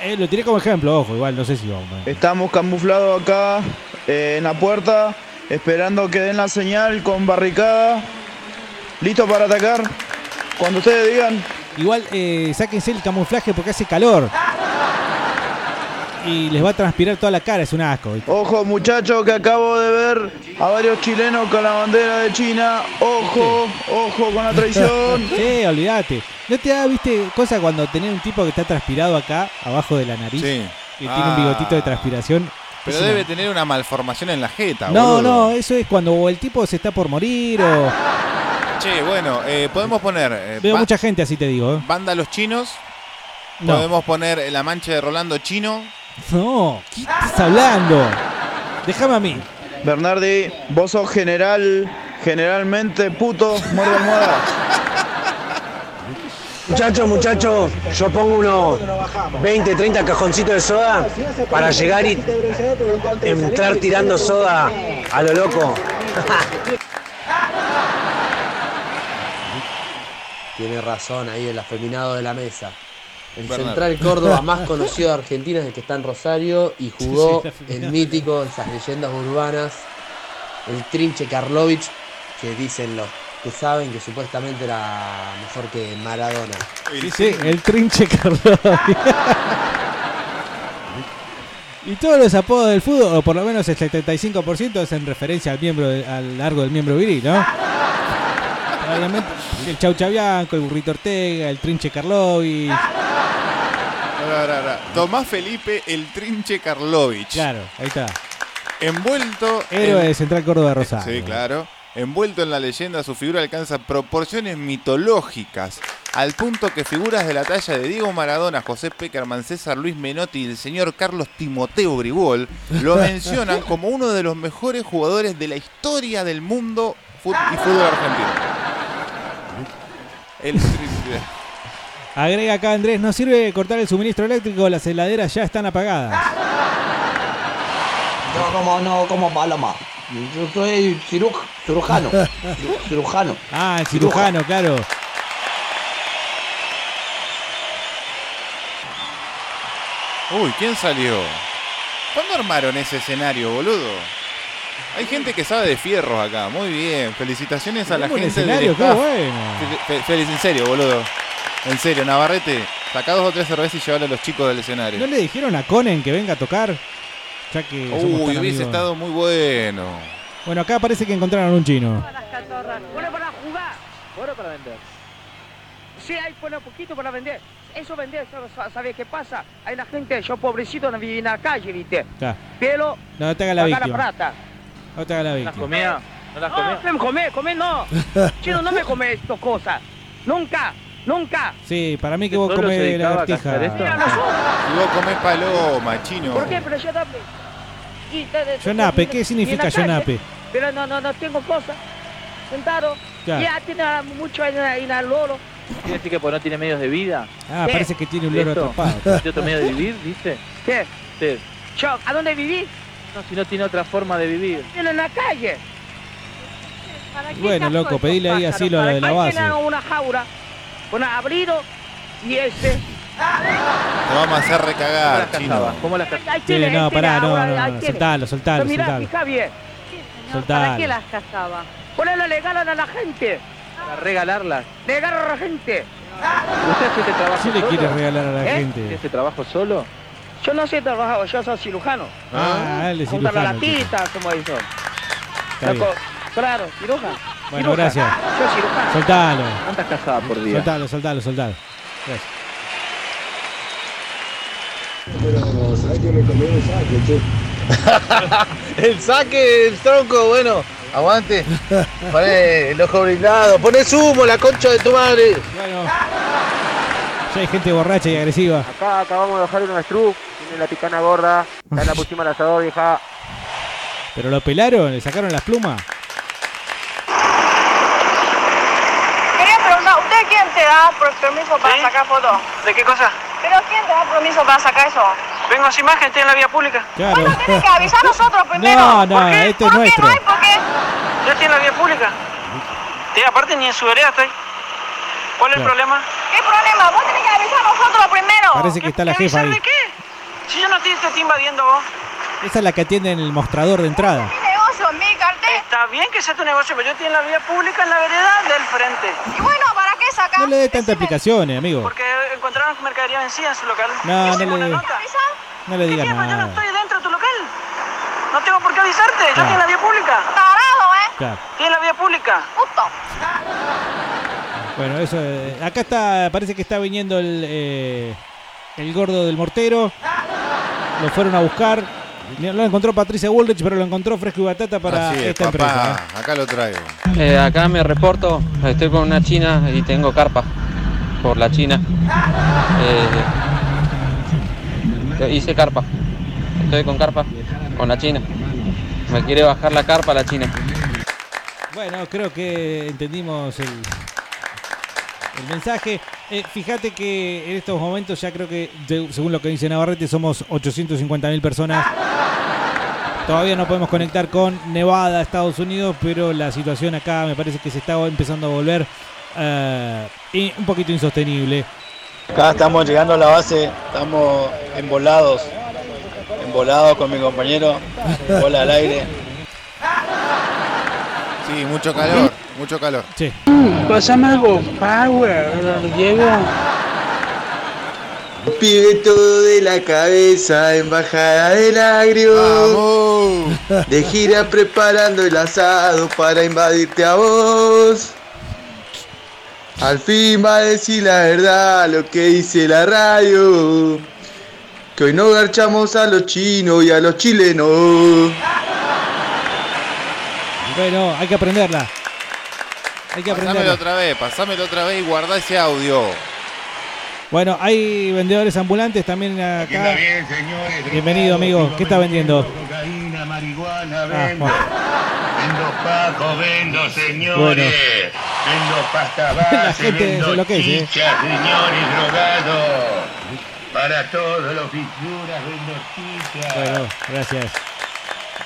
Speaker 5: Eh, lo tiré como ejemplo, ojo, igual no sé si vamos. eh.
Speaker 20: Estamos camuflados acá eh, en la puerta, esperando que den la señal con barricada. Listo para atacar. Cuando ustedes digan.
Speaker 5: Igual, eh, sáquense el camuflaje porque hace calor. y les va a transpirar toda la cara, es un asco. ¿viste?
Speaker 20: Ojo muchachos que acabo de ver a varios chilenos con la bandera de China. Ojo, ojo con la traición.
Speaker 5: sí, olvídate. ¿No te da, viste, cosa cuando tenés un tipo que está transpirado acá, abajo de la nariz?
Speaker 8: Sí.
Speaker 5: Que tiene
Speaker 8: Ah.
Speaker 5: un bigotito de transpiración.
Speaker 8: Pero
Speaker 5: Es una-
Speaker 8: debe tener una malformación en la jeta,
Speaker 5: No,
Speaker 8: boludo.
Speaker 5: no, eso es cuando o el tipo se está por morir o...
Speaker 8: Che, bueno, eh, podemos poner eh,
Speaker 5: Veo
Speaker 8: ba-
Speaker 5: mucha gente así, te digo. ¿eh?
Speaker 8: Banda Los Chinos.
Speaker 5: No.
Speaker 8: Podemos poner eh, la mancha de Rolando Chino.
Speaker 5: No, ¿qué estás hablando? Déjame a mí.
Speaker 20: Bernardi, vos sos general, generalmente puto, muerde almohada.
Speaker 40: Muchachos, muchachos, yo pongo unos 20, 30 cajoncitos de soda para llegar y entrar tirando soda a lo loco.
Speaker 15: Tiene razón ahí el afeminado de la mesa. El
Speaker 13: Bernardo.
Speaker 15: Central Córdoba más conocido de Argentina es el que está en Rosario y jugó
Speaker 13: Sí, sí, el
Speaker 15: el
Speaker 13: afeminado.
Speaker 15: mítico, esas leyendas urbanas, el Trinche Karlovich, que dicen los que saben que supuestamente era mejor que Maradona.
Speaker 5: Sí, sí, el trinche Carlos. y todos los apodos del fútbol, o por lo menos el 75% es en referencia al miembro de- al largo del miembro viril, ¿no? Obviamente, el Chau Chabianco, el Burrito Ortega, el Trinche Karlovich.
Speaker 8: Ahora, ahora, ahora. Tomás Felipe el Trinche Karlovich.
Speaker 5: Claro, ahí está.
Speaker 8: Envuelto.
Speaker 5: Héroe
Speaker 8: en-
Speaker 5: de Central Córdoba Rosario.
Speaker 8: Sí, claro. Envuelto en la leyenda, su figura alcanza proporciones mitológicas, al punto que figuras de la talla de Diego Maradona, José Peckerman, César Luis Menotti y el señor Carlos Timoteo Gribol lo mencionan como uno de los mejores jugadores de la historia del mundo fut- y fútbol argentino. El Trinche-
Speaker 5: Agrega acá Andrés, no sirve cortar el suministro eléctrico, las heladeras ya están apagadas.
Speaker 13: No como, no como paloma. Yo soy ciruj, cirujano. cirujano.
Speaker 5: Ah, el cirujano, claro.
Speaker 8: Uy, ¿quién salió? ¿Cuándo armaron ese escenario, boludo? Hay gente que sabe de fierros acá, muy bien. Felicitaciones a la
Speaker 5: Tenemos un
Speaker 8: gente del
Speaker 5: escenario, qué
Speaker 8: staff.
Speaker 5: bueno.
Speaker 8: Fe- fe- Félix, en serio, boludo. En serio, Navarrete, sacá dos o tres cervezas y llévalo a los chicos del escenario.
Speaker 5: ¿No le dijeron a Conen que venga a tocar? Ya que somos tan
Speaker 8: Uy, hubiese
Speaker 5: amigos.
Speaker 8: estado muy bueno.
Speaker 5: Bueno, acá parece que encontraron un chino.
Speaker 1: Bueno para jugar. Bueno para vender. Sí, hay bueno poquito para vender. Eso vender, ¿sabes qué pasa? Hay la gente, yo pobrecito, no viví en la calle, ¿viste?
Speaker 5: Está.
Speaker 1: Pero
Speaker 5: No te hagas la
Speaker 1: pagar
Speaker 5: víctima.
Speaker 1: plata.
Speaker 5: No te hagas la víctima.
Speaker 1: No las comía. No, me comé, comé no. Chino, no me comé estas cosas. Nunca, nunca.
Speaker 5: Sí, para
Speaker 1: ¿Este
Speaker 5: mí que vos comés
Speaker 1: Mira,
Speaker 5: lagartija.
Speaker 1: nosotros.
Speaker 8: Si vos comés paloma, chino.
Speaker 1: ¿Por qué? Pero yo nape. Y te- te-
Speaker 5: Yonape,
Speaker 1: te-
Speaker 5: ¿qué
Speaker 1: y en
Speaker 5: significa
Speaker 1: la calle,
Speaker 5: yonape?
Speaker 1: Pero no, no, no tengo cosa. Sentado.
Speaker 5: Ya.
Speaker 1: Ya tiene mucho en, en el loro.
Speaker 13: ¿Quiere decir que por no tiene medios de vida?
Speaker 5: Ah,
Speaker 1: Sí.
Speaker 5: parece que tiene un loro
Speaker 13: ¿Esto?
Speaker 5: atrapado.
Speaker 13: ¿Tiene otro medio de vivir, dice?
Speaker 1: ¿Qué?
Speaker 13: Sí.
Speaker 1: Yo, ¿a dónde viví?
Speaker 13: No, si no tiene otra forma de vivir.
Speaker 1: Viven en la calle.
Speaker 5: Y bueno, loco, pedile ahí asilo a lo de la
Speaker 1: Ahí
Speaker 5: base.
Speaker 1: tienen una jaula con abrido y este.
Speaker 8: Te vamos a hacer recagar, chino.
Speaker 13: ¿Cómo las
Speaker 1: Ahí
Speaker 5: Sí,
Speaker 1: tiene,
Speaker 5: no,
Speaker 1: ahí
Speaker 5: pará,
Speaker 1: tiene
Speaker 5: no,
Speaker 1: ahora,
Speaker 5: no,
Speaker 1: ahí
Speaker 5: no,
Speaker 1: tiene.
Speaker 5: soltalo, soltalo,
Speaker 1: Pero mirá,
Speaker 5: soltalo.
Speaker 1: fijá bien.
Speaker 5: Soltalo.
Speaker 1: cazaba? Ponele legal a la gente.
Speaker 13: Para regalarlas.
Speaker 1: Legal a la gente.
Speaker 13: ¿Usted hace este trabajo
Speaker 5: ¿Qué le
Speaker 13: solo?
Speaker 5: quieres regalar a la
Speaker 1: ¿Eh?
Speaker 5: gente?
Speaker 13: ¿Este trabajo solo?
Speaker 1: Yo no sé trabajar, yo soy cirujano.
Speaker 5: Ah, él es
Speaker 1: Juntar la
Speaker 5: cirujano. el tipo.
Speaker 1: latita, como dicen.
Speaker 5: Está bien.
Speaker 1: Loco, Claro, cirujano.
Speaker 5: Bueno,
Speaker 1: cirujano.
Speaker 5: gracias.
Speaker 1: Yo cirujano.
Speaker 5: Soltalo.
Speaker 13: ¿Cuántas cazadas por día?
Speaker 5: Soltalo, soltalo, soltalo. Gracias.
Speaker 18: Pero, ¿sabes que me comí un saque, che?
Speaker 14: el saque, el tronco, bueno, aguante. Poné el ojo brindado, poné humo, la concha de tu madre.
Speaker 5: Ya hay gente borracha y agresiva.
Speaker 1: Acá acabamos de bajar una struk, tiene la picana gorda, ya la pusimos al asador, vieja.
Speaker 5: ¿Pero lo pelaron? ¿Le sacaron las plumas?
Speaker 10: Quería preguntar, ¿usted quién te da por- permiso para sacar fotos? ¿De qué cosa? ¿Pero quién te da permiso para sacar eso? Vengo sin imagen, estoy en la vía pública.
Speaker 5: Claro.
Speaker 10: Bueno, tenés que avisar a nosotros primero.
Speaker 5: No, no,
Speaker 10: ¿Por qué?
Speaker 5: esto
Speaker 10: ¿Por
Speaker 5: es
Speaker 10: qué
Speaker 5: nuestro.
Speaker 10: no hay? ¿Por qué? Yo estoy en la vía pública. Y aparte ni en su vereda estoy. ¿Cuál
Speaker 5: es el Claro.
Speaker 10: problema? ¿Qué problema? Vos tenés que avisar a nosotros primero.
Speaker 5: Parece que está la jefa
Speaker 10: ¿Avisar
Speaker 5: ahí.
Speaker 10: de qué? Si yo no te te estoy invadiendo vos.
Speaker 5: Esa es la que atiende en el mostrador de entrada.
Speaker 10: Mi negocio, mi cartel. Está bien que sea tu negocio, pero yo estoy en la vía pública en la vereda del frente. Y bueno, ¿para qué sacar?
Speaker 5: No le dé tantas explicaciones, amigo.
Speaker 10: Porque encontraron mercadería vencida en su local.
Speaker 5: No,
Speaker 10: Hicimos
Speaker 5: no le
Speaker 10: una
Speaker 5: dé.
Speaker 10: nota.
Speaker 5: No le digas
Speaker 41: tiempo yo no
Speaker 5: nada.
Speaker 41: estoy dentro de tu local? No tengo por qué avisarte, yo
Speaker 5: Claro.
Speaker 41: estoy en la vía pública. Tarado, ¿eh?
Speaker 5: Claro.
Speaker 41: Estoy en la vía pública. Puto.
Speaker 5: Bueno, eso. eh, acá está, parece que está viniendo el, eh, el gordo del mortero. Lo fueron a buscar. Lo encontró Patricia Woolrich, pero lo encontró fresco y batata para
Speaker 8: Así es,
Speaker 5: esta
Speaker 8: papá,
Speaker 5: empresa.
Speaker 8: acá lo traigo.
Speaker 42: Eh, acá me reporto, estoy con una china y tengo carpa por la china. Eh, hice carpa, estoy con carpa, con la china. Me quiere bajar la carpa la china.
Speaker 5: ¿eh? Bueno, creo que entendimos el, el mensaje. Eh, fíjate que en estos momentos ya creo que, de- según lo que dice Navarrete, somos 850.000 personas. Todavía no podemos conectar con Nevada, Estados Unidos, pero la situación acá me parece que se está empezando a volver eh, y un poquito insostenible.
Speaker 43: Acá estamos llegando a la base, estamos embolados, embolados con mi compañero, bola al aire.
Speaker 8: Sí, mucho calor, mucho calor.
Speaker 5: Sí.
Speaker 44: Pasame algo, Power, Diego.
Speaker 14: Pibe todo de la cabeza, embajada del agrio. De gira preparando el asado para invadirte a vos. Al fin va a decir la verdad lo que dice la radio. Que hoy no garchamos a los chinos y a los chilenos.
Speaker 5: Bueno, hay que aprenderla. Hay que
Speaker 8: Pasámelo
Speaker 5: aprenderla.
Speaker 8: otra vez, pasámelo otra vez y guardá ese audio.
Speaker 5: Bueno, hay vendedores ambulantes también acá.
Speaker 1: señores.
Speaker 5: Bienvenido, amigo. ¿Qué está vendiendo?
Speaker 1: Cocaína, marihuana,
Speaker 5: Ah,
Speaker 1: vendo.
Speaker 5: bueno.
Speaker 1: Vendo paco, vendo, señores. Vendo pasta
Speaker 5: La
Speaker 1: base,
Speaker 5: gente se
Speaker 1: vendo
Speaker 5: enloquece, ¿eh?
Speaker 1: chicha, señores, drogados. Para todos los figuras, vendo chicha.
Speaker 5: Bueno, gracias.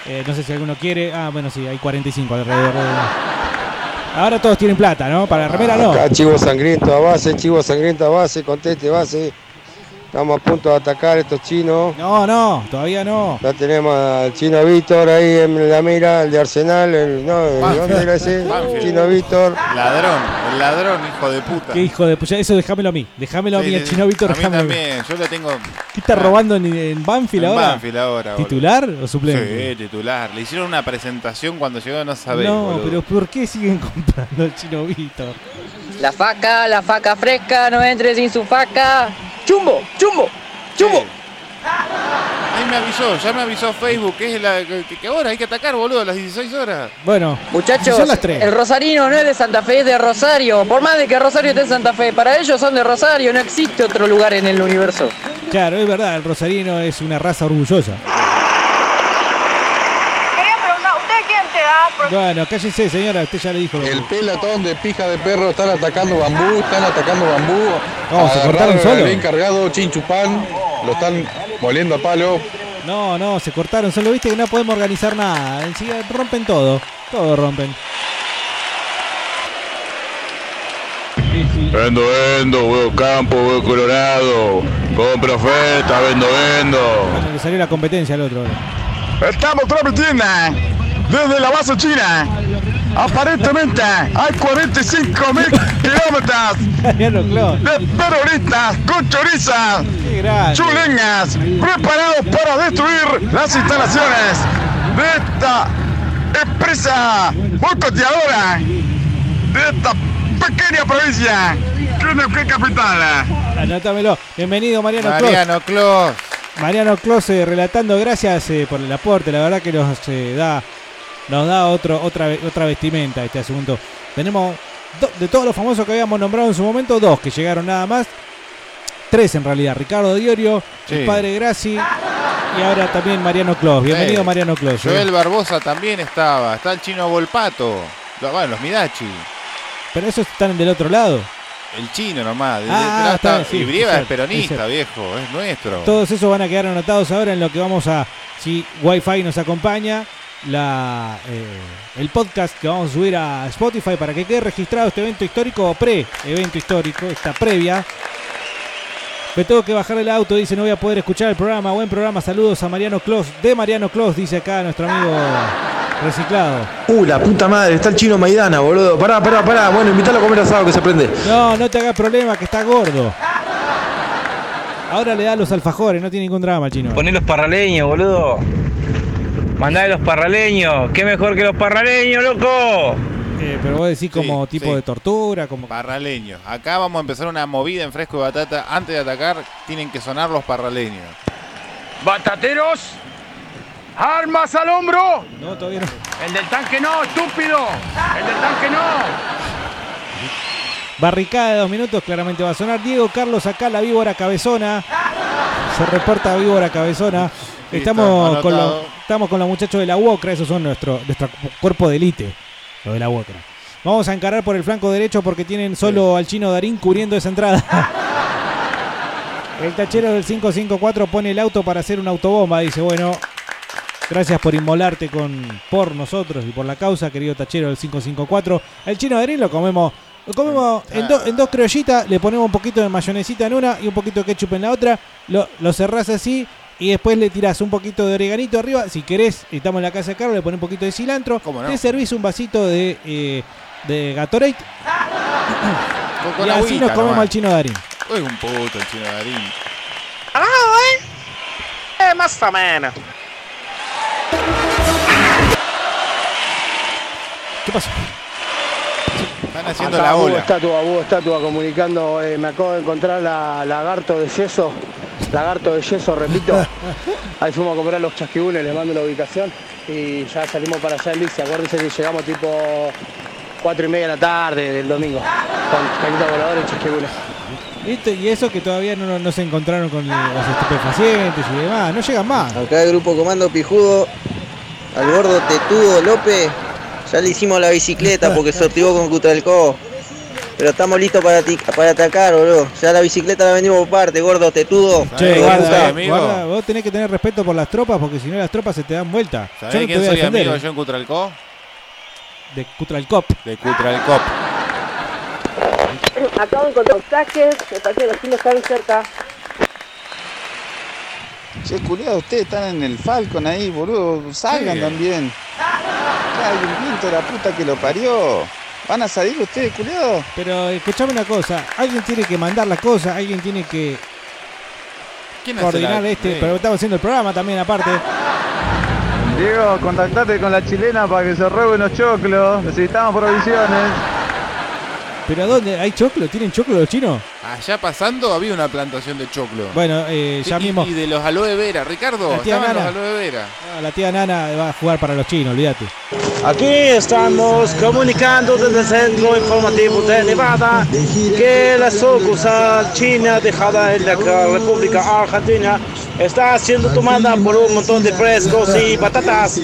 Speaker 5: Eh, no sé si alguno quiere. Ah, bueno, sí, hay 45 alrededor. de- Ahora todos tienen plata, ¿no? Para remera no.
Speaker 18: Acá chivo sangriento a base, chivo sangriento a base, conteste base. Estamos a punto de atacar a estos chinos.
Speaker 5: No, no, todavía no.
Speaker 18: Ya tenemos al chino Víctor ahí en la mira, el de Arsenal, el, no, el- ¿dónde era ese?
Speaker 8: Banfield.
Speaker 18: Chino Víctor.
Speaker 8: Ladrón, el ladrón, hijo de puta.
Speaker 5: Qué hijo de puya. Eso déjamelo a mí. Déjamelo a mí,
Speaker 8: Sí,
Speaker 5: el
Speaker 8: sí,
Speaker 5: chino Víctor.
Speaker 8: A mí
Speaker 5: déjamelo a mí.
Speaker 8: también, yo lo tengo
Speaker 5: ¿Qué está robando en, en Banfield
Speaker 8: en
Speaker 5: ahora?
Speaker 8: Banfield ahora. boludo.
Speaker 5: ¿Titular o suplente?
Speaker 8: Sí, titular. Le hicieron una presentación cuando llegó, no sabés,
Speaker 5: no,
Speaker 8: boludo.
Speaker 5: pero ¿por qué siguen comprando el chino Víctor?
Speaker 10: La faca, la faca fresca, no entres sin su faca. Chumbo, chumbo, chumbo.
Speaker 8: Ahí me avisó, ya me avisó Facebook, que es la que que ahora hay que atacar, boludo, a las 16 horas.
Speaker 5: Bueno,
Speaker 10: Muchachos,
Speaker 5: son las tres.
Speaker 10: el rosarino no es de Santa Fe, es de Rosario. Por más de que Rosario esté en Santa Fe, para ellos son de Rosario, no existe otro lugar en el universo.
Speaker 5: Claro, es verdad, el rosarino es una raza orgullosa.
Speaker 41: Quería preguntar, ¿usted quién te da?
Speaker 5: Bueno, cállese, señora, usted ya le dijo. El
Speaker 13: Pelatón de pija de perro están atacando bambú, están atacando bambú.
Speaker 5: No, se
Speaker 13: Agarraron
Speaker 5: cortaron
Speaker 13: al
Speaker 5: solo.
Speaker 13: Bien cargado, chinchupán, lo están moliendo a palo.
Speaker 5: No, no, se cortaron, solo viste que no podemos organizar nada. Encima rompen todo, todo rompen.
Speaker 45: Vendo, vendo, huevo campo, huevo colorado. Compra oferta, vendo, vendo.
Speaker 5: Bueno, le salió la competencia al otro.
Speaker 4: Estamos transmitiendo desde la base china. Aparentemente hay 45 mil kilómetros de peronistas con chorizas, chuleñas, preparados para destruir las instalaciones de esta empresa boicoteadora de esta pequeña provincia, que no es capital.
Speaker 5: Anótamelo. Bienvenido, Mariano Clos.
Speaker 8: Mariano Clos.
Speaker 5: Mariano Clos eh, relatando, gracias eh, por el aporte, la verdad que nos eh, da nos da otro, otra, ve- otra vestimenta este asunto. Tenemos do- de todos los famosos que habíamos nombrado en su momento, dos que llegaron nada más. Tres en realidad, Ricardo Diorio,
Speaker 8: Sí.
Speaker 5: el padre Graci y ahora también Mariano Clos. Bienvenido
Speaker 8: Sí.
Speaker 5: Mariano Clos. eh.
Speaker 8: Joel Barbosa también estaba, está el chino Volpato. Lo- Bueno, los Midachi.
Speaker 5: Pero esos están del otro lado.
Speaker 8: El chino nomás. de- de-
Speaker 5: Ah,
Speaker 8: de-
Speaker 5: está bien,
Speaker 8: y
Speaker 5: sí,
Speaker 8: Brieva
Speaker 5: es
Speaker 8: es
Speaker 5: cierto, es
Speaker 8: peronista,
Speaker 5: cierto.
Speaker 8: viejo, es nuestro.
Speaker 5: Todos esos van a quedar anotados ahora en lo que vamos a, si Wi-Fi nos acompaña, la, eh, el podcast que vamos a subir a Spotify para que quede registrado este evento histórico o pre-evento histórico, esta previa. Me tengo que bajar el auto, dice, no voy a poder escuchar el programa. Buen programa, saludos a Mariano Clos, de Mariano Clos, dice acá nuestro amigo reciclado.
Speaker 4: Uh, la puta madre, está el chino Maidana, boludo. Pará, pará, pará. Bueno, invítalo a comer asado que se prende.
Speaker 5: No, no te hagas problema, que está gordo. Ahora le da los alfajores, no tiene ningún drama el chino.
Speaker 10: Poné los parraleños, boludo. Mandá a los parraleños. Qué mejor que los parraleños, loco.
Speaker 5: Eh, pero vos decís como
Speaker 8: Sí,
Speaker 5: tipo
Speaker 8: sí.
Speaker 5: de tortura, como...
Speaker 8: Parraleños. Acá vamos a empezar una movida en fresco y batata. Antes de atacar, tienen que sonar los parraleños.
Speaker 46: ¡Batateros! ¡Armas al hombro!
Speaker 5: No, todavía no.
Speaker 46: El del tanque no, estúpido. El del tanque no.
Speaker 5: Barricada de dos minutos, claramente va a sonar. Diego Carlos acá, la víbora cabezona. Se reporta víbora cabezona. Estamos
Speaker 8: anotado.
Speaker 5: con, los, estamos con los muchachos de la UOCRA, esos son nuestro, nuestro cuerpo de élite, los de la UOCRA. Vamos a encarar por el flanco derecho porque tienen solo al chino Darín cubriendo esa entrada. El tachero del 554 pone el auto para hacer una autobomba. Dice, bueno, gracias por inmolarte con, por nosotros y por la causa, querido tachero del 554. El chino Darín lo comemos. Lo comemos en, do- en dos creollitas, le ponemos un poquito de mayonesita en una y un poquito de ketchup en la otra. Lo, lo cerrás así y después le tirás un poquito de oreganito arriba. Si querés, estamos en la casa de Carlos, le pones un poquito de cilantro.
Speaker 8: no?
Speaker 5: Te servís un vasito de, eh, de Gatorade
Speaker 8: Con,
Speaker 5: y así nos comemos al chino Darín.
Speaker 8: Es un puto el chino Darín.
Speaker 4: eh? Ah, Más o menos.
Speaker 5: ¿Qué pasó?
Speaker 8: Están haciendo
Speaker 47: Acá,
Speaker 8: la
Speaker 47: Hugo,
Speaker 8: ola.
Speaker 47: Estatua, Hugo, estatua, comunicando. eh, me acabo de encontrar la lagarto de yeso. Lagarto de yeso, repito. Ahí fuimos a comprar los chasquibunes, les mando la ubicación. Y ya salimos para allá en bici. Acuérdense que llegamos tipo 4 y media de la tarde del domingo. Con cañita voladora y chasquibunes.
Speaker 5: Esto- y eso que todavía no, no se encontraron con los estupefacientes y demás, no llegan más.
Speaker 10: Acá el grupo Comando Pijudo, al gordo Tetudo López, ya le hicimos la bicicleta porque sortió con Cutralcó. Pero estamos listos para, ti- para atacar, boludo. Ya la bicicleta la vendimos por parte, gordo Tetudo. Gordo,
Speaker 5: Che, Eh,
Speaker 8: eh,
Speaker 5: guarda,
Speaker 10: Tetudo.
Speaker 5: guarda, vos tenés que tener respeto por las tropas porque si no las tropas se te dan vuelta.
Speaker 8: ¿Sabés
Speaker 5: Yo no te
Speaker 8: quién
Speaker 5: voy a
Speaker 8: soy
Speaker 5: defender.
Speaker 8: amigo
Speaker 5: eh.
Speaker 8: yo en Cutralcó?
Speaker 5: De Cutralcop.
Speaker 8: De Cutralcop.
Speaker 46: Acabo de encontrar taques, me parece que los chinos están cerca.
Speaker 4: Che, culiado, ustedes están en el Falcon ahí, boludo. Salgan
Speaker 8: Sí.
Speaker 4: también. Claro, un viento la puta que lo parió. ¿Van a salir ustedes, culiado?
Speaker 5: Pero escuchame una cosa, alguien tiene que mandar las cosas, alguien tiene que
Speaker 4: ¿Quién hace
Speaker 5: coordinar
Speaker 4: la- eh,
Speaker 5: este,
Speaker 4: Sí.
Speaker 5: pero estamos haciendo el programa también aparte.
Speaker 14: Diego, contactate con la chilena para que se robe unos choclos. Necesitamos provisiones.
Speaker 5: ¿Pero ¿a dónde? ¿Hay choclo? ¿Tienen choclo los chinos?
Speaker 8: Allá pasando había una plantación de choclo.
Speaker 5: Bueno, eh, ya
Speaker 8: Y-
Speaker 5: mismo
Speaker 8: Y de los aloe vera, Ricardo.
Speaker 5: La tía
Speaker 8: Estaban los
Speaker 5: Nana.
Speaker 8: aloe vera.
Speaker 5: ah, la tía Nana va a jugar para los chinos, olvídate.
Speaker 20: Aquí estamos comunicando desde el Centro Informativo de Nevada que la sucursal china dejada en la República Argentina está siendo tomada por un montón de frescos y patatas.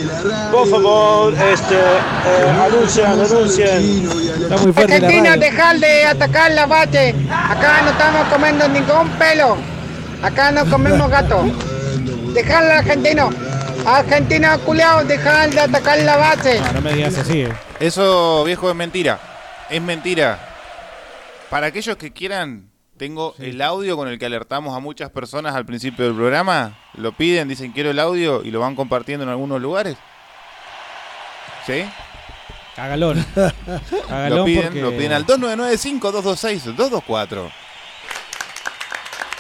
Speaker 20: Por favor, este, eh, anuncien, anuncien.
Speaker 5: Está muy
Speaker 1: Argentina, dejar de atacar la valle. Acá no estamos comiendo ningún pelo. Acá no comemos gato. Dejar al argentino. Argentino culiao, dejar de atacar la base.
Speaker 5: No me digas así, eh.
Speaker 8: Eso, viejo, es mentira. Es mentira. Para aquellos que quieran, tengo el audio con el que alertamos a muchas personas al principio del programa. Lo piden, dicen quiero el audio y lo van compartiendo en algunos lugares. ¿Sí?
Speaker 5: Cagalón. Cagalón
Speaker 8: lo piden,
Speaker 5: porque-
Speaker 8: lo piden al 2995-226-224.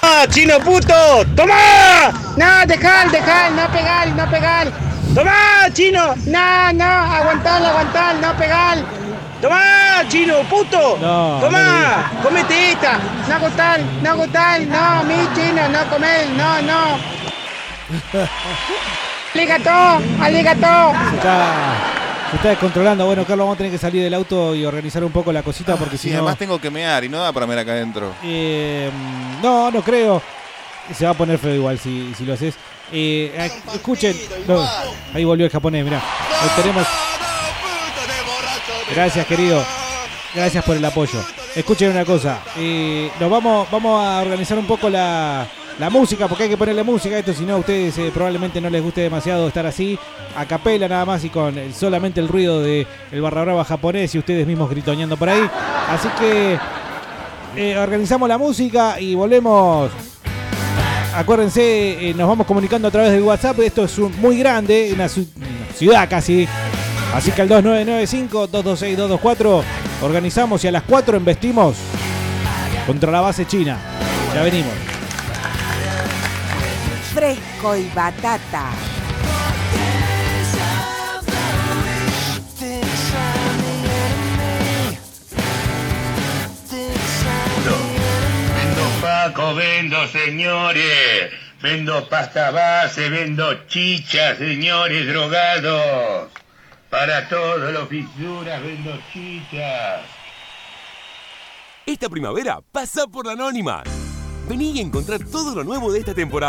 Speaker 20: ¡Ah, chino puto! ¡Toma!
Speaker 1: No, dejar, dejar, no pegar, no pegar.
Speaker 20: ¡Toma, chino!
Speaker 1: No, no, aguantar, aguantar, no pegar.
Speaker 20: ¡Toma, chino puto!
Speaker 5: No,
Speaker 20: ¡Toma!
Speaker 1: comete esta. No gustar, no gustar, no, mi chino, no comer, no, no. Aligato, aligato.
Speaker 5: Se está, se está descontrolando. Bueno, Carlos, vamos a tener que salir del auto y organizar un poco la cosita porque
Speaker 8: Sí,
Speaker 5: si no.
Speaker 8: Ah, además tengo que mear y no da para mear acá adentro.
Speaker 5: Eh, no, no creo. Se va a poner feo igual si, si lo haces. Eh, ah, escuchen. no, ahí volvió el japonés, mirá. Lo tenemos. Gracias, querido. Gracias por el apoyo. Escuchen una cosa. eh, nos vamos, vamos a organizar un poco la, la música, porque hay que ponerle música a esto, si no a ustedes eh, probablemente no les guste demasiado estar así, a capela nada más y con el- solamente el ruido de el barra brava japonés y ustedes mismos gritoneando por ahí. Así que eh, organizamos la música y volvemos. Acuérdense, eh, nos vamos comunicando a través del WhatsApp. Esto es un- muy grande, una, su- una ciudad casi. Así que al 2995-226-224 organizamos y a las 4 embestimos contra la base china. Ya venimos.
Speaker 7: fresco y batata.
Speaker 1: Vendo Paco, vendo señores. Vendo pasta base, vendo chicha, señores drogados. Para todos los fisuras vendo chichas.
Speaker 4: Esta primavera pasa por Anónimas. Vení y encontrar todo lo nuevo de esta temporada.